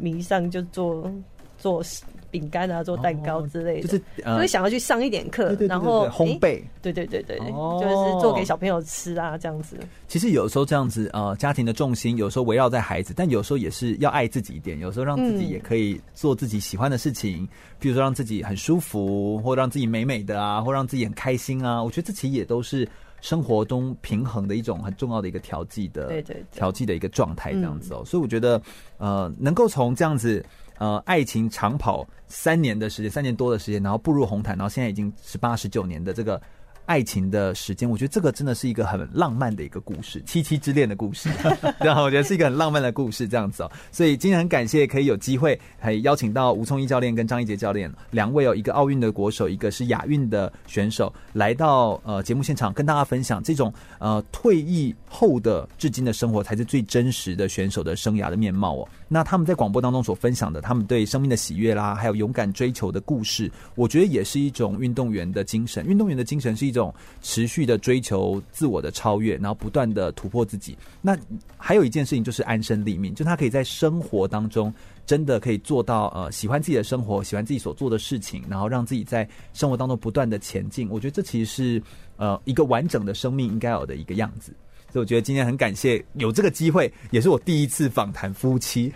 Speaker 3: 迷上，就做做饼干啊，做蛋糕之类的，
Speaker 1: 哦就是呃
Speaker 3: 就会想要去上一点课，
Speaker 1: 对对对对
Speaker 3: 然后
Speaker 1: 对烘焙
Speaker 3: 诶对对对对，
Speaker 1: 哦
Speaker 3: 就是做给小朋友吃啊，这样子。
Speaker 1: 其实有时候这样子，呃，家庭的重心有时候围绕在孩子，但有时候也是要爱自己一点，有时候让自己
Speaker 3: 嗯
Speaker 1: 也可以做自己喜欢的事情，比如说让自己很舒服，或让自己美美的啊，或让自己很开心啊。我觉得这其实也都是生活中平衡的一种很重要的一个调剂的，
Speaker 3: 对对对嗯
Speaker 1: 调剂的一个状态这样子哦。所以我觉得，呃，能够从这样子。呃，爱情长跑三年的时间，三年多的时间，然后步入红毯，然后现在已经十八、十九年的这个爱情的时间，我觉得这个真的是一个很浪漫的一个故事，七七之恋的故 事，然后我觉得是一个很浪漫的故事这样子哦。所以今天很感谢可以有机会，还邀请到吴聪一教练跟张一杰教练两位哦，一个奥运的国手，一个是亚运的选手，来到呃节目现场跟大家分享这种呃退役后的至今的生活，才是最真实的选手的生涯的面貌哦。那他们在广播当中所分享的，他们对生命的喜悦啦，还有勇敢追求的故事，我觉得也是一种运动员的精神。运动员的精神是一种持续的追求自我的超越，然后不断的突破自己。那还有一件事情就是安身立命，就他可以在生活当中真的可以做到呃喜欢自己的生活，喜欢自己所做的事情，然后让自己在生活当中不断的前进。我觉得这其实是呃一个完整的生命应该有的一个样子。所以我觉得今天很感谢有这个机会，也是我第一次访谈夫 妻，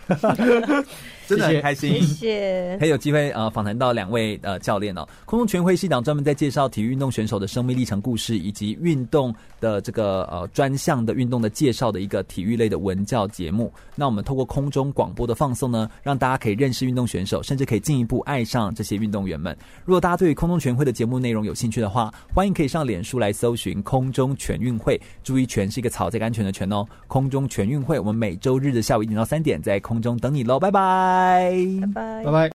Speaker 1: 真的很开心。
Speaker 3: 谢
Speaker 1: 还有机会呃访谈到两位呃教练哦。空中全会是一档专门在介绍体育运动选手的生命历程故事以及运动的这个呃专项的运动的介绍的一个体育类的文教节目。那我们透过空中广播的放送呢，让大家可以认识运动选手，甚至可以进一步爱上这些运动员们。如果大家对于空中全会的节目内容有兴趣的话，欢迎可以上脸书来搜寻“空中全运会”，注意“全”是一个草这个安全的“全”哦。空中全运会，我们每周日的下午一点到三点在空中等你喽，拜拜。
Speaker 3: 拜拜
Speaker 2: 拜拜。